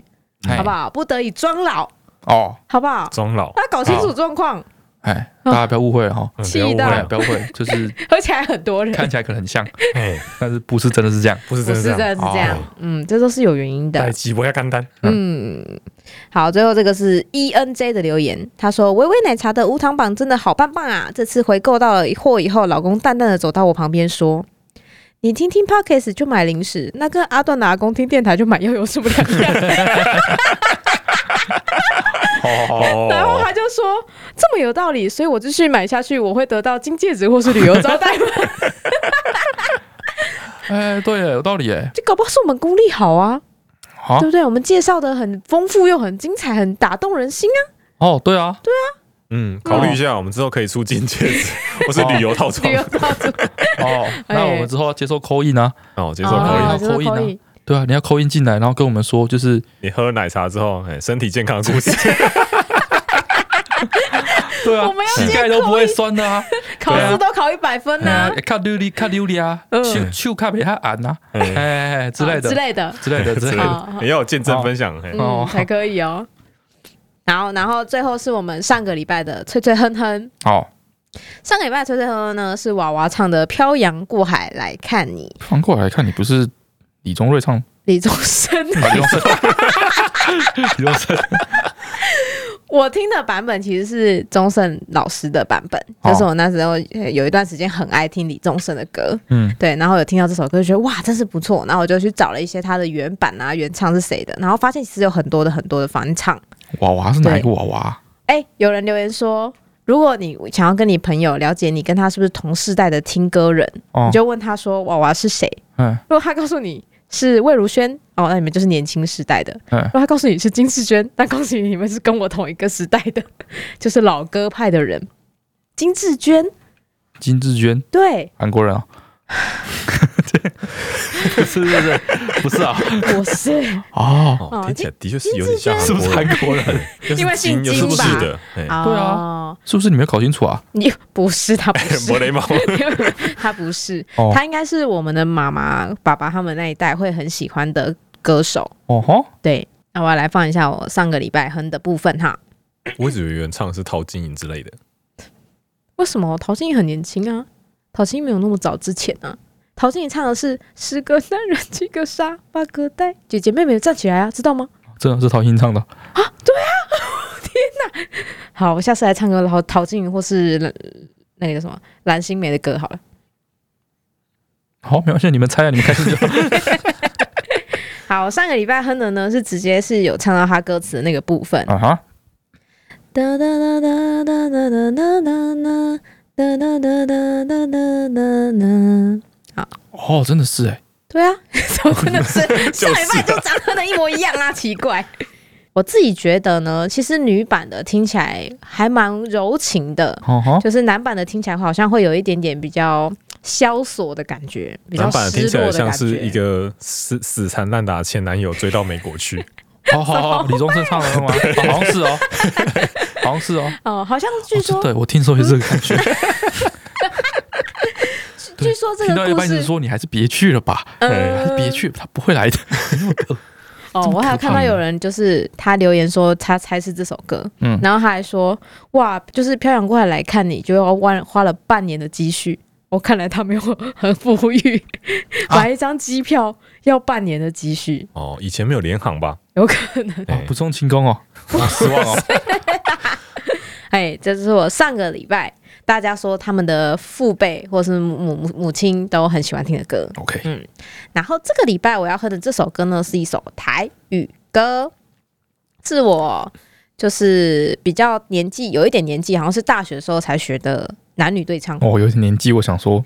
S2: 哎
S4: 好不好？不得已装老，
S2: 哦，
S4: 好不好？
S3: 装老，
S4: 要搞清楚状 况，
S2: 哎，大家不要误会了哈，
S3: 嗯不
S4: 气
S3: 要误会
S4: 到
S2: 哎，
S3: 啊
S2: 不要误会，就是
S4: 而且还很多人。
S2: 看起来可能很 像，
S3: 哎，
S2: 但是不是真的是这样。
S3: 不是
S4: 不
S3: 真
S4: 是
S3: 的
S4: 真
S3: 这
S4: 的
S3: 样，
S4: 是这样，嗯，这都是有原因
S3: 代
S4: 的。
S3: 机我要干单，
S4: 嗯，好，最后这个是 E N J 的留言，他说：“微微奶茶的无糖榜真的好棒棒啊！这次回购到了货以后，老公淡淡的走到我旁边说。”你听听 Podcast 就买零食，那跟阿段的阿公听电台就买药有什么两 样？然后
S3: 哦，
S4: 他就说这么有道理，所以我继续买下去，我会得到金戒指或是旅游招待 吗？
S2: 哎，对，有道理哎，
S4: 这搞不好是我们功力好啊，
S2: 好
S4: 对不对？我们介绍的很丰富又很精彩，很打动人心啊！
S2: 哦，对啊，
S3: 嗯，考虑一下，我们之后可以出金戒指或是旅游套装
S4: 旅游招待。 哎
S2: 哦，那我们之后要接受扣印啊，
S3: 哦，接受
S4: 哦，
S3: 考
S2: 可以
S3: 虑
S2: 啊
S4: 真的
S2: 扣印啊
S4: 可以
S2: 对啊，你要扣音进来，然后跟我们说，就是
S3: 你喝了奶茶之后，哎，身体健康的故事，
S2: 对啊
S4: 我们，要
S2: 膝
S4: 先
S2: 盖都不
S4: 扣
S2: 会
S4: 音
S2: 酸的啊，
S4: 考
S2: 对啊
S4: 试都考一百分啊
S2: 哎呀
S4: 呐、
S2: 靠溜力靠溜力啊，
S4: 嗯啊
S2: 手手卡比他按啊，哎
S3: 哎
S2: 哎哎之类的
S4: 之类的，
S2: 之类的 之类的，
S4: 好
S3: 你要有见证分享，哎，
S2: 哦
S4: 嗯，才可以哦。然后，然后最后是我们上个礼拜的吹吹哼哼。
S2: 好，
S4: 上个礼拜的吹吹哼哼呢，是娃娃唱的《漂洋过海来看你》，
S2: 反过来看，你不是李宗瑞 唱，啊
S4: 李宗盛。
S2: 李宗盛，李宗盛，
S4: 我听的版本其实是宗盛老师的版本，
S2: 哦
S4: 就是我那时候呃有一段时间很爱听李宗盛的歌，
S2: 嗯，
S4: 对，然后有听到这首歌就觉得哇，真是不错，然后我就去找了一些他的原版啊、原唱是谁的，然后发现其实有很多的很多的翻唱。
S2: 娃娃是哪一个娃娃？
S4: 哎、有人留言说，如果你想要跟你朋友了解你跟他是不是同世代的听歌人，
S2: 哦
S4: 你，就问他说娃娃是谁，
S2: 嗯
S4: 如果他告诉你是魏如萱，哦，那你们就是年轻时代的；
S2: 嗯
S4: 如果他告诉你是金世娟，那恭喜你，你们是跟我同一个时代的， 就是老歌派的人。金志娟，
S2: 金志娟，
S4: 对
S2: 韩国人 啊。对，是是是，不是啊，
S4: 我是。
S2: 哦，
S3: 哦
S4: 哦，
S3: 听起来的确是有点像
S2: 是
S3: 韩
S2: 不是韩国
S3: 国人，
S2: 人？
S3: 又
S4: 因为
S3: 是
S4: 姓
S3: 金又
S4: 金
S3: 是不
S4: 吧
S3: 是的，哎，
S2: 对
S4: 啊，
S2: 是不是你没有搞清楚啊？
S4: 你不是他不
S3: 没
S4: 是，
S3: 礼貌。
S4: 他不是，
S2: 哦
S4: 他应该是我们的妈妈、爸爸他们那一代会很喜欢的歌手。
S2: 哦吼，
S4: 对，那我要来放一下我上个礼拜哼的部分哈。
S3: 我一直以为原唱是陶晶莹之类的，
S4: 为什么陶晶莹很年轻啊？陶晶莹没有那么早之前啊。陶晶莹唱的是“十个男人七个傻，八个呆”，姐姐妹妹站起来啊，知道吗？
S2: 真的是陶心唱的，
S4: 好，我下次来唱歌，然后陶晶莹或是呃那个叫什么蓝心湄的歌好了。
S2: 好，没关系，你们猜啊，你们开始就好。
S4: 好，上个礼拜哼的呢是直接是有唱到他歌词的那个部分。
S2: 啊哈，
S4: 哒哒哒哒哒哒哒哒哒哒哒哒哒哒哒哒哒哒。
S2: 哦，真的是哎，
S4: 对啊，我真的是
S3: 就是
S4: 上
S3: 啊
S4: 礼拜就长得一模一样啊，奇怪。我自己觉得呢，其实女版的听起来还蛮柔情的，
S2: 哦吼，
S4: 就是男版的听起来好像会有一点点比较萧索的感觉，比较
S3: 男版的
S4: 失
S3: 听起
S4: 落
S3: 来
S4: 的感
S3: 像
S4: 觉。
S3: 是一个死死缠烂打的前男友追到美国去，
S2: 好好好，李宗盛唱的吗？哦好像是哦，好像是哦，
S4: 哦，好像据
S2: 哦
S4: 说、
S2: 对我听说有这个感觉，对
S4: 据说这
S2: 听到一
S4: 个故
S2: 半就
S4: 事
S2: 是，说你还是别去了吧，还是
S4: 嗯，
S2: 别去，他不会来的。
S4: 哦
S2: 这，么
S4: 我还有
S2: 可
S4: 看到
S2: 怕
S4: 有
S2: 吗
S4: 人就是他留言说他猜是这首歌，
S2: 嗯
S4: 然后他还说哇，就是漂洋过海来看你，就要花花了半年的积蓄。我看来他没有很富裕，
S2: 啊
S4: 买一张机票要半年的积蓄，
S3: 哦，以前没有联航吧？
S4: 有可能。
S2: 哦
S3: 哎
S2: 不送轻功哦，好失望哦。
S4: 哎，这是我上个礼拜大家说他们的父辈或是母母母亲都很喜欢听的歌。
S2: OK，
S4: 然后这个礼拜我要哼的这首歌呢，是一首台语歌，是我就是比较年纪有一点年纪，好像是大学的时候才学的男女对唱，
S2: 哦，有点年纪，我想说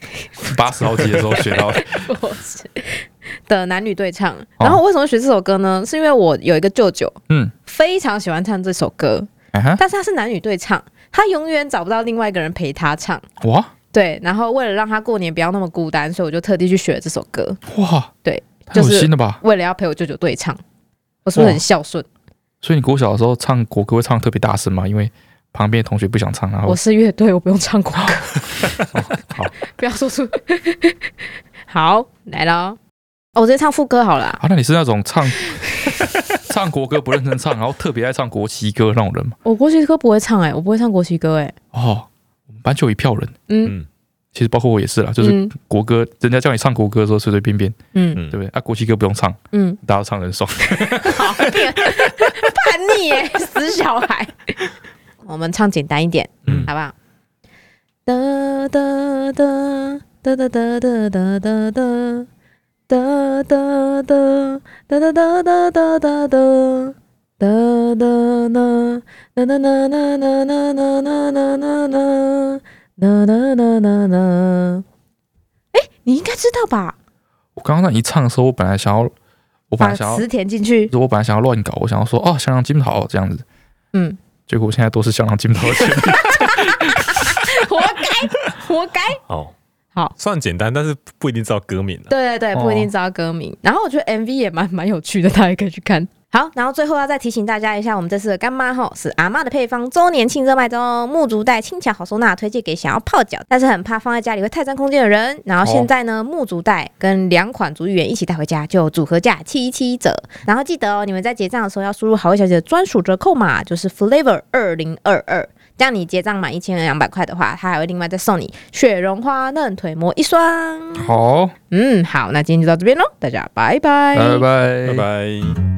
S2: 八十好几的时候学到的，
S4: 我是 的男女对唱。然后我为什么学这首歌呢？是因为我有一个舅舅
S2: 嗯，
S4: 非常喜欢唱这首歌，
S2: 啊哈，
S4: 但是他是男女对唱，他永远找不到另外一个人陪他唱。
S2: 哇
S4: 对，然后为了让他过年不要那么孤单，所以我就特地去学了这首歌，
S2: 哇，
S4: 对，
S2: 太有
S4: 就是
S2: 心了吧？
S4: 为了要陪我舅舅对唱。我是不是很
S2: 哇
S4: 孝顺？
S2: 所以你国小的时候唱国歌会唱得特别大声吗？因为旁边的同学不想唱，然后
S4: 我是乐队，我不用唱国歌。
S2: 好，
S4: 不要说出。 好，来喽。哦，我直接唱副歌好了啊。
S2: 啊，那你是那种唱 唱国歌不认真唱，然后特别爱唱国旗歌那种人吗？
S4: 我国旗歌不会唱哎、我不会唱国旗歌哎、
S2: 哦，我们班就有一票人，
S4: 嗯
S3: 嗯
S2: 其实包括我也是啦，就是
S4: 嗯
S2: 国歌，人家叫你唱国歌的时候随随便便，
S4: 嗯
S2: 对
S3: 嗯
S2: 不，对？啊，国旗歌不用唱，
S4: 嗯，
S2: 大家都唱得很爽。
S4: 好，叛逆哎、死小孩。我们唱简单一点，
S3: 嗯
S4: 好不好？哒哒哒哒哒哒哒哒哒哒。哒哒哒哒哒哒哒哒哒哒哒哒哒哒哒哒哒哒哒哒哒哒哒哒哒哒哒哒哒。哎，你应该知道吧？
S2: 我刚刚那一唱的时候，我本来想要，我本
S4: 把
S2: 来想要
S4: 词，填进去。
S2: 我本来想要乱搞，我想要说哦，香囊金桃这样子，
S4: 嗯，
S2: 结果我现 在都是香囊金桃的旋律
S4: 活该，活该。
S3: 哦，
S5: 好，
S3: 算简单，但是不一定知道歌名了。啊
S5: 对对对，不一定知道歌名。然后我觉得 MV 也蛮蛮有趣的，大家也可以去看。
S4: 好，然后最后要再提醒大家一下，我们这次的干妈吼是阿嬷的配方周年庆热卖中，木竹袋轻巧好收纳，推荐给想要泡脚但是很怕放在家里会太占空间的人。然后现在呢，木竹袋跟两款足浴员一起带回家，就组合价七七折。然后记得哦，你们在结账的时候要输入好味小姐的专属折扣码，就是 Flavor 二零二二。这样你结账满一千两百块的话，它还会另外再送你雪绒花嫩腿膜一双。
S2: 好，
S4: 嗯，好，那今天就到这边喽，大家拜拜
S2: 拜拜，
S3: 拜拜。